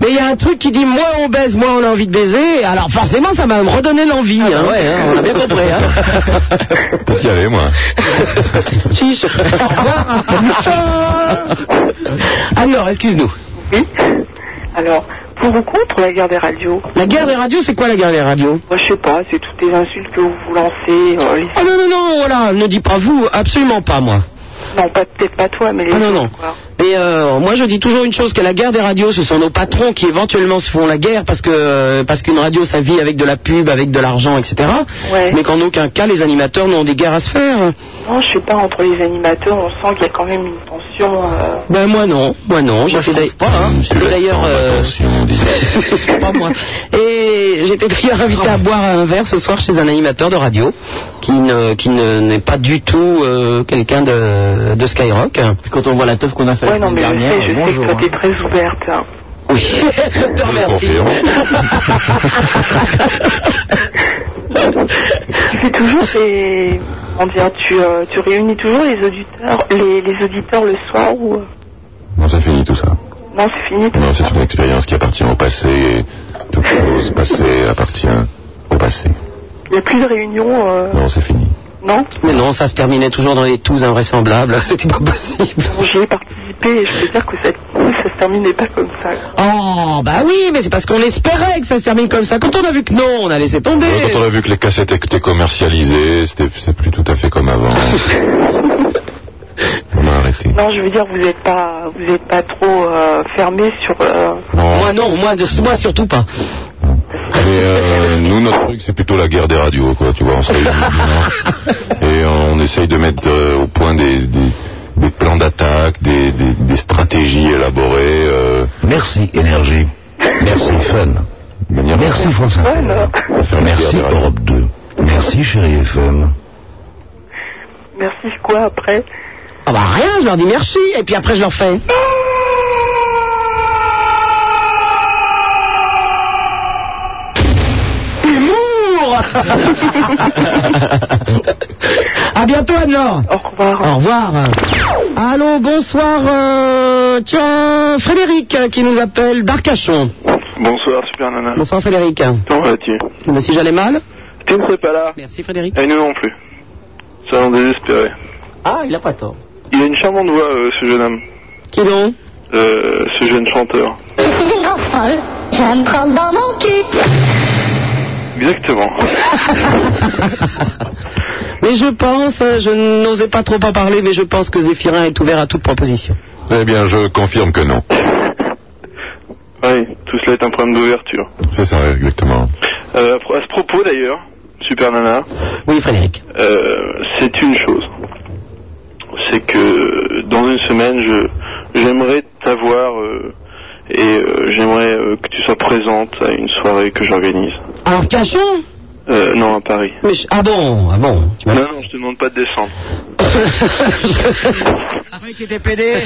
Speaker 4: Mais il y a un truc qui dit moins on baise, moins on a envie de baiser. Alors forcément, ça m'a redonné l'envie.
Speaker 10: Ah, bah
Speaker 4: hein. on a bien compris. Hein.
Speaker 17: (laughs) Peut-être y aller, moi.
Speaker 4: (laughs) Chiche. Au
Speaker 10: hein.
Speaker 4: revoir. Alors, excuse-nous.
Speaker 10: Alors, pour ou contre la guerre des radios
Speaker 4: La guerre des radios, c'est quoi la guerre des radios
Speaker 10: Moi, je sais pas, c'est toutes les insultes que vous vous lancez. euh, les-
Speaker 4: Oh non, non, non, voilà, ne dis pas vous, absolument pas moi.
Speaker 10: Non, pas- peut-être pas toi, mais les
Speaker 4: Ah non,
Speaker 10: autres,
Speaker 4: non.
Speaker 10: quoi.
Speaker 4: Mais euh, moi je dis toujours une chose que la guerre des radios, ce sont nos patrons qui éventuellement se font la guerre parce que euh, parce qu'une radio ça vit avec de la pub, avec de l'argent, etc.
Speaker 10: Ouais. Euh.
Speaker 4: Mais qu'en aucun cas les animateurs n'ont des guerres à se faire.
Speaker 10: Non, je sais pas, entre les animateurs, on sent qu'il y a quand même une tension. euh,
Speaker 4: Ben moi non, moi non, j'étais d'ailleurs
Speaker 17: hein.
Speaker 4: j'étais d'ailleurs euh, (laughs) c'est pas moi. Et j'étais
Speaker 5: Ah,
Speaker 4: d'ailleurs invité à boire un verre ce soir chez un animateur de radio qui ne qui ne- n'est pas du tout euh, quelqu'un de, de Skyrock.
Speaker 5: Quand on voit la teuf qu'on a fait
Speaker 10: Ouais,
Speaker 5: la
Speaker 10: non,
Speaker 5: semaine
Speaker 10: mais je
Speaker 5: dernière, euh,
Speaker 10: sais, je sais
Speaker 5: bonjour.
Speaker 10: que toi, t'es très ouverte. hein. (laughs)
Speaker 4: Oui, je te remercie.
Speaker 10: (laughs) Tu fais toujours des. Comment dire Tu, euh, tu réunis toujours les auditeurs, les, les auditeurs le soir ou.
Speaker 17: Non, ça finit tout ça.
Speaker 10: euh, Non, c'est fini.
Speaker 17: Non, c'est une expérience qui appartient au passé. et Toute chose passée appartient au passé.
Speaker 10: Il n'y a plus de réunion, euh,
Speaker 17: Non, c'est fini.
Speaker 10: non
Speaker 4: Mais non, ça se terminait toujours dans les tous invraisemblables. (laughs) C'était pas possible.
Speaker 10: J'y ai participé et je peux dire que ça, (laughs) ça se terminait pas comme ça.
Speaker 4: Oh, bah oui, mais c'est parce qu'on espérait que ça se termine comme ça. Quand on a vu que non, on a laissé tomber.
Speaker 17: Ouais, Quand on a vu que les cassettes étaient commercialisées, c'était c'était plus tout à fait comme
Speaker 1: (laughs)
Speaker 17: avant. on a arrêté.
Speaker 10: Non, je veux dire, vous n'êtes pas, vous êtes pas trop euh, fermé sur. euh,
Speaker 4: (laughs) Moi non, moi, de- moi surtout pas.
Speaker 17: Mais euh, nous, notre truc, c'est plutôt la guerre des radios, quoi. Tu vois, on se réunit le dimanche et on essaye de mettre euh, au point des, des- des plans d'attaque, des, des- des stratégies élaborées. euh,
Speaker 1: Merci Énergie. Merci Fun.
Speaker 17: de manière
Speaker 1: Merci France Inter.
Speaker 17: à faire la guerre
Speaker 1: Merci
Speaker 17: des radios.
Speaker 1: Europe 2. Merci Chérie FM.
Speaker 10: merci quoi après
Speaker 4: Ah bah rien, je leur dis merci, et puis après je leur fais. Humour (laughs) À bientôt Anne-Laure Au revoir. Au revoir. Allô, bonsoir. euh, tiens, Frédéric euh, qui nous appelle d'Arcachon.
Speaker 8: Bonsoir, super nana.
Speaker 4: Bonsoir Frédéric.
Speaker 8: Comment vas-tu
Speaker 4: Mais si j'allais mal
Speaker 8: Tu ne serais pas là.
Speaker 4: Merci Frédéric.
Speaker 8: Et nous non plus. Ça en désespéré.
Speaker 4: Ah, il a pas tort.
Speaker 8: Il a une charmante voix, euh, ce jeune homme.
Speaker 4: Qui donc
Speaker 8: euh, Ce jeune chanteur.
Speaker 3: suis une grande folle. Je vais me prendre dans mon cul.
Speaker 8: Exactement.
Speaker 4: Mais je pense, euh, je n'osais pas trop en parler, mais je pense que Zéphirin est ouvert à toute proposition. (laughs)
Speaker 17: Eh bien, je confirme que non.
Speaker 8: Oui, tout cela est un problème d'ouverture.
Speaker 17: C'est ça, exactement.
Speaker 8: Euh, à pro- à ce propos d'ailleurs, Super Nana. Euh,
Speaker 4: Oui, Frédéric.
Speaker 8: c'est une chose. C'est que dans une semaine, je j'aimerais t'avoir euh, et euh, j'aimerais euh, que tu sois présente à une soirée que j'organise.
Speaker 4: À Arcachon
Speaker 8: Euh, non, à Paris.
Speaker 4: Mais je- Ah bon, ah bon.
Speaker 8: Non, non, je te demande pas de descendre.
Speaker 4: Après qu'il était pédé.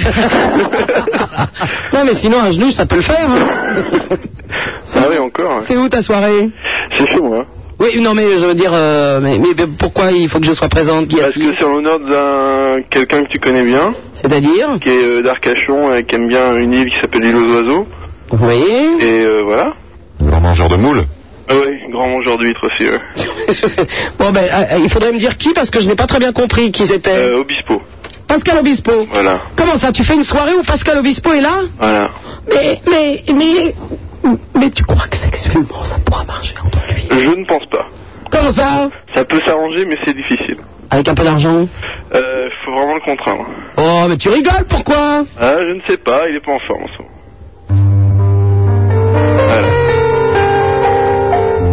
Speaker 4: non, mais sinon, un genou, ça peut le faire.
Speaker 8: (laughs)
Speaker 4: hein.
Speaker 8: Ah oui, encore.
Speaker 4: C'est où ta soirée
Speaker 8: C'est chez moi.
Speaker 4: Oui, non, mais je veux dire, euh, mais, mais- mais pourquoi il faut que je sois présente Guy
Speaker 8: Parce que c'est en l'honneur d'un quelqu'un que tu connais bien.
Speaker 4: C'est-à-dire
Speaker 8: Qui est euh, d'Arcachon et qui aime bien une île qui s'appelle l'île aux oiseaux.
Speaker 4: Oui.
Speaker 8: Et euh, voilà.
Speaker 17: Grand mangeur de moules
Speaker 8: Ah oui, grand mangeur d'huîtres aussi. euh.
Speaker 4: (laughs) Bon, ben, euh, il faudrait me dire qui, parce que je n'ai pas très bien compris qui c'était.
Speaker 8: Euh, Obispo.
Speaker 4: Pascal Obispo.
Speaker 8: Voilà.
Speaker 4: Comment ça, tu fais une soirée où Pascal Obispo est là
Speaker 8: Voilà.
Speaker 4: Mais, mais, mais, mais tu crois que sexuellement ça pourra marcher entre lui
Speaker 8: Je ne pense pas.
Speaker 4: Comment ça
Speaker 8: Ça peut s'arranger, mais c'est difficile.
Speaker 4: Avec un peu d'argent
Speaker 8: Euh, faut vraiment le contraindre.
Speaker 4: Oh, mais tu rigoles, pourquoi
Speaker 8: Ah, je ne sais pas, il est pas en forme. en ce moment.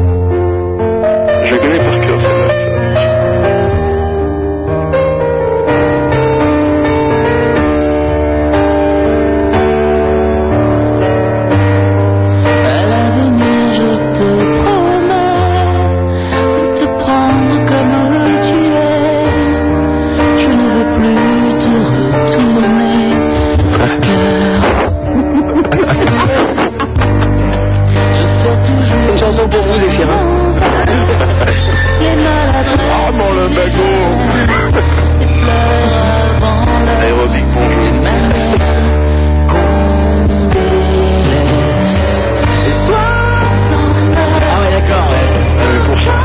Speaker 8: Voilà. Je la connais par cœur, celle-là.
Speaker 3: À l'avenir, je te promets de te prendre comme tu es. Je ne veux plus te retourner par cœur. Je fais toujours. C'est une chanson pour vous, (laughs) Zéphirin. Les maladresses. Oh, mon le bagot! Les pleurs avant la. Aérobic, bonjour. Ah ouais, d'accord.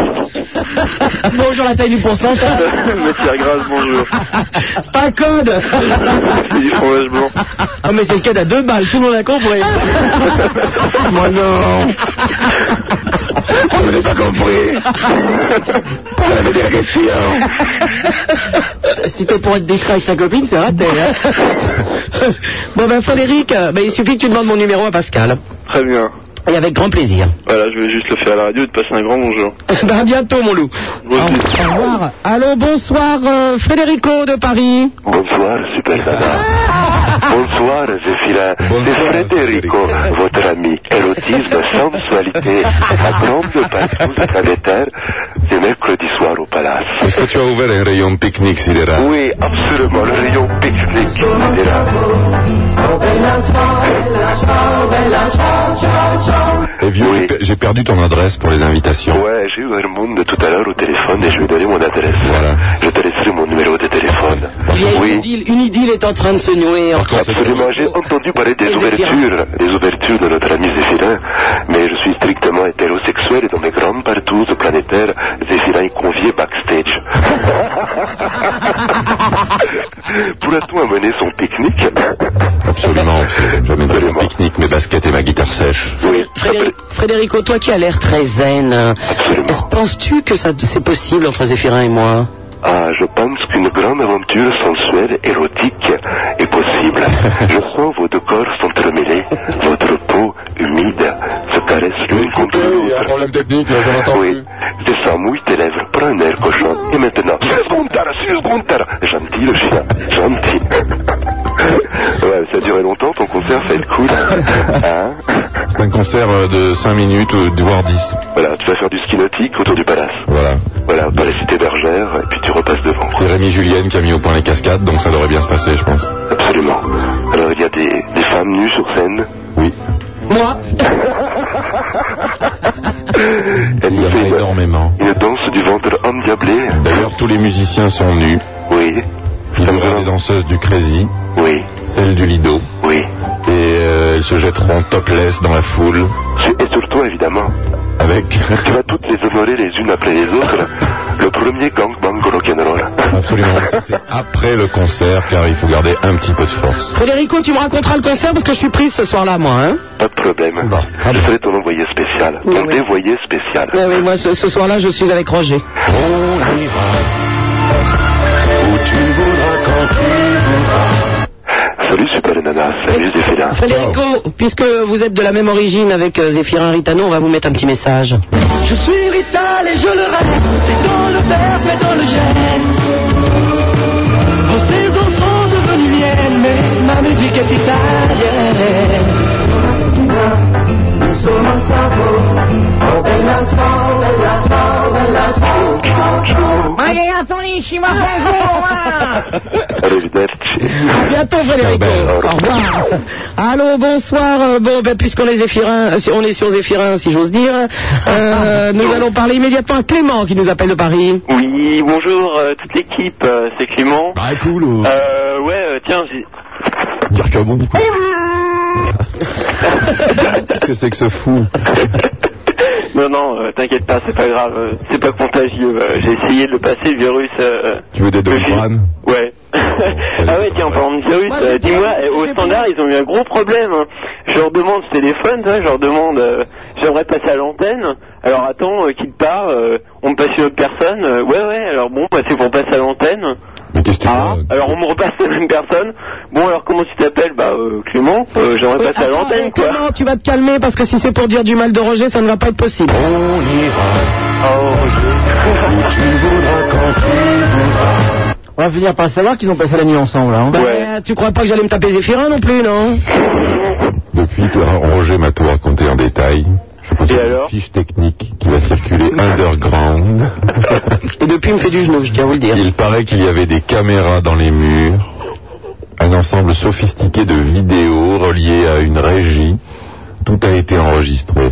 Speaker 4: 69%. bonjour la taille du
Speaker 3: (laughs)
Speaker 4: pourcentage.
Speaker 8: Matière
Speaker 3: Ah,
Speaker 8: grasse, bonjour.
Speaker 4: (laughs) C'est un code.
Speaker 8: C'est du fromage blanc.
Speaker 4: Ah mais c'est le code à deux balles, tout le monde a compris.
Speaker 3: (laughs) Moi non. On n'avait pas compris. On avait des questions.
Speaker 4: Euh, Si t'es pour être discret avec sa copine, c'est
Speaker 8: (laughs)
Speaker 4: raté. hein. bon ben Frédéric, euh, ben, il suffit que tu demandes mon numéro à Pascal.
Speaker 8: Très bien.
Speaker 4: Et avec grand plaisir.
Speaker 8: Voilà, je vais juste le faire à la radio et te passer un grand bonjour.
Speaker 4: (laughs) ben, à bientôt mon loup. Au revoir. Allô, bonsoir euh, Frédérico de Paris.
Speaker 3: Bonsoir, super nana. Bonsoir, Zéphila. C'est Frédérico, votre ami. Érotisme, sensualité, la grande partouze planétaire, c'est mercredi soir au Palace.
Speaker 17: Est-ce que tu as ouvert un rayon pique-nique sidéral
Speaker 3: Oui, absolument, le rayon pique-nique sidéral.
Speaker 17: Eh vieux, j'ai per- j'ai perdu ton adresse pour les invitations.
Speaker 3: Ouais, j'ai eu Hermund tout à l'heure au téléphone et je lui ai donné mon adresse. Je te laisserai mon numéro de téléphone.
Speaker 4: Il y a
Speaker 3: Oui.
Speaker 4: une, idylle, une idylle est en train de se nouer. entre-
Speaker 3: Absolument, j'ai entendu parler des ouvertures, des ouvertures de notre ami Zéphirin, mais je suis strictement hétérosexuel et dans mes grandes partouzes planétaires, Zéphirin est convié backstage. Pourra-t-on amener son pique-nique
Speaker 17: Absolument. J'amènerai mon pique-nique, mes baskets et ma guitare sèche.
Speaker 4: Frédéric- Frédérico, toi qui as l'air très zen, euh, est-ce- penses-tu que ça- c'est possible entre Zéphirin et moi
Speaker 3: Ah, je pense qu'une grande aventure sensuelle, érotique est (laughs) possible. Je sens vos deux corps s'entremêler, votre peau humide se caresse l'une contre l'autre. Il y a un problème technique, je n'entends oui. plus. ça mouille tes lèvres, prends un air cochon, et maintenant, c'est Gontard, c'est Gontard Gentil le chien, (laughs) gentil. ouais, ça a duré longtemps, ton concert, ça va être (laughs) cool. Hein
Speaker 17: C'est un concert euh, de 5 minutes, euh, voire 10.
Speaker 3: voilà, tu vas faire du ski nautique autour du palace.
Speaker 17: Voilà.
Speaker 3: Voilà, au palais
Speaker 17: c'est Rémi Julienne qui a mis au point les cascades, donc ça devrait bien se passer, je pense.
Speaker 3: Absolument. Alors il y a des, des femmes nues sur scène. Oui.
Speaker 4: Moi
Speaker 3: (laughs) Elle nous fait énormément. Une danse du ventre endiablé.
Speaker 17: D'ailleurs, tous les musiciens sont nus.
Speaker 3: Oui.
Speaker 17: Il y aura les danseuses du Crazy.
Speaker 3: Oui.
Speaker 17: Celle du Lido.
Speaker 3: Oui.
Speaker 17: Et euh, elles se jetteront topless dans la foule.
Speaker 3: Et surtout, évidemment.
Speaker 17: Avec
Speaker 3: Tu vas toutes les honorer les unes après les autres. Le premier gangbang rock'n'roll.
Speaker 17: Absolument. Ça, c'est après le concert, car il faut garder un petit peu de force.
Speaker 4: Federico, tu me raconteras le concert parce que je suis prise ce soir-là, moi. Hein
Speaker 3: Pas de problème. je serai ton envoyé spécial. ton dévoyé spécial.
Speaker 4: Ouais, ouais, Eh moi, ce, ce soir-là, je suis avec Roger.
Speaker 3: Salut Super Nana, salut Zéphélin.
Speaker 4: Federico, puisque vous êtes de la même origine avec euh, Zéphirin Ritano, on va vous mettre un petit message.
Speaker 19: Je suis Rital et je le rêve, c'est dans le verbe et dans le geste. Vos saisons sont devenues miennes, mais ma musique est italienne.
Speaker 20: Allez, attendez, je ma
Speaker 4: À bientôt, Federico. Au revoir. Allô, bonsoir. Euh, Bon, ben, puisqu'on est Zéphirin, euh, si- on est sur Zéphirin, si j'ose dire, euh, nous allons parler immédiatement à Clément qui nous appelle de Paris.
Speaker 8: Oui, bonjour euh, toute l'équipe, euh, c'est Clément. Ah cool. Euh, ouais, euh, tiens, j'ai-
Speaker 17: Qu'est-ce que c'est que ce fou
Speaker 8: non non, euh, t'inquiète pas, c'est pas grave, euh, c'est pas contagieux. euh, j'ai essayé de le passer le virus. euh,
Speaker 17: Tu veux des Doliprane
Speaker 8: Ouais. (laughs) ah ouais, tiens, en parlant de virus, euh, dis-moi, euh, au standard, ils ont eu un gros problème. hein. Je leur demande ce téléphone, hein, je leur demande, euh, j'aimerais passer à l'antenne. Alors attends, euh, quitte pas, euh, on me passe une autre personne. Euh, ouais, ouais, alors bon, bah, c'est pour passer à l'antenne. ah, alors on me repasse la même personne. Bon, alors comment tu t'appelles Bah, euh, Clément, euh, j'aimerais
Speaker 4: Oui,
Speaker 8: passer à
Speaker 4: attends,
Speaker 8: l'antenne,
Speaker 4: euh,
Speaker 8: quoi.
Speaker 4: Clément, tu vas te calmer parce que si c'est pour dire du mal de Roger, ça ne va pas être possible.
Speaker 5: On va finir par savoir qu'ils ont passé la nuit ensemble. Hein.
Speaker 4: Ben, Tu crois pas que j'allais me taper Zéphirin non plus, non
Speaker 17: Depuis que Roger m'a tout raconté en détail, je pense qu'il y a une fiche technique qui va circuler underground.
Speaker 4: Et depuis, il me fait du genou, je tiens à vous le dire.
Speaker 17: Il paraît qu'il y avait des caméras dans les murs, un ensemble sophistiqué de vidéos reliées à une régie. Tout a été enregistré.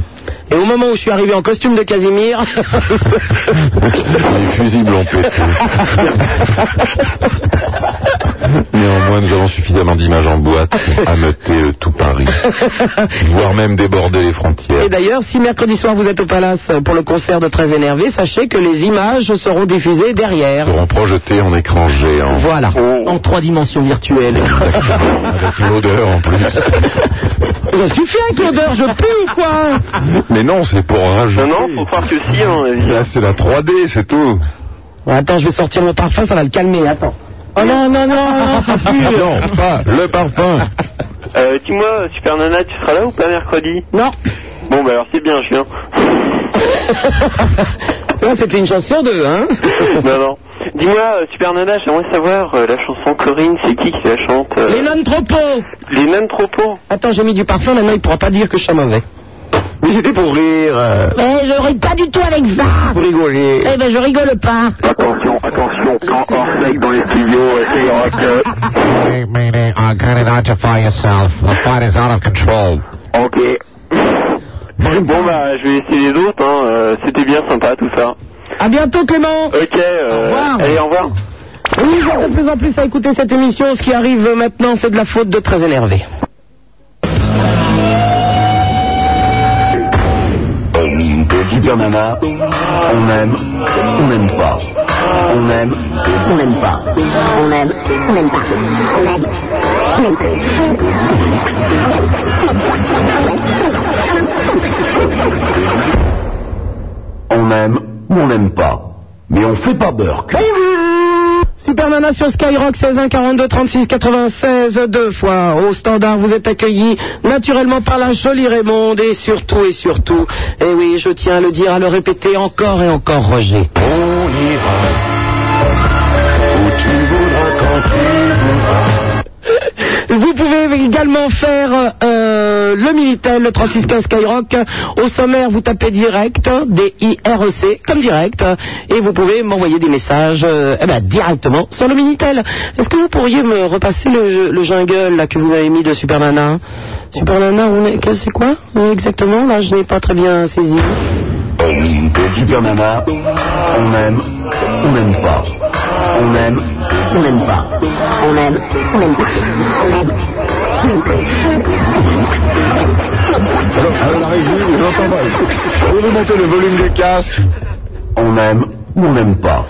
Speaker 4: Et au moment où je suis arrivé en costume de Casimir, (laughs)
Speaker 17: Les fusibles ont pété. Néanmoins, nous avons suffisamment d'images en boîte pour ameuter le
Speaker 4: (laughs)
Speaker 17: tout Paris, voire même déborder les frontières.
Speaker 4: Et d'ailleurs, si mercredi soir vous êtes au Palace pour le concert de Très Énervé, sachez que les images seront diffusées derrière.
Speaker 17: seront projetés en écran géant.
Speaker 4: Voilà,
Speaker 8: Oh.
Speaker 4: en trois dimensions virtuelles.
Speaker 17: Avec l'odeur
Speaker 4: (laughs)
Speaker 17: en plus.
Speaker 4: Ça suffit avec l'odeur, je pue ou quoi
Speaker 17: Mais non, c'est pour rajouter.
Speaker 8: Non, non, faut croire que si. hein,
Speaker 17: Là, c'est la 3D, c'est tout.
Speaker 4: Bon, Attends, je vais sortir mon parfum, ça va le calmer, attends. Oh non, non, non, non,
Speaker 17: (laughs)
Speaker 4: ça pue
Speaker 17: Non, pas le parfum.
Speaker 8: Euh, dis-moi, Super Nana, tu seras là ou pas mercredi
Speaker 4: Non.
Speaker 8: Bon, bah alors c'est bien,
Speaker 4: (laughs)
Speaker 8: je viens.
Speaker 4: Tu vois, C'était Ah, une chance sur deux, hein
Speaker 8: non, non. Dis-moi, euh, Super Nana, j'aimerais savoir euh, la chanson Corinne, c'est qui qui la chante euh,
Speaker 4: Les nonnes trop pauvres.
Speaker 8: Les nonnes trop pauvres.
Speaker 4: Attends, j'ai mis du parfum, maintenant il pourra pas dire que je suis mauvais.
Speaker 2: Mais c'était pour rire. euh,
Speaker 20: Mais Eh, je rigole pas du tout avec ça.
Speaker 2: Pour rigoler.
Speaker 20: Eh ben, je rigole pas.
Speaker 3: Attention, attention, en hors sec dans les studios, essayez rock.
Speaker 2: Meaning, uh, can identify yourself. The fight is out of control.
Speaker 8: Ok. (laughs) Bon, bah, je vais essayer les autres, hein. euh, c'était bien sympa tout ça.
Speaker 4: À bientôt, Clément.
Speaker 8: Ok, euh, allez, au revoir.
Speaker 4: Oui, j'en ai de plus en plus à écouter cette émission. Ce qui arrive maintenant, c'est de la faute de très énervé.
Speaker 2: Super Nana, on aime, on n'aime pas. On aime, on n'aime pas. On aime, on n'aime pas. On aime, on n'aime pas. On aime ou on n'aime pas. Mais on fait pas Burke.
Speaker 4: Super Nana sur Skyrock 16 1 42 36 96 deux fois au standard vous êtes accueillis naturellement par la jolie Raymonde et surtout et surtout et oui je tiens à le dire à le répéter encore et encore Roger
Speaker 19: On ira où tu voudras quand tu voudras.
Speaker 4: Vous pouvez également faire euh, le Minitel, le 3615 Skyrock. Au sommaire, vous tapez direct, hein, D-I-R-E-C, E comme direct, et vous pouvez m'envoyer des messages euh, eh ben, directement sur le Minitel. Est-ce que vous pourriez me repasser le, le jungle là, que vous avez mis de Super Nana Super Nana, on est- qu'est-ce que c'est quoi euh, exactement Là, je n'ai pas très bien saisi.
Speaker 3: Super Nana, on aime, on n'aime pas. On aime, on n'aime pas. On aime, on n'aime pas. Alors, alors, la régie, je n'entends pas. Vous remontez le volume du casque. On aime ou on n'aime pas.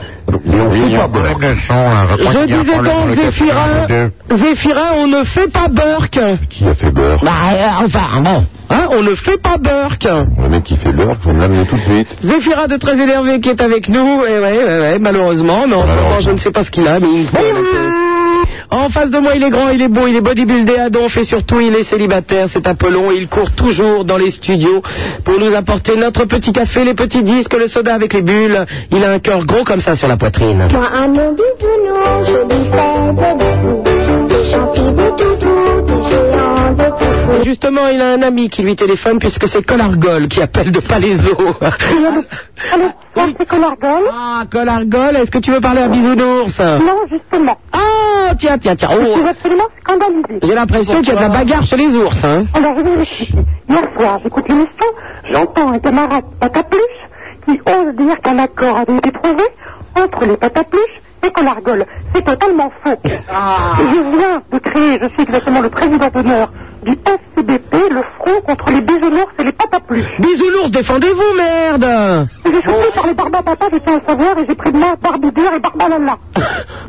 Speaker 3: Léon, il y a pas de son, là.
Speaker 4: Je disais donc, Zéphirin, Zéphirin, on ne fait pas Burke.
Speaker 17: Qui a fait beurre
Speaker 4: Bah, euh, enfin, bon. Hein, on ne fait pas Burke.
Speaker 17: Le mec qui fait beurre, faut me l'amener tout de suite.
Speaker 4: Zéphirin de très énervé qui est avec nous. Et ouais, ouais, ouais, malheureusement, mais en ce moment, je ne sais pas ce qu'il a, mais il En face de moi, il est grand, il est beau, il est bodybuildé à donf et surtout, il est célibataire, c'est Apollon. et Il court toujours dans les studios pour nous apporter notre petit café, les petits disques, le soda avec les bulles. Il a un cœur gros comme ça sur la poitrine.
Speaker 21: Moi, à mon bisounours, je lui fais des bisous. Des gentils, des toutous, des géants, des
Speaker 4: Et Justement, il a un ami qui lui téléphone puisque c'est Colargol qui appelle de Palaiso. (laughs) c'est Colargol Ah, Colargol, est-ce que tu veux parler à Bisounours Non, justement. Ah, tiens, tiens, tiens. Oh. absolument scandalisée. J'ai l'impression qu'il y a de la bagarre chez les ours, hein
Speaker 10: euh, Alors, je vais- hier soir, j'écoute l'émission, j'entends un camarade patapluche qui ose dire qu'un accord avait été trouvé entre les patapluches et Colargol. C'est totalement faux.
Speaker 4: Ah.
Speaker 10: Je viens de créer, je suis exactement le président d'honneur du FCBP, le Front contre les bisounours et les patapluches.
Speaker 4: Bisounours, défendez-vous, merde
Speaker 10: J'ai choqué par les barbapapa, j'ai fait un savoir et j'ai pris de moi barboudure et barbalala.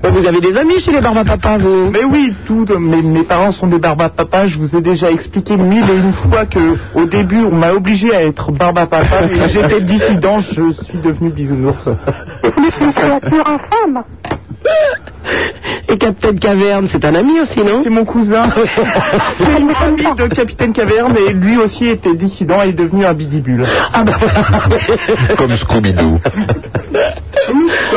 Speaker 4: Mais vous avez des amis chez les barbapapas, vous
Speaker 8: Mais oui, tout, euh, mes, mes parents sont des barbapapas. Je vous ai déjà expliqué mille et une fois que, au début, on m'a obligé à être barbapapa. mais
Speaker 4: (laughs)
Speaker 8: J'étais dissident, je suis devenu bisounours.
Speaker 10: Mais c'est une créature infâme.
Speaker 4: Et Captain Caverne, c'est un ami aussi, non
Speaker 8: C'est mon
Speaker 4: (laughs)
Speaker 8: cousin. C'est un ami de Capitaine Caverne et lui aussi était dissident et est devenu un bidibule.
Speaker 4: Ah bah
Speaker 17: Comme Scooby-Doo.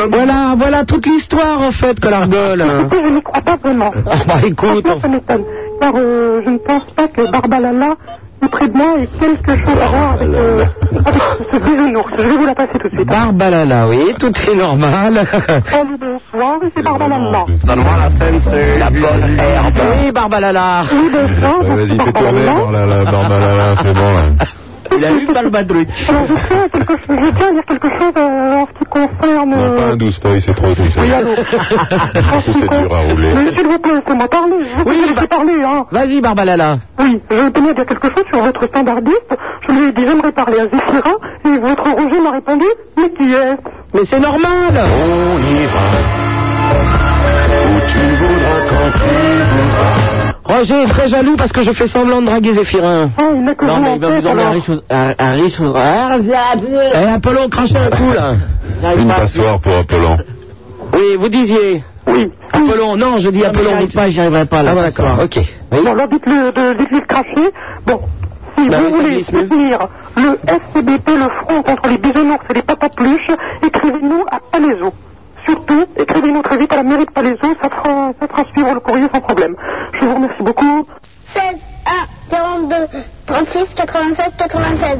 Speaker 4: Voilà, voilà toute l'histoire, en fait, Colargol.
Speaker 10: Écoutez, je n'y crois pas vraiment.
Speaker 4: bah écoute.
Speaker 10: Franchement, ça m'étonne. Car euh, je ne pense pas que Barbalala, ou près de moi, ait quelque chose à voir avec, euh, avec ce bisounours. Je vais vous la passer tout de suite.
Speaker 4: Bah, Barbalala, oui, tout est normal.
Speaker 10: Allez, bonsoir, c'est Barbalala.
Speaker 4: Donne-moi la scène, c'est la bonne herbe. Oui, Barbalala.
Speaker 10: Oui, bonsoir,
Speaker 17: euh, Vas-y, fais tourner, barbalala, barbalala, c'est bon hein. là.
Speaker 4: Il a eu Balbadruc.
Speaker 10: Alors, je tiens à quelque chose, je tiens à dire quelque chose euh, en ce qui concerne...
Speaker 17: Non, pas
Speaker 10: euh,
Speaker 17: un 12 feuilles, c'est trop tout ça.
Speaker 10: Oui, allô.
Speaker 17: Parce que c'est dur à rouler.
Speaker 10: Mais s'il vous plaît, laissez-moi parler. Je vais vous laisser parler, hein.
Speaker 4: Vas-y, Barbalala.
Speaker 10: Oui, je tenais à dire quelque chose sur votre standardiste. Je lui ai dit j'aimerais parler à Zéphirin et votre Roger m'a répondu mais qui est
Speaker 4: Mais c'est normal
Speaker 21: On ira où tu voudras quand tu
Speaker 4: Roger est très jaloux parce que je fais semblant de draguer Zéphirin.
Speaker 22: Non, mais il va vous emmener à riche aux- à- à riche aux- Ah,
Speaker 4: Eh, Apollon, crachez un coup, là.
Speaker 17: Une passoire pour Apollon.
Speaker 4: Oui, vous disiez. Oui. Apollon, non, je dis Apollon. dites pas, j'y arriverai pas, là. Ah, bon, d'accord, ok.
Speaker 10: Bon, là, dites-le
Speaker 4: euh,
Speaker 10: de, dites-lui de cracher. Bon, si
Speaker 4: Bah
Speaker 10: vous
Speaker 4: oui, ça
Speaker 10: voulez
Speaker 4: glisse mieux.
Speaker 10: soutenir le FCBP, le Front contre les bisounours et les patapluches, écrivez-nous à Palaiso. Surtout, écrivez-nous très vite à la mairie de Palaiso, ça fera, ça fera suivre le courrier sans problème. Je vous remercie beaucoup.
Speaker 14: 16 1 42 36 96 96.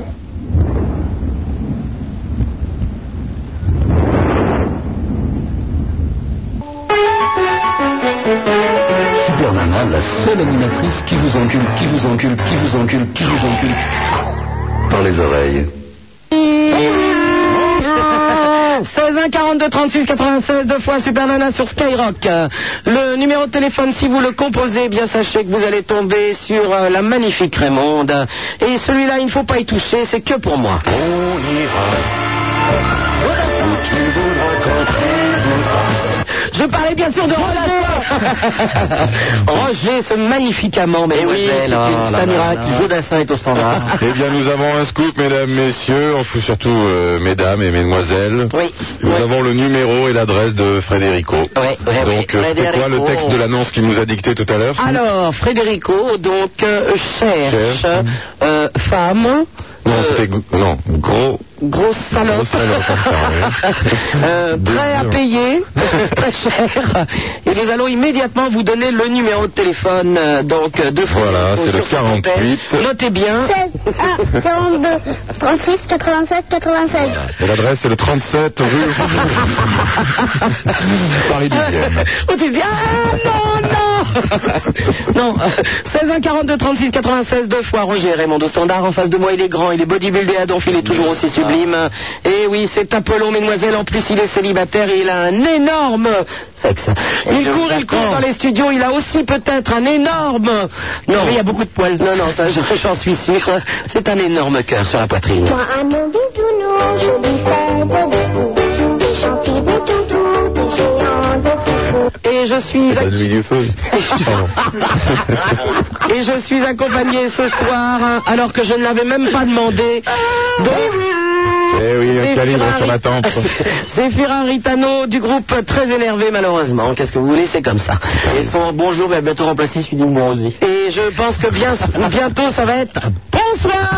Speaker 3: Super Nana, la seule animatrice qui vous encule, qui vous encule, qui vous encule, qui vous encule. Par les oreilles.
Speaker 4: 16 1 42 36 96 deux fois Super Nana sur Skyrock. Euh, Le numéro de téléphone, si vous le composez, eh bien sachez que vous allez tomber sur euh, la magnifique Raymonde. Et celui-là, il ne faut pas y toucher, c'est que pour moi.
Speaker 21: On ira où
Speaker 4: euh,
Speaker 21: tu voudras quand tu voudras.
Speaker 4: Je parlais bien sûr de (laughs) Roger. Roger, ce magnifique amant, Oh mais Eh oui, c'est une c'est un miracle. Jodassin est au standard.
Speaker 17: Eh bien, nous avons un scoop, mesdames, messieurs, enfin, surtout euh, mesdames et mesdemoiselles. Nous avons le numéro et l'adresse de Frédérico. Donc, euh, c'était quoi le
Speaker 4: Frédérico.
Speaker 17: texte de l'annonce qu'il nous a dicté tout à l'heure
Speaker 4: Alors, Frédérico, donc, euh, cherche euh, femme.
Speaker 17: Non, Non, c'était. Non, gros.
Speaker 4: Grosse salope.
Speaker 17: Gros salope, comme ça, oui.
Speaker 4: (laughs) Euh, prêt à
Speaker 17: Deux.
Speaker 4: (laughs) payer, très cher. Et nous allons immédiatement vous donner le numéro de téléphone euh, donc euh, de
Speaker 17: Voilà,
Speaker 4: Frédéric
Speaker 17: c'est le
Speaker 4: sur cette antenne.
Speaker 17: 48.
Speaker 4: Notez bien.
Speaker 6: 42, 36, 96, 96.
Speaker 17: Et l'adresse, c'est le 37 rue.
Speaker 4: (laughs)
Speaker 17: Paris 10e.
Speaker 4: Oh, tu dis, ah non, (laughs) non euh, Non, 16 1 42 36 96 deux fois Roger Raymond au standard en face de moi, il est grand, il est bodybuildé à donf, il est toujours aussi sublime. Et oui, c'est Apollon, mesdemoiselles, en plus il est célibataire et il a un énorme sexe. Il court, il court dans les studios, il a aussi peut-être un énorme... Non, il y a beaucoup de poils. Non, non, ça je- j'en suis sûr. C'est un énorme cœur sur la poitrine.
Speaker 19: Toi, un nom bisounours, joli fait de bisous, des gentils, des toutous, des géants de foufou.
Speaker 4: Et je suis...
Speaker 17: La nuit du
Speaker 4: (laughs)
Speaker 17: feu.
Speaker 4: Et je suis accompagné ce soir, hein, alors que je ne l'avais même pas demandé. de-
Speaker 17: Eh oui, un
Speaker 4: C'est
Speaker 17: calibre
Speaker 4: Ferrari.
Speaker 17: sur la tempe.
Speaker 4: (laughs) C'est Ferraritano du groupe très énervé malheureusement. Qu'est-ce que vous voulez, c'est comme ça. Et son bonjour va bientôt remplacer celui du Mourosi. Et je pense que bien, bientôt ça va être
Speaker 17: (laughs)
Speaker 4: bonsoir.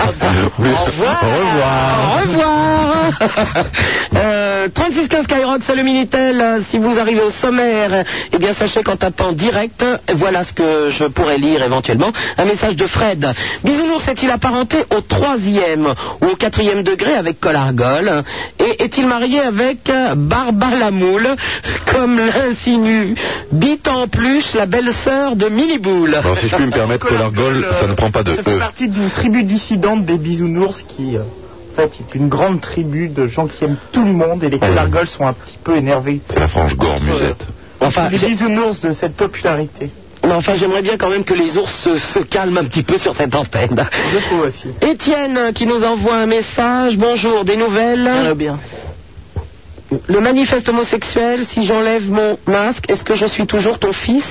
Speaker 17: Au revoir. Au revoir.
Speaker 4: Au revoir. (laughs) Euh, 36 15 Skyrock, c'est le Minitel. Euh, Si vous arrivez au sommaire, euh, eh bien sachez qu'en tapant direct, euh, voilà ce que je pourrais lire éventuellement. Un message de Fred. Bisounours est-il apparenté au troisième ou au quatrième degré avec Colargol Et est-il marié avec euh, Barba Lamoule, (laughs) comme l'insinue Bite en plus la belle-sœur de Miniboule
Speaker 17: Alors, si je puis
Speaker 4: (laughs)
Speaker 17: me permettre, que l'argol, ça ne prend pas de
Speaker 23: Ça
Speaker 4: Euh,
Speaker 23: fait
Speaker 17: E.
Speaker 23: partie d'une tribu dissidente des bisounours qui, euh, en fait, est une grande tribu de gens qui aiment tout le monde et les colargoles sont un petit peu énervés. Euh,
Speaker 17: C'est la frange gore musette.
Speaker 4: Enfin,
Speaker 23: les bisounours de cette popularité.
Speaker 4: Mais enfin, j'aimerais bien quand même que les ours se, se calment un petit peu sur cette antenne.
Speaker 23: Beaucoup aussi.
Speaker 4: Étienne qui nous envoie un message. Bonjour, des nouvelles bien. Le manifeste homosexuel, si j'enlève mon masque, est-ce que je suis toujours ton fils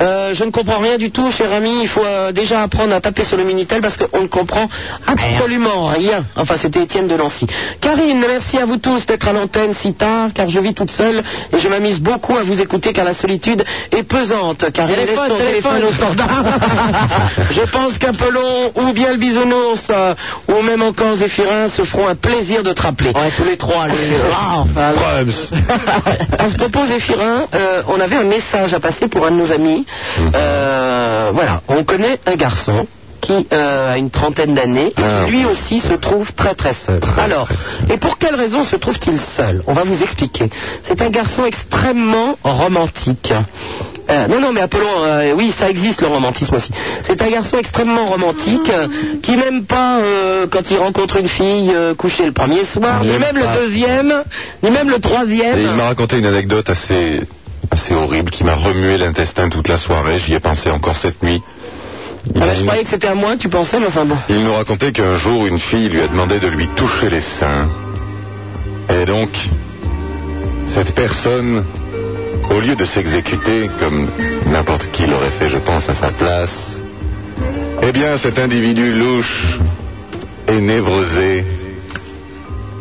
Speaker 4: Euh, je ne comprends rien du tout, cher ami. Il faut euh, déjà apprendre à taper sur le Minitel parce qu'on ne comprend absolument rien. Enfin, c'était Étienne de Nancy. Karine, merci à vous tous d'être à l'antenne si tard, car je vis toute seule et je m'amuse beaucoup à vous écouter car la solitude est pesante. Karine,
Speaker 5: Téléphone,
Speaker 4: laisse ton
Speaker 5: téléphone.
Speaker 4: téléphone au
Speaker 5: (laughs)
Speaker 4: standard. Je pense qu'Apollon ou bien le bisounours euh, ou même encore Zéphirin se feront un plaisir de te rappeler. Ouais, tous les trois. (laughs) à ce propos, Zéphirin, euh, on avait un message à passer pour un de nos amis. Euh, voilà, on connaît un garçon qui euh, a une trentaine d'années et qui lui aussi se trouve très Ah. très seul. Alors, et pour quelle raison se trouve-t-il seul On va vous expliquer. C'est un garçon extrêmement romantique. Euh, non, non, mais Apollon, euh, oui, ça existe le romantisme aussi. C'est un garçon extrêmement romantique
Speaker 17: Ah.
Speaker 4: euh, qui n'aime pas euh, quand il rencontre une fille euh, coucher le premier soir,
Speaker 17: Il
Speaker 4: ni
Speaker 17: aime
Speaker 4: même le
Speaker 17: pas.
Speaker 4: deuxième, ni même le troisième.
Speaker 17: Et il m'a raconté une anecdote assez, assez horrible qui m'a remué l'intestin toute la soirée. J'y ai pensé encore cette nuit. Il,
Speaker 4: Ah ben, je croyais que c'était à moi, tu pensais, mais enfin bon.
Speaker 17: il nous racontait qu'un jour, une fille lui a demandé de lui toucher les seins. Et donc, cette personne, au lieu de s'exécuter comme n'importe qui l'aurait fait, je pense, à sa place, eh bien, cet individu louche et névrosé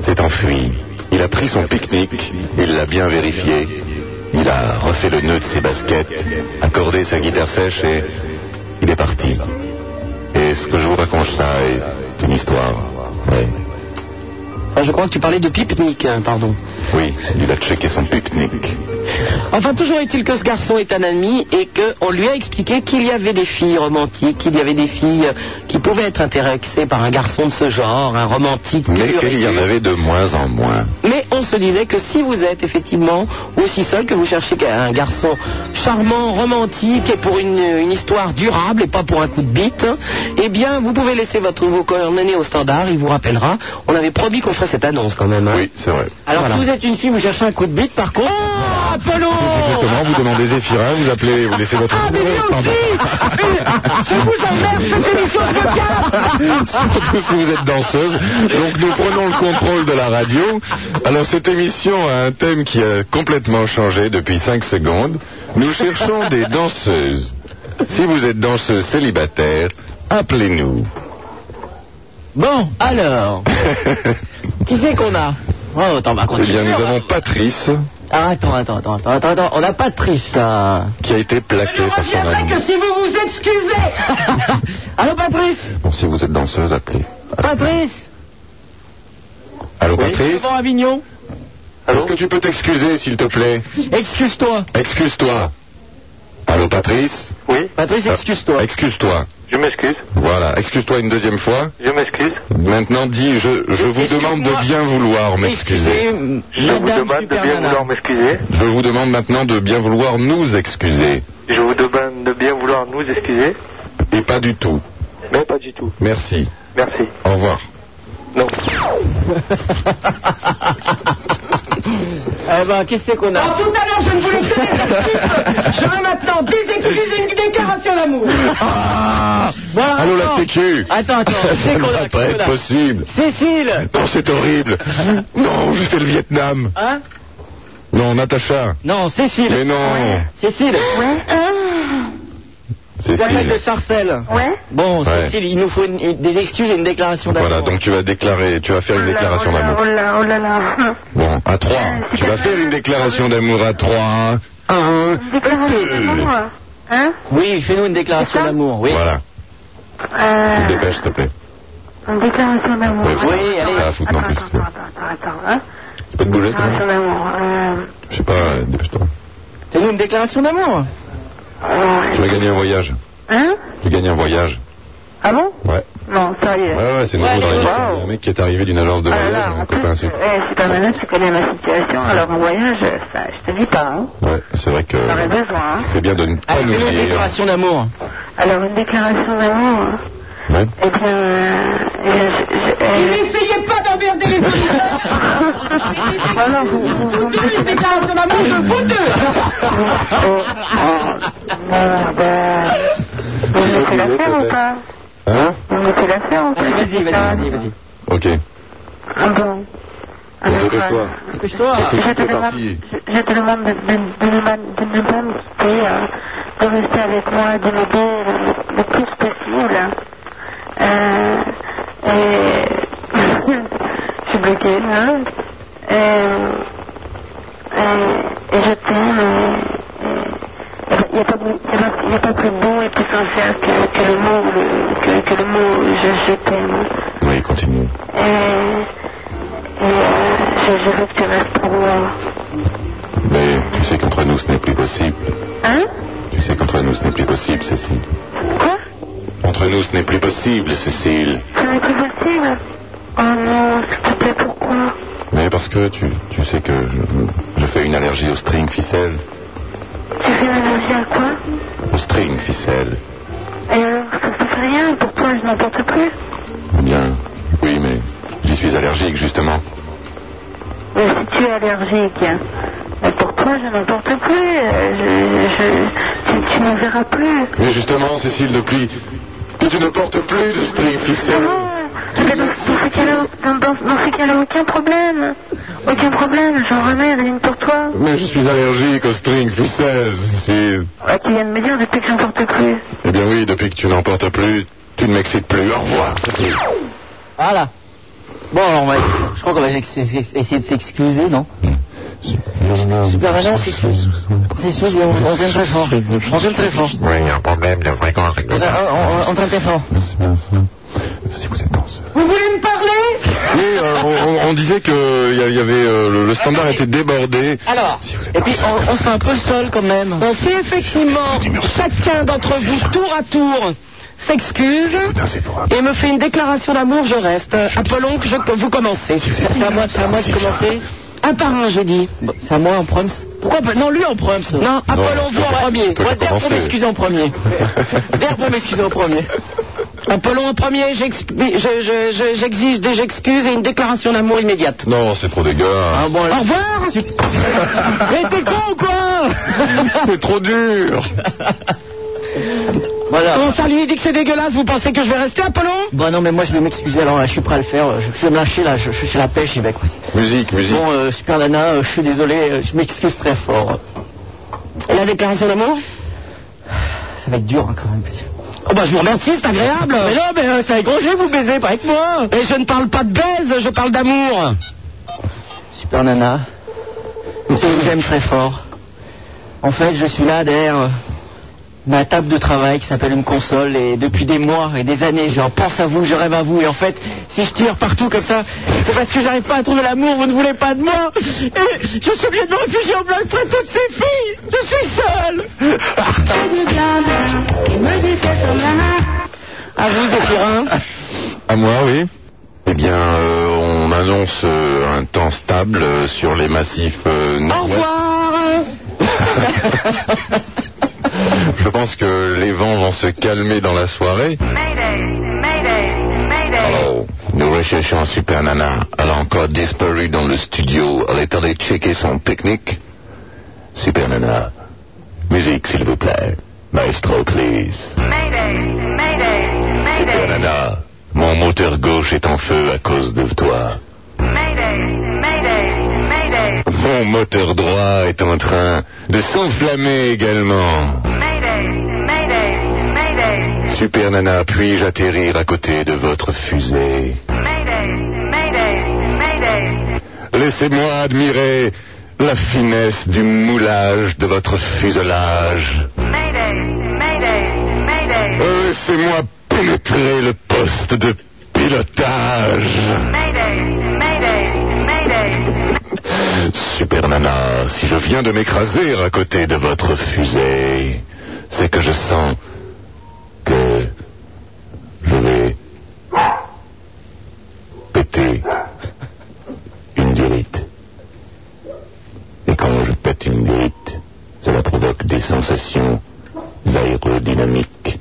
Speaker 17: s'est enfui. Il a pris son pique-nique, il l'a bien vérifié, il a refait le nœud de ses baskets, accordé sa guitare sèche et il est parti. Et ce que je vous raconte là est une histoire. Oui,
Speaker 4: Enfin, je crois que tu parlais de pique-nique, hein, pardon.
Speaker 17: oui il a checké son pique-nique.
Speaker 4: Enfin, toujours est-il que ce garçon est un ami et qu'on lui a expliqué qu'il y avait des filles romantiques, qu'il y avait des filles qui pouvaient être intéressées par un garçon de ce genre, un romantique.
Speaker 17: Mais
Speaker 4: pur et
Speaker 17: qu'il y en
Speaker 4: dur.
Speaker 17: avait de moins en moins.
Speaker 4: Mais on se disait que si vous êtes effectivement aussi seul que vous cherchez un garçon charmant, romantique et pour une, une histoire durable et pas pour un coup de bite, eh bien vous pouvez laisser votre, vos coordonnées au standard, il vous rappellera. On avait promis qu'on ferait cette annonce quand même. hein. Oui,
Speaker 17: c'est vrai.
Speaker 5: Alors, si vous
Speaker 4: êtes une fille, vous cherchez un coup de bite par contre. Oh, Apollon
Speaker 17: Exactement, vous demandez Zéphirin, vous appelez, vous laissez votre numéro au standard.
Speaker 4: Je vous emmerde, cette émission, je me
Speaker 17: (laughs) Surtout si vous êtes danseuse. Donc nous prenons le contrôle de la radio. Alors cette émission a un thème qui a complètement changé depuis 5 secondes. Nous cherchons des danseuses. Si vous êtes danseuse célibataire, appelez-nous.
Speaker 5: Bon, alors.
Speaker 17: (laughs)
Speaker 4: Qui c'est qu'on a
Speaker 5: Oh, attends, on va
Speaker 17: Eh
Speaker 5: continuer.
Speaker 17: bien nous avons Patrice.
Speaker 4: Ah, attends, attends, attends, attends, attends, attends, on n'a pas de Trice,
Speaker 23: euh.
Speaker 4: là.
Speaker 17: Qui a été plaqué par son
Speaker 11: reviendrai
Speaker 17: ami.
Speaker 11: que si vous vous excusez.
Speaker 4: (laughs) Allô, Patrice
Speaker 17: Bon, si vous êtes danseuse, appelez.
Speaker 4: Patrice
Speaker 17: Allô, Patrice
Speaker 4: Laurent Avignon
Speaker 17: Est-ce que tu peux t'excuser, s'il te plaît
Speaker 4: Excuse-toi.
Speaker 17: Excuse-toi. Allô, Patrice
Speaker 5: Oui
Speaker 4: Patrice, excuse-toi.
Speaker 17: Excuse-toi.
Speaker 5: Je m'excuse.
Speaker 17: Voilà, excuse-toi une deuxième fois.
Speaker 5: Je m'excuse.
Speaker 17: Maintenant, dis, je, je vous demande de bien vouloir m'excuser.
Speaker 5: Je vous demande de bien vouloir m'excuser.
Speaker 17: Je vous demande maintenant de bien vouloir nous excuser.
Speaker 5: Je vous demande de bien vouloir nous excuser.
Speaker 17: Et pas du tout.
Speaker 5: Mais pas du tout.
Speaker 17: Merci.
Speaker 5: Merci.
Speaker 17: Au revoir.
Speaker 5: Non.
Speaker 4: Eh ben, qu'est-ce qu'on a
Speaker 11: Tout à l'heure, je ne voulais que des excuses. Je veux maintenant des excuses et une déclaration d'amour.
Speaker 4: Ah. Voilà,
Speaker 17: Allô, la
Speaker 4: attends.
Speaker 17: sécu
Speaker 4: Attends, attends,
Speaker 17: (laughs)
Speaker 4: c'est qu'on
Speaker 17: Ça
Speaker 4: a,
Speaker 17: va pas
Speaker 4: c'est qu'on
Speaker 17: être
Speaker 4: a.
Speaker 17: possible.
Speaker 4: Cécile
Speaker 17: Non, c'est horrible. Non, j'ai fait le Vietnam.
Speaker 4: Hein
Speaker 17: Non, Natacha.
Speaker 4: Non, Cécile
Speaker 17: Mais non.
Speaker 4: Cécile Cécile de
Speaker 17: Cécile.
Speaker 4: Sarcelles
Speaker 24: Ouais
Speaker 4: Bon,
Speaker 17: Ouais.
Speaker 4: Cécile, il nous faut une- une- des excuses et une déclaration d'amour.
Speaker 17: Voilà, donc tu vas déclarer, tu vas faire une déclaration d'amour.
Speaker 10: là, oh là là.
Speaker 17: Bon, à 3. Tu vas faire une déclaration d'amour à 3. 1.
Speaker 10: Déclaration Hein
Speaker 4: Oui, fais-nous une déclaration d'amour, oui.
Speaker 17: Voilà.
Speaker 10: euh,
Speaker 17: Dépêche, s'il te plaît.
Speaker 10: Une déclaration d'amour.
Speaker 17: Oui, oui, allez. Ça va foutre, non,
Speaker 10: Attends,
Speaker 17: plus.
Speaker 10: attends, attends, attends, hein.
Speaker 17: Tu peux te bouger, toi
Speaker 10: Déclaration d'amour. euh,
Speaker 17: hein. Je sais pas, euh, dépêche-toi.
Speaker 4: Fais-nous une déclaration d'amour.
Speaker 17: Tu vas gagner un voyage.
Speaker 10: Hein
Speaker 17: Tu gagnes un voyage.
Speaker 10: Ah bon
Speaker 17: Ouais.
Speaker 10: Non, sérieux.
Speaker 17: Ouais, ouais, c'est nouveau dans l'émission. Il y a un mec qui est arrivé d'une agence de
Speaker 10: Ah
Speaker 17: voyage, mon copain, c'est.
Speaker 10: Eh, c'est pas malin, tu connais ma situation. Alors, en voyage, ça, je te dis pas, hein.
Speaker 17: Ouais, c'est vrai que.
Speaker 10: J'aurais besoin, hein.
Speaker 17: Ah, C'est bien de ne pas
Speaker 10: Allez,
Speaker 17: nous
Speaker 10: fais-nous une
Speaker 17: dire.
Speaker 10: déclaration
Speaker 4: d'amour.
Speaker 10: Alors, une déclaration d'amour.
Speaker 17: Ouais.
Speaker 10: Eh bien, euh, je- je- euh,
Speaker 11: Et n'essayez pas d'emmerder les auditeurs.
Speaker 10: Voilà, vous, vous, vous,
Speaker 11: Toutes les déclarations d'amour, je vous deux.
Speaker 10: Ah, vous me mettez ah. la faire ou pas
Speaker 17: Hein
Speaker 10: Vous me mettez la faire ou pas
Speaker 4: Vas-y, vas-y, vas-y, vas-y.
Speaker 17: Ok.
Speaker 10: Ah bon
Speaker 17: Bon, dépêche-toi.
Speaker 4: euh, Dépêche-toi.
Speaker 17: Parce que
Speaker 10: Je
Speaker 17: tu
Speaker 10: te
Speaker 17: fais
Speaker 10: demande,
Speaker 17: partie.
Speaker 10: je te demande de, de, de, ne pas- de ne pas me quitter, hein, de rester avec moi, de m'aider euh, le plus possible. hein. Euh, et... (laughs) je suis bloquée, hein. Euh, et, et je t'aime. euh, et- Il n'y a, pas de- il y a pas- il y a pas plus beau et plus sincère que, que le mot, le- que, que le mot je, je t'aime.
Speaker 17: Oui, continue.
Speaker 10: Et, et, euh, je, je veux que tu restes pour moi.
Speaker 17: Mais tu sais qu'entre nous, ce n'est plus possible.
Speaker 10: Hein
Speaker 17: Tu sais qu'entre nous, ce n'est plus possible, Cécile. Quoi Entre nous, ce n'est plus possible, Cécile.
Speaker 10: Ça n'est plus possible Oh non, s'il te plaît, pourquoi
Speaker 17: Mais parce que tu, tu sais que je, je fais une allergie au string ficelle.
Speaker 10: Tu fais une allergie à quoi
Speaker 17: Au string ficelle.
Speaker 10: Et alors, ça ne fait rien, pour toi, je n'emporte plus
Speaker 17: Bien. Oui, mais j'y suis allergique, justement.
Speaker 10: Mais si tu es allergique, mais pour toi, je n'emporte plus. euh, Je, je- tu, tu ne verras plus.
Speaker 17: Mais justement, Cécile, depuis. Tu ne portes plus de string ficelle.
Speaker 10: Mais dans, dans ce cas-là, dans, dans- dans ce cas-là, aucun problème. Aucun problème, j'en remets rien pour toi.
Speaker 17: Mais je suis allergique au string ficelle, Cécile.
Speaker 10: Ah, tu viens de me dire depuis que j'emporte plus.
Speaker 17: Eh bien oui, depuis que tu n'en portes plus, tu ne m'excites plus. Au revoir, Cécile.
Speaker 4: Voilà. Bon, alors, on va- je crois qu'on va ex- ex- essayer de s'excuser, non Super Nana, on s'excuse. On s'excuse et on, on t'aime très fort. On t'aime très fort.
Speaker 17: Oui, il y a un problème de fréquence avec
Speaker 4: On, on, on t'aime très fort.
Speaker 11: Vous voulez me parler
Speaker 17: Oui, euh, on, on- on disait que il y a- il y avait euh, le, le standard était débordé.
Speaker 9: Alors,
Speaker 4: Et puis, on, on se fait un peu seul quand même.
Speaker 9: on fait effectivement, chacun d'entre vous, tour à tour, s'excuse et me fait une déclaration d'amour, je reste. Apollon, que je, que vous commencez.
Speaker 4: C'est à moi, c'est à moi de commencer.
Speaker 9: Un par un, je dis.
Speaker 4: C'est à moi en proms.
Speaker 9: Pourquoi pas Non, lui en premier. Non, Apollon, vous en premier.
Speaker 4: Moi, d'air pour m'excuser en premier.
Speaker 9: (laughs)
Speaker 4: D'air pour m'excuser en premier.
Speaker 9: Apollon en premier, j'expli- je- je- je- j'exige des excuses et une déclaration d'amour immédiate.
Speaker 17: Non, c'est trop dégueulasse.
Speaker 9: Au revoir Mais t'es con ou quoi
Speaker 17: (laughs) c'est trop dur.
Speaker 4: Voilà.
Speaker 9: Quand ça lui dit que c'est dégueulasse, vous pensez que je vais rester Apollon
Speaker 4: Bon, non, mais moi, je vais m'excuser. Alors là, je suis prêt à le faire. Je, je vais me lâcher là. Je, je suis chez la pêche, j'y vais. quoi.
Speaker 17: Musique, musique.
Speaker 4: Bon, euh, super nana, euh, je suis désolé. euh, je m'excuse très fort.
Speaker 9: Et la déclaration d'amour
Speaker 4: Ça va être dur hein, quand même.
Speaker 9: Oh bah je vous remercie, c'est agréable
Speaker 4: Mais non, mais euh, c'est avec Roger, vous baisez, pas avec moi.
Speaker 9: Et je ne parle pas de baise, je parle d'amour
Speaker 4: Super nana,
Speaker 25: que j'aime très fort. En fait, je suis là derrière euh, ma table de travail qui s'appelle une console et depuis des mois et des années, j'en pense à vous, je rêve à vous et en fait, si je tire partout comme ça, c'est parce que j'arrive pas à trouver l'amour, vous ne voulez pas de moi et je suis obligé de me réfugier en blague près de toutes ces filles, je suis seul À vous, Zéphirin.
Speaker 7: À moi, oui. Eh bien, euh, on annonce euh, un temps stable euh, sur les massifs euh,
Speaker 17: (laughs) Au
Speaker 7: nord-ouest.
Speaker 17: revoir
Speaker 7: Je pense que les vents vont se calmer dans la soirée. Alors, nous recherchons Super Nana. Elle a encore disparu dans le studio. Elle est allée checker son pique-nique. Super Nana, musique s'il vous plaît. Maestro, please. Super Nana, mon moteur gauche est en feu à cause de toi. Mon moteur droit est en train de s'enflammer également. Super Nana, puis-je atterrir à côté de votre fusée Laissez-moi admirer la finesse du moulage de votre fuselage. Euh, Laissez-moi pénétrer le poste de pilotage. Super Nana, Ah, si je viens de m'écraser à côté de votre fusée, c'est que je sens que je vais péter une durite. Et quand je pète une durite, cela provoque des sensations aérodynamiques.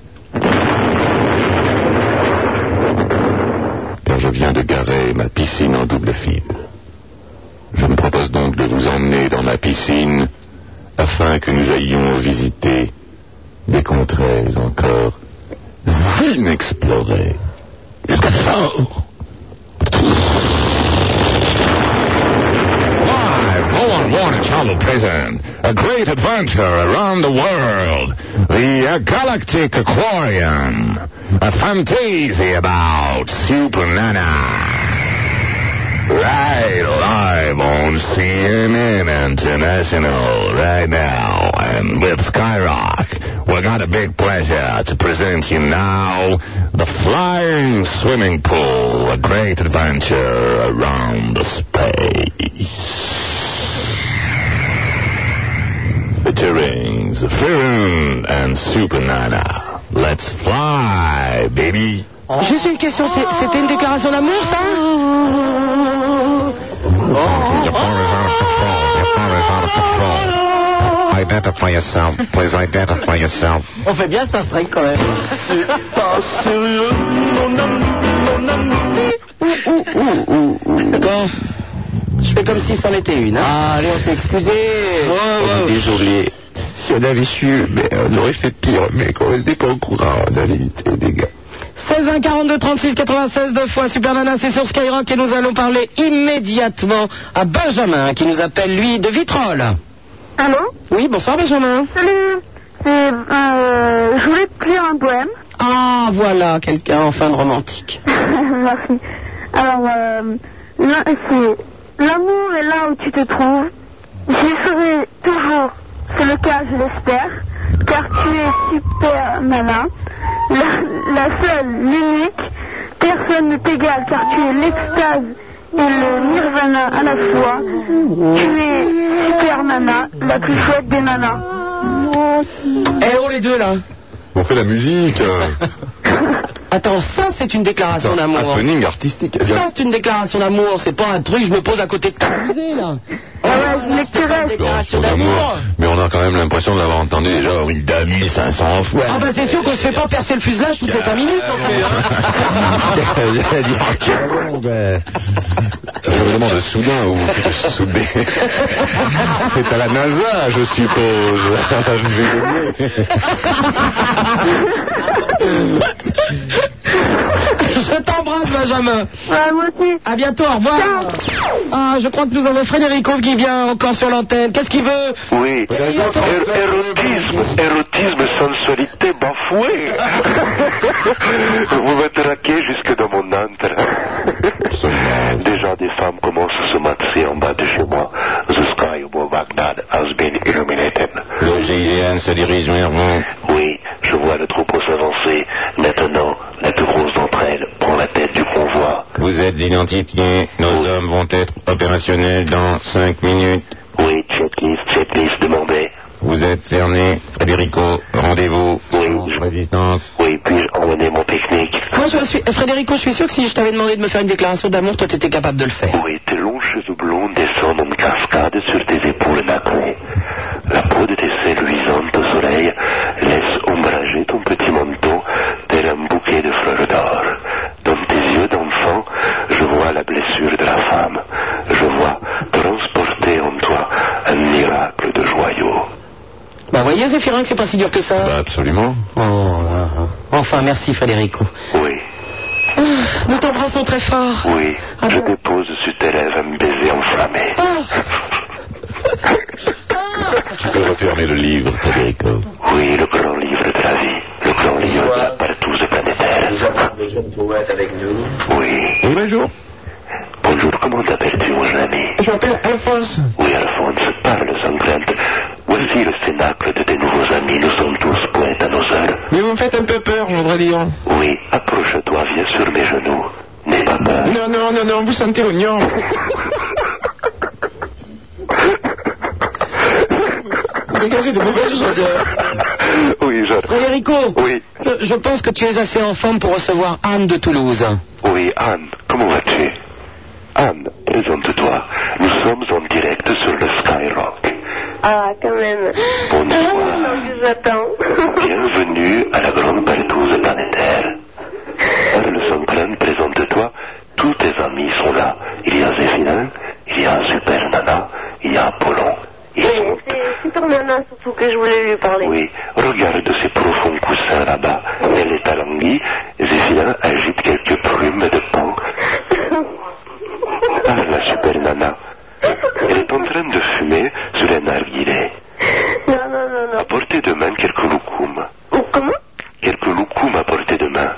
Speaker 7: Car je viens de garer ma piscine en double fil. Je me propose donc de vous emmener dans ma piscine afin que nous ayons visiter des contrées encore inexplorées. Jusqu'à fort. Live, Roland Warner Travel present a great adventure around the world. The Galactic Aquarium. A fantasy about Super Nana. Right live on CNN International right now, and with Skyrock, we got a big pleasure to present you now the flying swimming pool, a great adventure around the space. Featuring Zephyrin and Super Nana. Let's fly, baby.
Speaker 4: Juste une question, c'est- c'était une déclaration d'amour, ça
Speaker 26: Your bar is out of control. Your bar is out of control. Identify yourself. Please identify yourself.
Speaker 25: On fait bien Star Trek quand même.
Speaker 17: C'est pas sérieux, mon ami, mon ami.
Speaker 25: Bon, je fais comme si c'en était une. hein. allez, on s'est excusé.
Speaker 10: Ah, Oh.
Speaker 8: Désolé. Si on avait su, mais
Speaker 15: euh,
Speaker 8: on aurait fait pire, mais quand on n'était pas au courant, on avait évité les dégâts.
Speaker 4: 16 1 42 36 96 deux fois Super Nana, c'est sur Skyrock et nous allons parler immédiatement à Benjamin qui nous appelle lui de Vitrolles.
Speaker 10: Allô
Speaker 4: Oui, bonsoir Benjamin.
Speaker 10: Salut C'est, euh, Je voulais te lire un poème.
Speaker 4: Ah voilà, quelqu'un enfin de romantique.
Speaker 10: (laughs) Merci. Alors, euh, l'un- c'est L'amour est là où tu te trouves. J'y serai toujours. C'est le cas, je l'espère. Car tu es super malin. La, la seule, l'unique. Personne ne t'égale car tu es l'extase et le nirvana à la fois. Tu es super nana, la plus chouette des nanas.
Speaker 4: Eh oh les deux là
Speaker 7: On fait la musique.
Speaker 4: (laughs) Attends, ça c'est une déclaration d'amour.
Speaker 7: Happening artistique. Eh bien,
Speaker 4: Ça c'est une déclaration d'amour, c'est pas un truc, je me pose à côté de ta musée là.
Speaker 7: Déclaration
Speaker 14: (coughs)
Speaker 7: d'amour. Mais on a quand même l'impression de l'avoir entendu déjà au mille d'un mille cinq cents fois.
Speaker 4: Ah bah c'est sûr qu'on se fait pas percer le fuselage toutes les 5 minutes. non plus,
Speaker 7: Je me demande soudain où vous vous
Speaker 4: (laughs)
Speaker 7: soudez. C'est à la NASA, je
Speaker 4: (laughs)
Speaker 7: suppose. (laughs) Je vais gagner.
Speaker 4: Je t'embrasse, Benjamin. À bientôt, au revoir. Ah, je crois que nous avons Frédéric Auve qui vient encore sur l'antenne. Qu'est-ce qu'il veut
Speaker 3: Oui, Ér- érotisme, érotisme, sensualité bafouée. Vous me traquez jusque dans mon antre. Déjà, des femmes commencent à se matrer en bas de chez moi, jusqu'à Yobova.
Speaker 17: se dirige vers vous.
Speaker 3: Oui, je vois le troupeau s'avancer. Maintenant, la plus grosse d'entre elles prend la tête du convoi.
Speaker 17: Vous êtes identifié. Nos hommes vont être opérationnels dans 5 minutes.
Speaker 3: Oui, checklist, checklist, demandez.
Speaker 17: Vous êtes cerné. Frédérico, rendez-vous. Oui. Résistance.
Speaker 3: Oui, puis-je emmener mon pique-nique
Speaker 4: Moi, je suis, euh, Frédérico, je suis sûr que si je t'avais demandé de me faire une déclaration d'amour, toi, t'étais capable de le faire.
Speaker 3: Oui, tes longs cheveux blonds descendent en cascade sur tes épaules nacrées. La peau de tes selles luisantes au soleil laisse ombrager ton petit manteau tel un bouquet de fleurs d'or. Dans tes yeux d'enfant, je vois la blessure de la femme. Je vois transporter en toi un miracle de joyaux.
Speaker 4: Bah, voyez, Zéphirin, que c'est pas si dur que ça.
Speaker 3: Bah,
Speaker 4: Oh,
Speaker 17: absolument.
Speaker 4: Enfin, merci, Frédérico.
Speaker 3: Oui.
Speaker 4: Nous t'embrassons très fort.
Speaker 3: Oui, je dépose sur tes lèvres un baiser enflammé.
Speaker 17: Tu peux refermer le livre, Frédérico.
Speaker 3: Oui, le grand livre de la vie. Le grand livre de la partout de planétaire. Nous avons
Speaker 14: des jeunes poètes avec nous.
Speaker 3: Oui.
Speaker 17: bonjour.
Speaker 3: Bonjour, comment t'appelles-tu, mon ami
Speaker 14: Je m'appelle Alphonse.
Speaker 3: Oui, Alphonse, parle sans crainte. Voici le cénacle de tes nouveaux amis. Nous sommes tous poètes à nos heures.
Speaker 14: Mais vous me faites un peu peur, je voudrais dire.
Speaker 3: Oui, approche-toi, viens sur mes genoux.
Speaker 14: Ah, Non, non, non, non, vous sentez l'oignon.
Speaker 4: Dégagez de (laughs) mauvaises odeurs.
Speaker 3: Oui, je...
Speaker 4: Frédérico.
Speaker 3: Oui.
Speaker 4: Je, je pense que tu es assez en forme pour recevoir Anne de Toulouse.
Speaker 3: Oui, Anne, comment vas-tu Anne, présente-toi. Nous sommes en direct sur le Skyrock.
Speaker 10: Ah, quand même. (laughs) Bonsoir. J'attends.
Speaker 3: Bienvenue à la grande partouze planétaire. Parle sans crainte, présente-toi. Tous tes amis sont là. Il y a Zéphirin, il y a Super Nana, il y a Apollon.
Speaker 10: Oui, c'est- c'est ton nana surtout que je voulais lui parler.
Speaker 3: Oui, regarde ces profonds coussins là-bas. Elle est alanguie. Zéphirin agite quelques plumes de pan. Parle la super nana. Elle est en train de fumer sur un narguilé.
Speaker 10: Non, non, non, non.
Speaker 3: À portée de main, quelques loukoums.
Speaker 10: Comment
Speaker 3: Quelques loukoums à portée de main.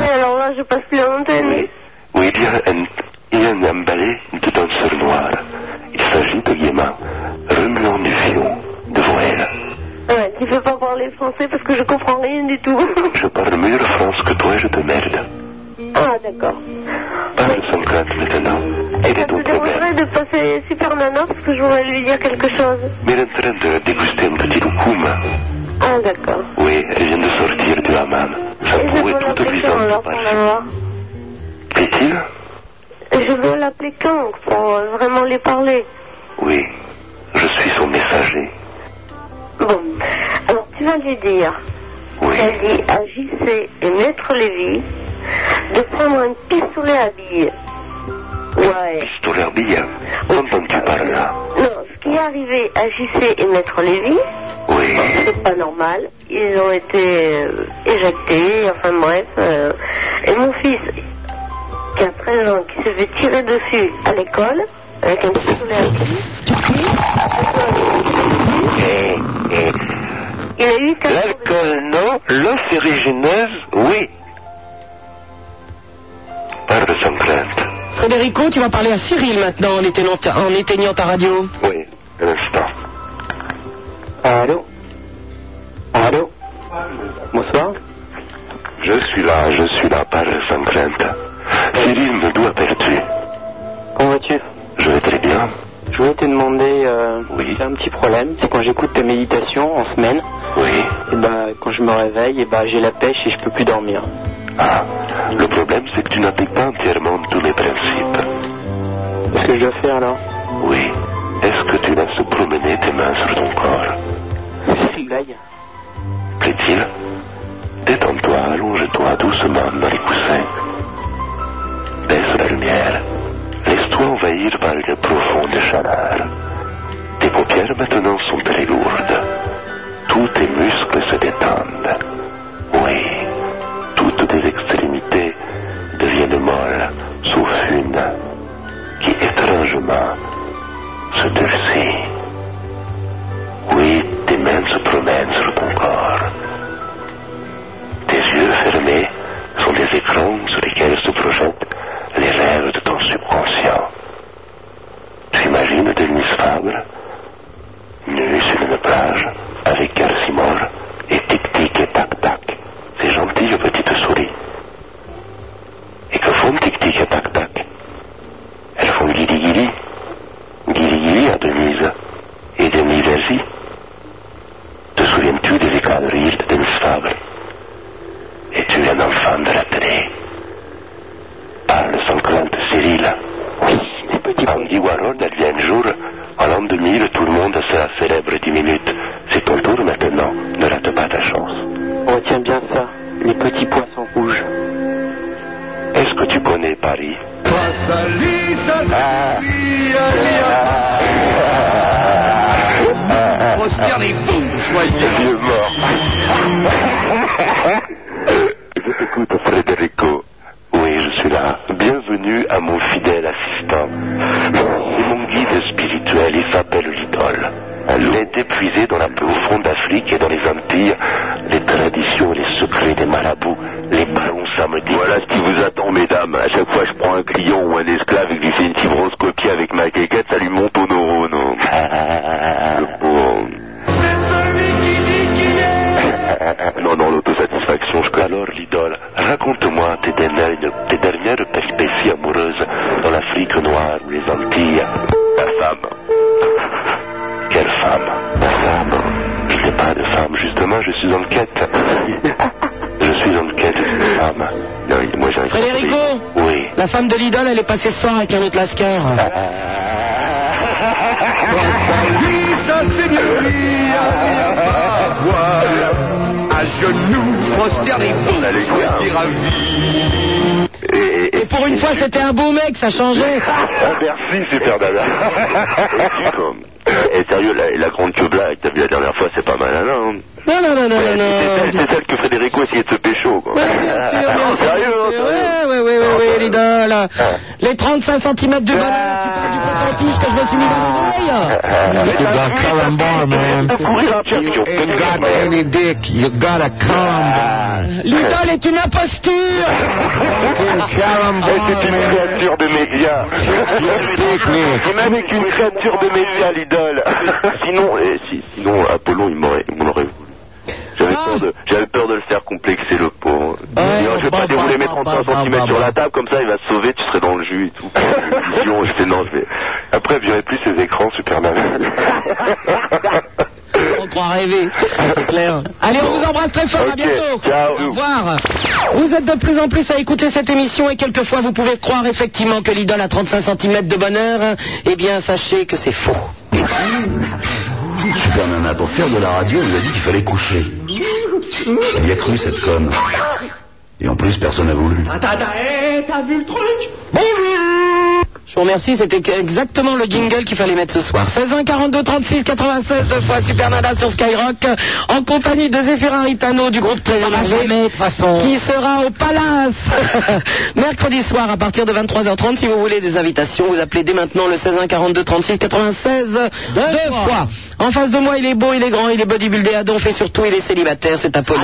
Speaker 10: Oui, alors là, je passe plus la montagne.
Speaker 3: Oui, il y a un, il y a un emballé de danseur noir. Il s'agit de Yéma, remuant du fion devant elle.
Speaker 10: Ouais, tu peux pas parler français parce que je comprends rien du tout.
Speaker 3: Je parle mieux France que toi et je te merde. Ah,
Speaker 10: ah, d'accord.
Speaker 3: Parle sans crainte maintenant.
Speaker 10: Et ça te dérangerait de passer super nana parce que je voudrais lui dire quelque chose.
Speaker 3: Mais elle est en train de déguster un petit loukoum.
Speaker 10: Ah, d'accord.
Speaker 3: Oui, elle vient de sortir du hammam. Sa
Speaker 10: Et
Speaker 3: peau
Speaker 10: je
Speaker 3: est
Speaker 10: dois
Speaker 3: toute
Speaker 10: l'appeler quand
Speaker 3: luisante
Speaker 10: alors
Speaker 3: de
Speaker 10: pour
Speaker 3: parfum.
Speaker 10: la voir
Speaker 3: Est-il
Speaker 10: Je dois l'appeler quand pour euh, vraiment les parler.
Speaker 3: Oui, je suis son messager.
Speaker 10: (laughs) Bon, alors tu vas lui dire qu'elle dit à JC et Maître Lévy de prendre un pistolet à billes. Ouais.
Speaker 3: Pistolet à billes Entends-tu par là
Speaker 10: Non, ce qui est arrivé à JC et Maître Lévy, c'est pas normal. Ils ont été euh, éjectés, enfin bref. euh, et mon fils, qui a 13 ans, qui s'est fait tirer dessus à l'école, avec un pistolet à billes, il a eu
Speaker 3: L'alcool, non. L'eau ferrigineuse, oui. Parle sans crainte.
Speaker 4: Frédérico, tu vas parler à Cyril maintenant en éteignant ta, en éteignant ta radio.
Speaker 3: Oui, un instant.
Speaker 14: Allô Allô Bonsoir
Speaker 3: Je suis là, je suis là, parle sans crainte. Cyril, me dois perdu.
Speaker 14: Comment vas-tu
Speaker 3: Je vais très bien.
Speaker 14: Je voulais te demander, euh, j'ai un petit problème, c'est quand j'écoute tes méditations en semaine,
Speaker 3: oui.
Speaker 14: et bah, quand je me réveille, et bah, j'ai la pêche et je peux plus dormir.
Speaker 3: Ah, le problème, c'est que tu n'appliques pas entièrement tous mes principes.
Speaker 14: Qu'est-ce que je dois faire alors
Speaker 3: Oui. Est-ce que tu laisses promener tes mains sur ton corps
Speaker 14: C'est une blague.
Speaker 3: Plaît-il Détends-toi, allonge-toi doucement dans les coussins. Baisse la lumière. Laisse-toi envahir par une profonde chaleur. Tes paupières maintenant sont très lourdes. Tous tes muscles se détendent. Oui, toutes tes extrémités deviennent molles, sauf une, qui étrangement se durcit. Oui, tes mains se promènent sur ton corps. Tes yeux fermés sont des écrans sur lesquels se projettent les rêves de ton subconscient. Tu imagines sable, nu sur une plage, avec Calcimore, et tic-tic et tac-tac, ces gentilles petites souris. Et que font tic-tic et tac-tac Elles font guili-guili, guili-guili à Denise, et Denise ainsi. Te souviens-tu des éclats de rire de Denise Fabre Es-tu un enfant de la télé Parle sanglante Cyril. Andy Warhol devient un jour, en l'an 2000, tout le monde sera célèbre 10 minutes. C'est ton tour maintenant, ne rate pas ta chance.
Speaker 14: Retiens bien ça, les petits poissons rouges.
Speaker 3: Est-ce que tu connais Paris
Speaker 19: Prosternez-vous, soyez vieux mort.
Speaker 3: Je t'écoute, Frédérico. Oui, je suis là. Bienvenue à mon fidèle assistant. C'est mon guide spirituel, il s'appelle l'idole. Il est épuisé dans la profonde Afrique et dans les Antilles, les traditions et les secrets des marabouts, les barons samedis.
Speaker 15: Voilà ce qui vous attend, mesdames. À chaque fois, je prends un client ou un esclave avec du centibrose copié avec ma quéquette, ça lui monte au neurone. Le pauvre.
Speaker 3: non, non, l'autosatisfaction, je connais. Alors, l'idole, raconte-moi tes dernières, tes dernières péripéties amoureuses dans l'Afrique noire ou les Antilles. Ta femme. Quelle femme Ma femme. Je n'ai pas de femme, justement, je suis en quête. je suis en quête d'une femme. Non, moi, j'ai un
Speaker 4: Frédérico
Speaker 3: Oh. Oui.
Speaker 4: La femme de l'idole, elle est passée ce soir avec un autre lascar.
Speaker 19: À genoux, prosternez-vous, soyez ravis.
Speaker 4: Et pour une fois, c'était un beau mec, ça changeait.
Speaker 15: Ah, merci, super
Speaker 14: (laughs)
Speaker 15: nana. euh, Et sérieux, la, la grande queue blague, t'as vu la dernière fois, c'est pas mal, hein, non
Speaker 4: Non, non, non, non, non,
Speaker 14: Ah,
Speaker 4: non.
Speaker 15: C'est celle que Frédérico essayait de se pécho, quoi. Ah,
Speaker 4: Bien sûr, bien sûr. Ouais, ouais, ouais, ouais, ouais, l'idole. Les 35 cm de valeur, tu parles du coton-tige que je me suis mis dans l'oreille. Ah.
Speaker 1: You got Columbar, man. You got any dick. You got a
Speaker 10: Ah.
Speaker 1: Columbar.
Speaker 4: L'idole est une imposture.
Speaker 15: C'est une créature de médias. C'est même avec une créature de médias, l'idole. Sinon, eh, si- sinon Apollon, il m'aurait il m'en aurait voulu. J'avais peur, de- j'avais peur de le faire complexer, le pauvre. Non, je vais pas dérouler mes
Speaker 8: Bah,
Speaker 15: 35 cm sur la table, comme ça, il va se sauver, tu serais dans le jus et
Speaker 8: (laughs)
Speaker 15: tout. Vision, je fais non, je vais...
Speaker 3: Après, je verrai plus ces écrans, super
Speaker 8: (laughs)
Speaker 4: On croit rêver. C'est clair. Allez, on vous embrasse très fort, à bientôt. Au revoir. Vous êtes de plus en plus à écouter cette émission et quelquefois vous pouvez croire effectivement que l'idole a 35 cm de bonheur. Eh bien, sachez que c'est faux.
Speaker 16: Super Nana, pour faire de la radio, on lui a dit qu'il fallait coucher. Elle y a cru, cette conne. Et en plus, personne n'a voulu.
Speaker 4: Attends, attends, eh, t'as vu le truc Bonjour Je vous remercie, c'était exactement le jingle qu'il fallait mettre ce soir. 16 1 42 36 96 deux fois Super Nana sur Skyrock en compagnie de Zéphira Ritano du groupe Trésor jamais de façon. qui sera au Palace (laughs) mercredi soir à partir de 23h30 si vous voulez des invitations, vous appelez dès maintenant le 16 1 42 36 96 deux, fois. En face de moi, il est beau, il est grand, il est bodybuildé à donf et surtout il est célibataire, c'est Apollon.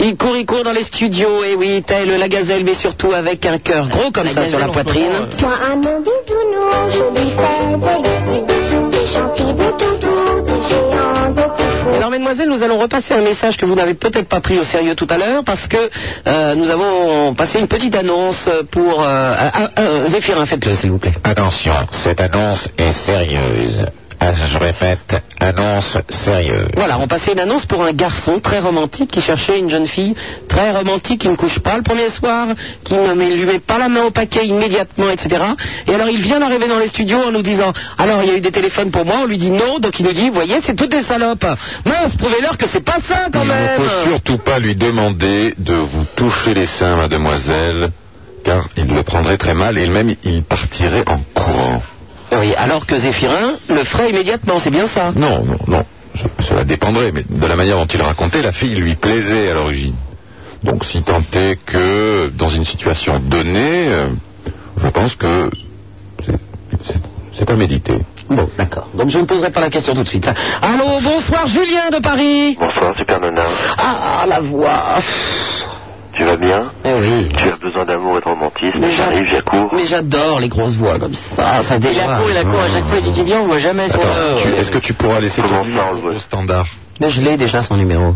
Speaker 4: Il court, il court dans les studios, et oui, tel la gazelle, mais surtout avec un cœur gros comme ça sur la poitrine.
Speaker 6: Toi, à mon bisounours, je lui fais des bisous, bisous, des gentils beaux toutous, des géants beaux
Speaker 4: Alors mesdemoiselles, nous allons repasser un message que vous n'avez peut-être pas pris au sérieux tout à l'heure parce que euh, nous avons passé une petite annonce pour... Euh, ah, ah, euh, Zéphirin, faites-le s'il vous plaît.
Speaker 7: Attention, cette annonce est sérieuse. Ah, Je répète, annonce sérieuse.
Speaker 4: Voilà, on passait une annonce pour un garçon très romantique qui cherchait une jeune fille très romantique qui ne couche pas le premier soir, qui ne met- lui met pas la main au paquet immédiatement, etc. Et alors il vient d'arriver dans les studios en nous disant Alors il y a eu des téléphones pour moi, on lui dit non, donc il nous dit Vous voyez, c'est toutes des salopes. Mince, prouvez-leur que c'est pas ça quand même
Speaker 17: Il ne faut surtout pas lui demander de vous toucher les seins, mademoiselle, car il le prendrait très mal et même il partirait en courant.
Speaker 4: Oui, alors que Zéphirin le ferait immédiatement, c'est bien ça
Speaker 17: Non, non, non. Ce- Cela dépendrait, mais de la manière dont il racontait, la fille lui plaisait à l'origine. Donc, si tant est que, dans une situation donnée, euh, je pense que c'est- c'est- c'est à méditer.
Speaker 4: Bon, d'accord. Donc je ne poserai pas la question tout de suite. hein. Allô, bonsoir Julien de Paris
Speaker 3: Bonsoir, super nana.
Speaker 4: Ah, la voix
Speaker 8: Tu vas bien oui. Tu as besoin d'amour et de romantisme. J'arrive, j'accours.
Speaker 4: Mais j'adore les grosses voix comme ça, ça
Speaker 8: Il
Speaker 4: dégoûte. Il a cours, il a cours à chaque fois, il dit qu'il vient, on voit jamais son
Speaker 17: Attends,
Speaker 8: euh,
Speaker 17: tu- est-ce que tu pourras laisser ton numéro au standard
Speaker 4: Mais je l'ai déjà son numéro.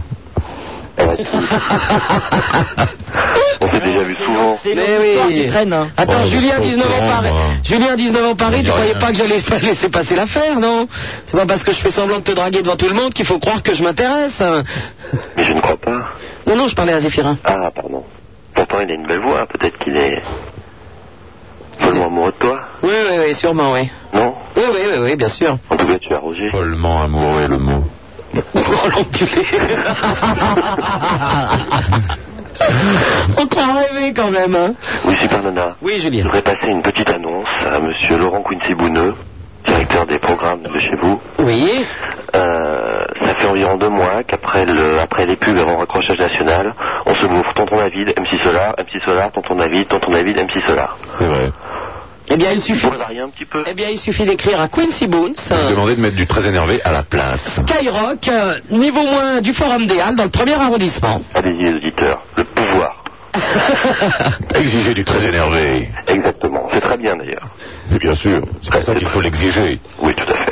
Speaker 8: Eh
Speaker 17: (laughs)
Speaker 8: On s'est déjà vu souvent.
Speaker 4: C'est l'histoire qui traîne. hein. Attends, Julien, 19 ans Paris. Julien, 19 ans Paris, tu croyais pas que j'allais pas laisser passer l'affaire, non C'est pas parce que je fais semblant de te draguer devant tout le monde qu'il faut croire que je m'intéresse.
Speaker 8: Mais je ne crois pas.
Speaker 4: Non, non, je parlais à Zéphirin.
Speaker 8: Ah, pardon. Pourtant, il a une belle voix. Peut-être qu'il est follement amoureux de toi.
Speaker 4: Oui, oui, oui, sûrement, oui.
Speaker 8: Non
Speaker 4: Oui, (laughs) oui, oui, oui, bien sûr.
Speaker 8: En tout cas, tu as Roger.
Speaker 17: Follement amoureux est le mot.
Speaker 5: (laughs)
Speaker 4: On croit rêver quand même, hein.
Speaker 8: Oui, super nana.
Speaker 4: Oui, Julien.
Speaker 8: Je voudrais passer une petite annonce à Euh, monsieur Laurent Quincy Bouneux, directeur des programmes de chez vous. Euh,
Speaker 4: Oui.
Speaker 8: ça fait environ deux mois qu'après le, après les pubs avant le raccrochage national, on se bouffe Tonton David, MC Solar, MC Solar, Tonton David, Tonton David, MC Solar.
Speaker 17: C'est vrai.
Speaker 4: Eh bien, il suffit.
Speaker 8: un petit peu.
Speaker 4: Eh bien, il suffit d'écrire à Quincy Boons.
Speaker 17: Je vais demander de mettre du très énervé à la place.
Speaker 4: Skyrock, euh, niveau moins du Forum des Halles, dans le premier
Speaker 8: (laughs)
Speaker 4: arrondissement.
Speaker 8: Allez-y, les auditeurs, le pouvoir.
Speaker 17: Exiger du très énervé.
Speaker 8: Exactement, c'est très bien d'ailleurs.
Speaker 17: Et bien sûr, c'est pour ça qu'il faut l'exiger.
Speaker 8: Oui, tout à fait.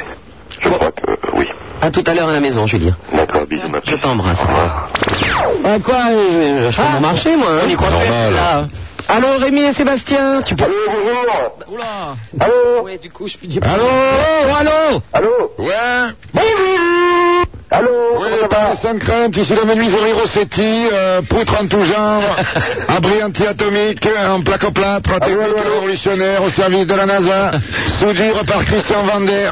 Speaker 4: À tout à l'heure à la maison, Julien.
Speaker 8: D'accord, bisous, ma
Speaker 4: Je t'embrasse. Ah, quoi euh, Je, je fais
Speaker 8: Ah.
Speaker 4: mon marché, moi. hein.
Speaker 27: Normal.
Speaker 4: Là. Allô, Rémi et Sébastien, tu peux...
Speaker 27: bonjour.
Speaker 4: Oula.
Speaker 27: Allô
Speaker 4: Ouais, du coup, je peux dire...
Speaker 27: Allô
Speaker 4: Oh, allô
Speaker 27: Allô
Speaker 17: Ouais
Speaker 27: Bonjour
Speaker 17: Allô Oui, par sans crainte, ici la menuiserie Rossetti, euh, poutre en tout
Speaker 4: (laughs)
Speaker 17: genre, abri anti-atomique, en plaque au
Speaker 4: Ah
Speaker 17: plâtre, technique révolutionnaire au service de la NASA, soudure par Christian Vander.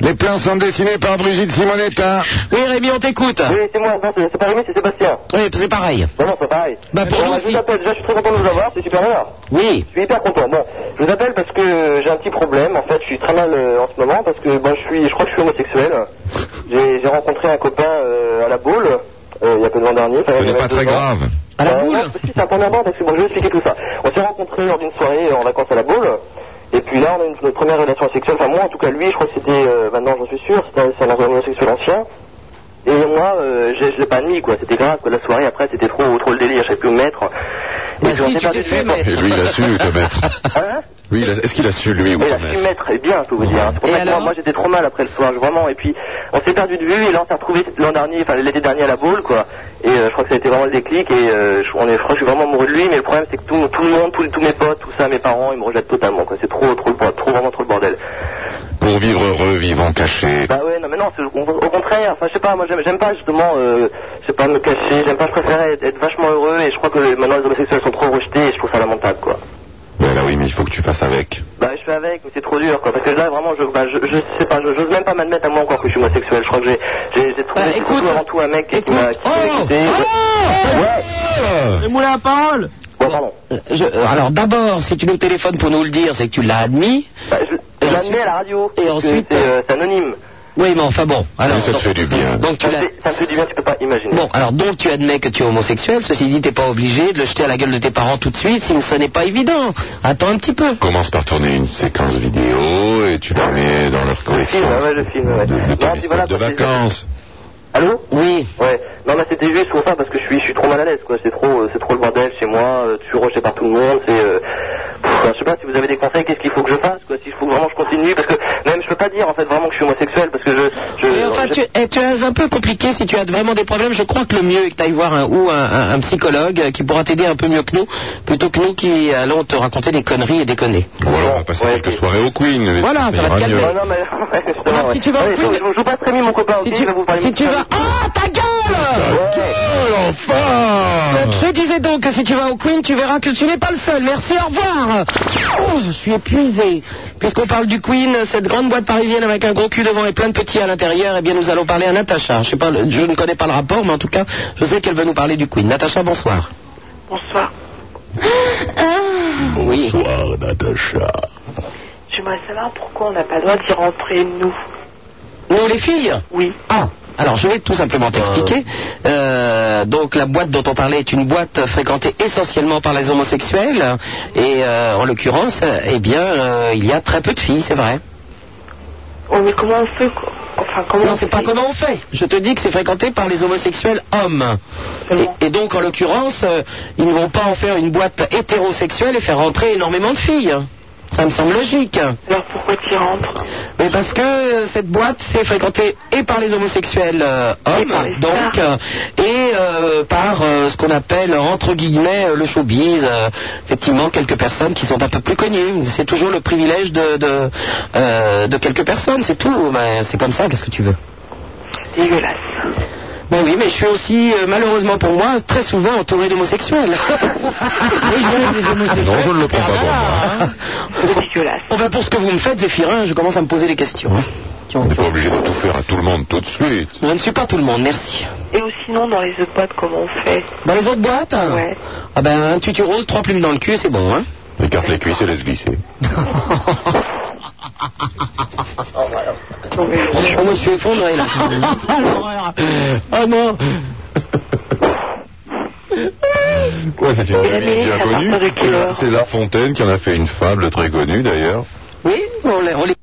Speaker 17: Les plans sont dessinés par Brigitte Simonetta.
Speaker 4: Oui, Rémi, on t'écoute.
Speaker 5: Oui, c'est moi, non, c'est c'est pas Rémi, c'est Sébastien.
Speaker 4: Oui, c'est pareil.
Speaker 5: Non, non, c'est pareil.
Speaker 4: Bah, pour
Speaker 5: Bon,
Speaker 4: nous
Speaker 5: je vous appelle, déjà, je suis très content de vous avoir, c'est super rare.
Speaker 4: Oui.
Speaker 5: Je suis hyper content. Bon, je vous appelle parce que j'ai un petit problème, en fait, je suis très mal euh, en ce moment, parce que, bon, je suis, je crois que je suis homosexuel. J'ai j'ai rencontré un copain euh, à la boule, euh, il y a peu de l'an dernier. Ce n'est pas très grave.
Speaker 4: À
Speaker 5: la boule Euh, Si, c'est un point d'abord, parce que, bon, je vais expliquer tout ça. On s'est rencontrés lors d'une soirée euh, en vacances à la boule. Et puis là, on a eu notre première relation sexuelle. Enfin, moi, en tout cas, lui, je crois que c'était, euh, maintenant, j'en suis sûr, c'était un- c'est un homosexuel ancien. Et moi, euh, je, je l'ai pas admis, quoi. C'était grave, quoi. La soirée après, c'était trop, trop le délire, je savais plus où me mettre. Et puis, on s'est perdu de vue.
Speaker 17: Et lui, il a su
Speaker 4: (laughs)
Speaker 17: te mettre.
Speaker 4: Hein
Speaker 17: Lui, il a- Est-ce qu'il a su, lui, ou
Speaker 5: Oui,
Speaker 17: te
Speaker 5: la
Speaker 17: mettre
Speaker 5: fumette, et bien, je peux vous dire. C'est pour ça que moi, moi, j'étais trop mal après le soir, je- vraiment. Et puis, on s'est perdu de vue, et là, on s'est retrouvés l'an dernier, enfin, l'été dernier à la boule, quoi. Et euh, je crois que ça a été vraiment le déclic, et euh, je, on est, je crois que je suis vraiment amoureux de lui, mais le problème, c'est que tout, tout le monde, tous, tous mes potes, tout ça, mes parents, ils me rejettent totalement, quoi. C'est trop, trop, le bordel, trop, vraiment trop le bordel.
Speaker 17: Pour vivre heureux, vivons cachés.
Speaker 5: Bah ouais, non, mais non, c'est au, au contraire, enfin, je sais pas, moi, j'aime j'aime pas, justement, euh, je sais pas, me cacher, j'aime pas, je préférais être, être vachement heureux, et je crois que maintenant, les homosexuels sont trop rejetés, et je trouve ça lamentable, quoi.
Speaker 17: Ouais, là, oui, mais il faut que tu fasses avec.
Speaker 5: Bah je fais avec, mais c'est trop dur quoi, parce que là vraiment je, bah, je, je sais pas, je- j'ose même pas m'admettre à moi encore que je suis homosexuel, je crois que j'ai- j'ai j'ai trouvé surtout avant tout un mec qui m'a qui m'a quitté.
Speaker 4: Le moulin à parole Euh, alors d'abord, si tu nous téléphones pour nous le dire, c'est que tu l'as admis. Euh,
Speaker 5: je l'admets à la radio. euh,
Speaker 4: Et ensuite. C'est
Speaker 5: anonyme.
Speaker 4: Oui, mais enfin bon. Alors,
Speaker 17: ça te
Speaker 4: donc-
Speaker 17: fait du bien.
Speaker 4: Donc tu l'as.
Speaker 5: Ça me fait du bien, tu peux pas imaginer.
Speaker 4: Bon, alors donc tu admets que tu es homosexuel. Ceci dit, t'es pas obligé de le jeter à la gueule de tes parents tout de suite, si ce n'est pas évident. Attends un petit peu.
Speaker 17: Commence par tourner une séquence vidéo et tu la mets dans leur collection. De, de ton espèce de vacances.
Speaker 5: Allô
Speaker 4: Oui.
Speaker 5: Ouais. Non mais c'était juste pour ça parce que je suis, je suis trop mal à l'aise quoi. C'est trop, euh, c'est trop le bordel chez moi. euh, Je suis rejeté par tout le monde. C'est, euh, pff, enfin, je sais pas si vous avez des conseils. Qu'est-ce qu'il faut que je fasse quoi S'il faut que vraiment je continue parce que même je peux pas dire en fait vraiment que je suis homosexuel parce que je, je
Speaker 4: Mais enfin, tu, eh, tu es un peu compliqué. Si tu as vraiment des problèmes, je crois que le mieux est que tu ailles voir un, ou un, un- un psychologue euh, qui pourra t'aider un peu mieux que nous, plutôt que nous qui allons te raconter des conneries et déconner.
Speaker 17: Ou alors on va passer quelques soirées au Queen. mais
Speaker 4: Voilà, ça va
Speaker 17: ira
Speaker 4: te calmer.
Speaker 17: Ah, mieux.
Speaker 4: Non, non,
Speaker 5: (laughs) Alors,
Speaker 4: Ah, si tu vas au
Speaker 5: je,
Speaker 4: Queen-
Speaker 5: je, je joue pas très bien mon copain.
Speaker 4: Si
Speaker 5: ok
Speaker 4: tu-
Speaker 5: je vais vous parler
Speaker 4: si
Speaker 5: de-
Speaker 4: tu vas- Ah, ta gueule
Speaker 17: enfin
Speaker 4: Euh, Je disais donc que si tu vas au Queen, tu verras que tu n'es pas le seul. Merci, au revoir. Oh, je suis épuisé. Puisqu'on parle du Queen, cette grande boîte parisienne avec un gros cul devant et plein de petits à l'intérieur, eh bien nous allons parler à Natacha. Je, sais pas, le- je ne connais pas le rapport, mais en tout cas, je sais qu'elle veut nous parler du Queen. Natacha, bonsoir.
Speaker 10: Bonsoir.
Speaker 4: Ah.
Speaker 17: Bonsoir, Natacha.
Speaker 10: J'aimerais savoir pourquoi on n'a pas le droit d'y rentrer, nous.
Speaker 4: Nous, les filles
Speaker 10: Oui.
Speaker 4: Ah, alors je vais tout simplement t'expliquer. Euh, donc la boîte dont on parlait est une boîte fréquentée essentiellement par les homosexuels. Et euh, en l'occurrence, eh bien, euh, il y a très peu de filles, c'est vrai.
Speaker 10: Oh, mais comment on fait
Speaker 9: Enfin, comment
Speaker 4: non, c'est pas comment on fait. Je te dis que c'est fréquenté par les homosexuels hommes. Et, et donc, en l'occurrence, euh, ils ne vont pas en faire une boîte hétérosexuelle et faire rentrer énormément de filles. Ça me semble logique. Alors pourquoi tu y rentres Mais parce que euh, cette boîte, c'est fréquentée et par les homosexuels euh, hommes, donc, euh, et euh, par euh, ce qu'on appelle, entre guillemets, euh, le showbiz. euh, effectivement, quelques personnes qui sont un peu plus connues. C'est toujours le privilège de, de, euh, de quelques personnes, c'est tout. Mais c'est comme ça, qu'est-ce que tu veux
Speaker 9: Dégueulasse.
Speaker 4: Ben oui, mais je suis aussi, euh, malheureusement pour moi, très souvent entouré d'homosexuels.
Speaker 17: Ah Non, je ne le prends pas pour moi.
Speaker 4: Oh, ben, pour ce que vous me faites, Zéphirin, je commence à me poser des questions. hein.
Speaker 17: On n'est pas obligé de tout faire à tout le monde tout de suite.
Speaker 4: Je ne suis pas tout le monde, merci.
Speaker 9: Et aussi non, dans les autres boîtes, comment on fait
Speaker 4: Dans les autres boîtes hein
Speaker 9: Ouais.
Speaker 4: Ah ben, un tutu rose, trois plumes dans le cul, c'est bon, hein
Speaker 17: Écarte les cuisses et laisse glisser.
Speaker 4: Oh, moi, je suis effondré,
Speaker 10: (laughs)
Speaker 4: là. Ah, L'horreur. oh non
Speaker 17: Ouais, c'est une famille
Speaker 4: ça
Speaker 17: bien
Speaker 4: part
Speaker 17: connue.
Speaker 4: pas de quelle heure
Speaker 17: C'est La Fontaine qui en a fait une fable très connue d'ailleurs.
Speaker 4: Oui, on les... on les-